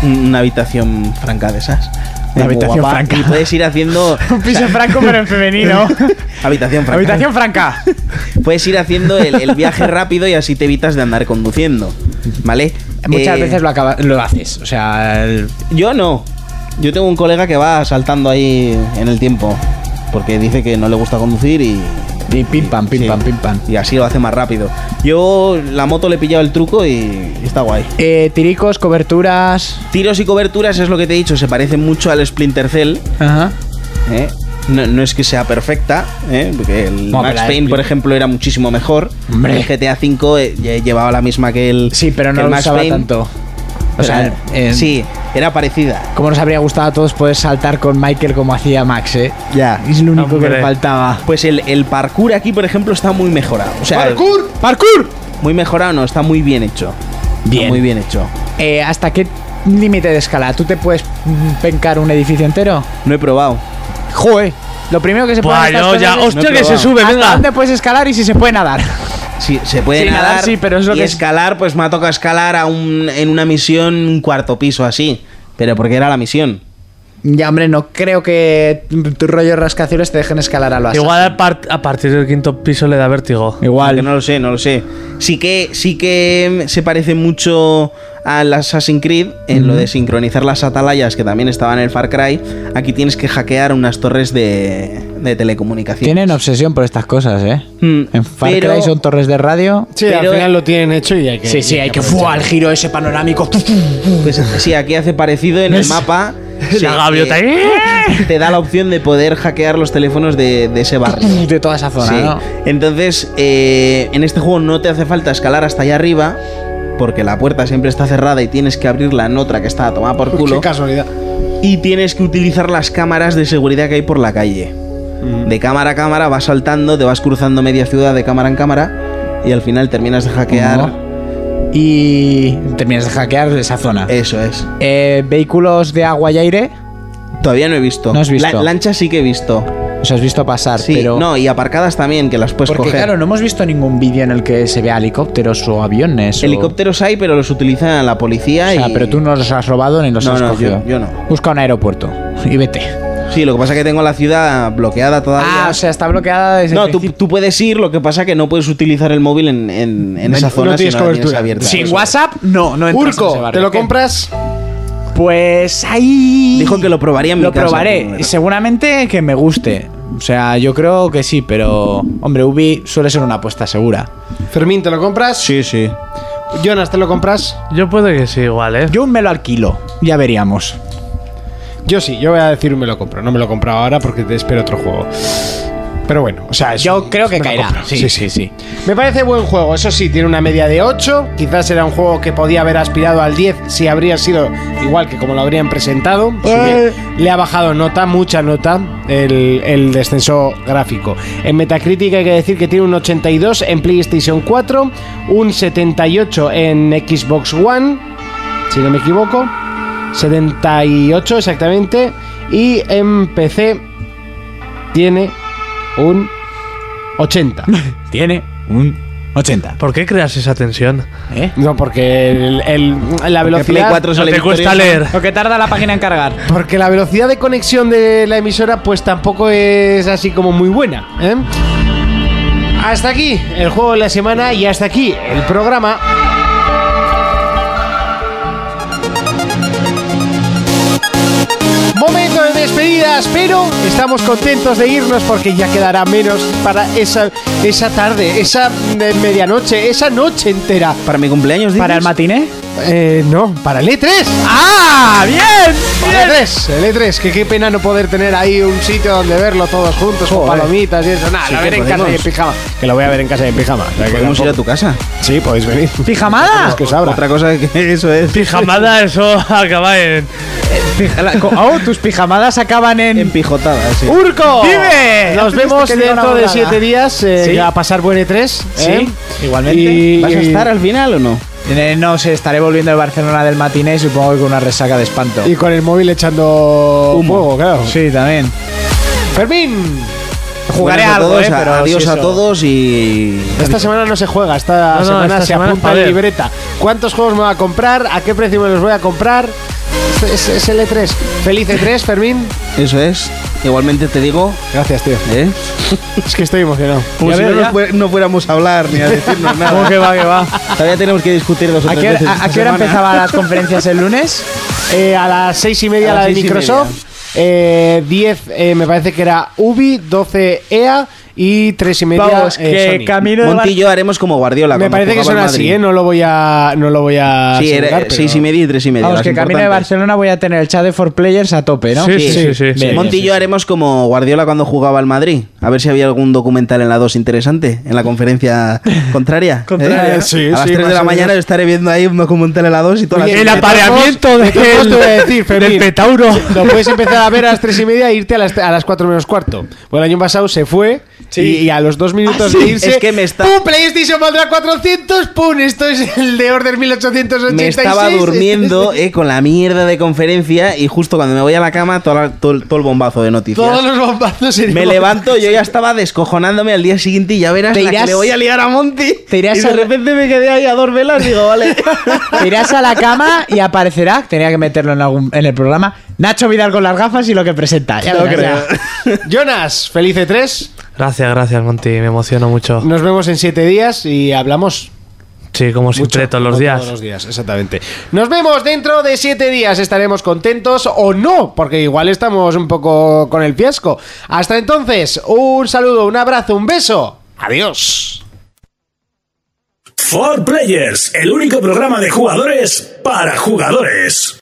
Speaker 5: una habitación franca de esas.
Speaker 7: Una
Speaker 5: Muy
Speaker 7: habitación
Speaker 5: guapa.
Speaker 7: franca.
Speaker 5: Y puedes ir haciendo.
Speaker 7: Un piso franco pero en femenino.
Speaker 5: habitación franca.
Speaker 7: Habitación franca.
Speaker 5: Puedes ir haciendo el, el viaje rápido y así te evitas de andar conduciendo. ¿Vale?
Speaker 7: Muchas
Speaker 5: Eh,
Speaker 7: veces lo, acaba- lo haces. O sea, el-
Speaker 5: Yo no. Yo tengo un colega que va saltando ahí en el tiempo. Porque dice que no le gusta conducir y.
Speaker 7: y pim pam, pim
Speaker 5: sí.
Speaker 7: pam, pim pam.
Speaker 5: Y así lo hace más rápido. Yo la moto le he pillado el truco y está guay.
Speaker 7: Eh, tiricos, coberturas.
Speaker 5: Tiros y coberturas es lo que te he dicho, se parece mucho al Splinter Cell.
Speaker 7: Ajá.
Speaker 5: ¿eh? No, no es que sea perfecta, ¿eh? porque el
Speaker 7: Bueno,
Speaker 5: Max
Speaker 7: pero la-
Speaker 5: Payne, por ejemplo, era muchísimo mejor.
Speaker 7: Hombre.
Speaker 5: El GTA V eh, lle- llevaba la misma que el.
Speaker 7: Sí, pero
Speaker 5: que
Speaker 7: no
Speaker 5: el
Speaker 7: lo
Speaker 5: Max
Speaker 7: usaba
Speaker 5: Payne.
Speaker 7: tanto. O sea, eh,
Speaker 5: sí, era parecida.
Speaker 7: Como nos habría gustado a todos poder saltar con Michael como hacía Max, ¿eh?
Speaker 5: Ya.
Speaker 7: Es lo único que
Speaker 5: Hombre.
Speaker 7: le faltaba.
Speaker 5: Pues el, el parkour aquí, por ejemplo, está muy mejorado. O sea,
Speaker 7: ¡Parkour! ¡Parkour!
Speaker 5: Muy mejorado, no, está muy bien hecho. Está
Speaker 7: Bien.
Speaker 5: muy bien hecho.
Speaker 7: Eh, ¿Hasta qué límite de escala? ¿Tú te puedes mm, pencar un edificio entero?
Speaker 5: No he probado.
Speaker 7: ¡Joder! Lo primero que se puede
Speaker 6: Buah,
Speaker 7: estas
Speaker 6: yo
Speaker 7: cosas
Speaker 6: ya-
Speaker 7: es-
Speaker 6: hostia,
Speaker 7: No he
Speaker 6: que se
Speaker 7: probado.
Speaker 6: sube,
Speaker 7: ¿Hasta
Speaker 6: venga.
Speaker 7: dónde puedes escalar y si se puede nadar?
Speaker 5: Sí, se puede
Speaker 7: Sí,
Speaker 5: nadar,
Speaker 7: nadar, sí, pero es lo
Speaker 5: y
Speaker 7: que es-
Speaker 5: escalar, pues me ha tocado escalar a un, en una misión un cuarto piso así. Pero porque era la misión.
Speaker 7: Ya, hombre, no creo que tu tu rollo rascacielos te dejen escalar a lo así.
Speaker 6: Igual a, par- a partir del quinto piso le da vértigo.
Speaker 5: Igual. No lo sé, no lo sé. Sí que, sí que se parece mucho al Assassin's Creed en lo de sincronizar las atalayas que también estaban en el Far Cry. Aquí tienes que hackear unas torres de, de telecomunicación.
Speaker 7: Tienen obsesión por estas cosas, ¿eh? En Far
Speaker 5: pero-
Speaker 7: Cry son torres de radio.
Speaker 2: Sí, al final lo tienen hecho y hay que.
Speaker 7: Sí, sí, hay que
Speaker 2: aprovechar.
Speaker 7: fuar al giro ese panorámico.
Speaker 5: Pues sí, aquí hace parecido en el
Speaker 7: Es-
Speaker 5: mapa.
Speaker 6: La
Speaker 5: se-
Speaker 6: gaviota.
Speaker 5: eh,
Speaker 6: ¡Eh!
Speaker 5: te da la opción de poder hackear los teléfonos de, de ese barrio.
Speaker 7: De toda esa zona,
Speaker 5: Sí.
Speaker 7: ¿no?
Speaker 5: Entonces, eh, en este juego no te hace falta escalar hasta allá arriba, porque la puerta siempre está cerrada y tienes que abrirla en otra que está tomada por culo.
Speaker 2: Qué casualidad.
Speaker 5: Y tienes que utilizar las cámaras de seguridad que hay por la calle.
Speaker 7: Mm.
Speaker 5: De cámara a cámara vas saltando, te vas cruzando media ciudad de cámara en cámara y al final terminas de hackear.
Speaker 7: Y terminas de hackear esa zona.
Speaker 5: Eso es.
Speaker 7: Eh, vehículos de agua y aire.
Speaker 5: Todavía no he visto.
Speaker 7: No has visto.
Speaker 5: La- lanchas sí que he visto.
Speaker 7: Os has visto pasar,
Speaker 5: Sí,
Speaker 7: pero.
Speaker 5: no, y aparcadas también, que las puedes
Speaker 7: porque
Speaker 5: coger.
Speaker 7: claro, no hemos visto ningún vídeo en el que se vea helicópteros o aviones. o-
Speaker 5: Helicópteros hay, pero los utiliza la policía
Speaker 7: O sea,
Speaker 5: y...
Speaker 7: pero tú no los has robado ni los
Speaker 5: No,
Speaker 7: has
Speaker 5: no,
Speaker 7: cogido.
Speaker 5: yo- yo no.
Speaker 7: Busca un aeropuerto y vete.
Speaker 5: Sí, lo que pasa es que tengo la ciudad bloqueada todavía.
Speaker 7: Ah, o sea, está bloqueada desde
Speaker 5: no,
Speaker 7: el
Speaker 5: tú, tú puedes ir, lo que pasa es que no puedes utilizar el móvil en, en- en esa
Speaker 2: No tienes
Speaker 5: zona si no la tienes
Speaker 2: cobertura.
Speaker 5: abierta.
Speaker 7: Sin
Speaker 5: Eso.
Speaker 7: WhatsApp, no, no entras en ese
Speaker 2: Urco,
Speaker 7: barrio.
Speaker 2: ¿te lo
Speaker 7: ¿Qué?
Speaker 2: compras?
Speaker 7: Pues ahí.
Speaker 5: Dijo que lo probaría en mi
Speaker 7: Lo
Speaker 5: casa,
Speaker 7: probaré.
Speaker 5: primero.
Speaker 7: Seguramente que me guste. O sea, yo creo que sí, pero. Hombre, Ubi suele ser una apuesta segura.
Speaker 2: Fermín, ¿te lo compras?
Speaker 5: Sí, sí.
Speaker 2: Jonas, ¿te lo compras?
Speaker 6: Yo puedo que sí, igual, ¿eh?
Speaker 7: Yo me lo alquilo. Ya veríamos.
Speaker 2: Yo sí, yo voy a decir me lo compro. No me lo compro ahora porque te espero otro juego. Pero bueno, o sea, es
Speaker 7: Yo
Speaker 2: un-
Speaker 7: creo que
Speaker 2: me lo
Speaker 7: caerá.
Speaker 2: compro.
Speaker 7: Sí, sí, sí.
Speaker 2: Me parece buen juego, eso sí, tiene una media de 8. Quizás era un juego que podía haber aspirado al 10 si habría sido igual que como lo habrían presentado. porque Le ha bajado nota, mucha nota, el, el descenso gráfico. En Metacritic hay que decir que tiene un 82 en PlayStation 4, un 78 en Xbox One, si no me equivoco. 78 exactamente. Y en PC tiene un 80.
Speaker 7: Tiene un 80.
Speaker 6: ¿Por qué creas esa tensión?
Speaker 7: ¿Eh?
Speaker 2: No, porque el- el- la
Speaker 5: Play
Speaker 2: velocidad.
Speaker 5: 4
Speaker 6: No
Speaker 5: sale
Speaker 6: te cuesta
Speaker 5: victorioso.
Speaker 6: leer.
Speaker 7: Lo que tarda la página en cargar.
Speaker 2: Porque la velocidad de conexión de la emisora, pues tampoco es así como muy buena. ¿eh? Hasta aquí el juego de la semana y hasta aquí el programa. Momento de despedidas, pero estamos contentos de irnos porque ya quedará menos para esa, esa tarde, esa eh, medianoche, esa noche entera.
Speaker 5: Para mi cumpleaños, dices?
Speaker 7: ¿Para el matiné?
Speaker 2: Eh, no, para el E3.
Speaker 7: ¡Ah! ¡Bien!
Speaker 2: El E3, el E3, que qué pena no poder tener ahí un sitio donde verlo todos juntos con palomitas y eso. Nada,
Speaker 5: Sí
Speaker 2: lo
Speaker 5: que
Speaker 2: veré en casa y en
Speaker 5: podemos.
Speaker 2: pijama. Que lo voy a ver en casa y en pijama. O sea, que
Speaker 5: Podemos ir a tu casa.
Speaker 2: Sí, podéis venir.
Speaker 7: ¿Pijamada?
Speaker 2: que os abra.
Speaker 5: Otra cosa que eso es.
Speaker 6: Pijamada, eso acaba en.
Speaker 7: Oh, tus pijamadas acaban en.
Speaker 5: En pijotada, sí.
Speaker 2: ¡Urco!
Speaker 7: ¡Vive!
Speaker 2: Nos
Speaker 7: Tuviste
Speaker 2: vemos
Speaker 7: que ir a una
Speaker 2: dentro de
Speaker 7: boda.
Speaker 2: siete días eh,
Speaker 7: Sí.
Speaker 2: a pasar buen ¿eh? E3. Sí,
Speaker 7: igualmente.
Speaker 5: ¿Vas a estar al final o no?
Speaker 7: Eh, No sé, estaré volviendo de Barcelona del matiné, supongo que con una resaca de espanto.
Speaker 2: Y con el móvil echando un fuego, claro.
Speaker 7: Sí, también.
Speaker 2: Fermín,
Speaker 7: Jugaré
Speaker 5: Buenas
Speaker 7: algo,
Speaker 5: todos,
Speaker 7: eh, pero
Speaker 5: Adiós
Speaker 7: sí,
Speaker 5: pues a
Speaker 7: eso.
Speaker 5: todos y.
Speaker 2: esta semana no se juega, esta
Speaker 6: No, no,
Speaker 2: semana
Speaker 6: esta
Speaker 2: se
Speaker 6: semana
Speaker 2: apunta
Speaker 6: pa'
Speaker 2: en
Speaker 6: ver.
Speaker 2: libreta. ¿Cuántos juegos me voy a comprar? ¿A qué precio me los voy a comprar? Este Es, es el E3. Feliz E3, Fermín.
Speaker 5: Eso es. Igualmente te digo,
Speaker 2: Gracias, tío.
Speaker 5: ¿eh?
Speaker 2: Es que estoy emocionado.
Speaker 5: Como
Speaker 7: Ya
Speaker 5: si
Speaker 7: veo,
Speaker 5: no,
Speaker 7: ya.
Speaker 5: nos fué- no fuéramos a hablar ni a decirnos nada.
Speaker 7: ¿Cómo que va, que va?
Speaker 5: Todavía tenemos que discutir dos o
Speaker 7: ¿A
Speaker 5: tres
Speaker 7: qué hora,
Speaker 5: veces
Speaker 7: a-
Speaker 5: esta
Speaker 7: a qué hora
Speaker 5: semana.
Speaker 7: empezaban las conferencias el lunes?
Speaker 2: Eh, a las seis y media
Speaker 5: A
Speaker 2: la
Speaker 5: las
Speaker 2: de
Speaker 5: seis y
Speaker 2: Microsoft. eh, 10 eh, me parece que era Ubi, 12 EA y tres y media eh,
Speaker 11: Vamos,
Speaker 7: eh,
Speaker 11: que camino de
Speaker 5: Montillo haremos como Guardiola.
Speaker 2: Me
Speaker 5: cuando
Speaker 2: parece que
Speaker 5: jugaba
Speaker 2: son
Speaker 5: al
Speaker 2: así,
Speaker 5: Madrid.
Speaker 2: ¿eh? No lo voy a. No lo voy a.
Speaker 5: Sí, era
Speaker 2: asegurar, pero-
Speaker 5: seis y media y tres y media.
Speaker 7: Vamos,
Speaker 5: las
Speaker 7: que camino de
Speaker 5: importantes.
Speaker 7: Barcelona voy a tener el chat de 4Players a tope, ¿no? Bien,
Speaker 5: Montillo
Speaker 7: bien.
Speaker 5: haremos como Guardiola cuando jugaba al Madrid. A ver si había algún documental en la 2 interesante, en la conferencia contraria.
Speaker 2: Contraria,
Speaker 5: ¿eh?
Speaker 2: sí,
Speaker 5: a las
Speaker 2: sí,
Speaker 5: 3
Speaker 2: más
Speaker 5: de la
Speaker 2: o
Speaker 5: mañana
Speaker 2: menos.
Speaker 5: yo estaré viendo ahí un documental en la 2 y todas
Speaker 2: Oye,
Speaker 5: las...
Speaker 2: de todos- de todos te voy a decir, Fermín. Lo puedes empezar a ver a las tres y media e irte a las, a las cuatro menos cuarto. Pues el año pasado se fue y, y a los dos minutos
Speaker 5: Ah, sí.
Speaker 2: de irse.
Speaker 5: Es que me está-
Speaker 2: ¡Pum! PlayStation valdrá 400. ¡Pum! Esto es el de Order 1886.
Speaker 5: Me estaba durmiendo eh, con la mierda de conferencia y justo cuando me voy a la cama toda la- todo, el- todo el bombazo de noticias.
Speaker 2: Todos los bombazos en
Speaker 5: eh, Me levanto, yo ya estaba descojonándome al día siguiente y ya verás
Speaker 7: Te
Speaker 5: la que
Speaker 7: irás-
Speaker 5: le voy a liar a Monty.
Speaker 7: Te irás
Speaker 5: y de
Speaker 7: a-
Speaker 5: repente me quedé ahí a dos velas y digo, vale.
Speaker 7: Te irás a la cama y aparecerá, tenía que meterlo en, algún, en el programa, Nacho Vidal con las gafas y lo que presenta. Ya
Speaker 2: No
Speaker 7: verás,
Speaker 2: creo.
Speaker 7: ya.
Speaker 2: Jonas, feliz E3.
Speaker 6: Gracias, gracias, Monty. Me emociono mucho.
Speaker 2: Nos vemos en siete días y hablamos.
Speaker 6: Sí, como siempre,
Speaker 2: Mucho,
Speaker 6: todos los
Speaker 2: como
Speaker 6: días.
Speaker 2: Todos los días, exactamente. Nos vemos dentro de siete días. Estaremos contentos o no, porque igual estamos un poco con el fiasco. Hasta entonces, un saludo, un abrazo, un beso. Adiós.
Speaker 1: For Players, el único programa de jugadores para jugadores.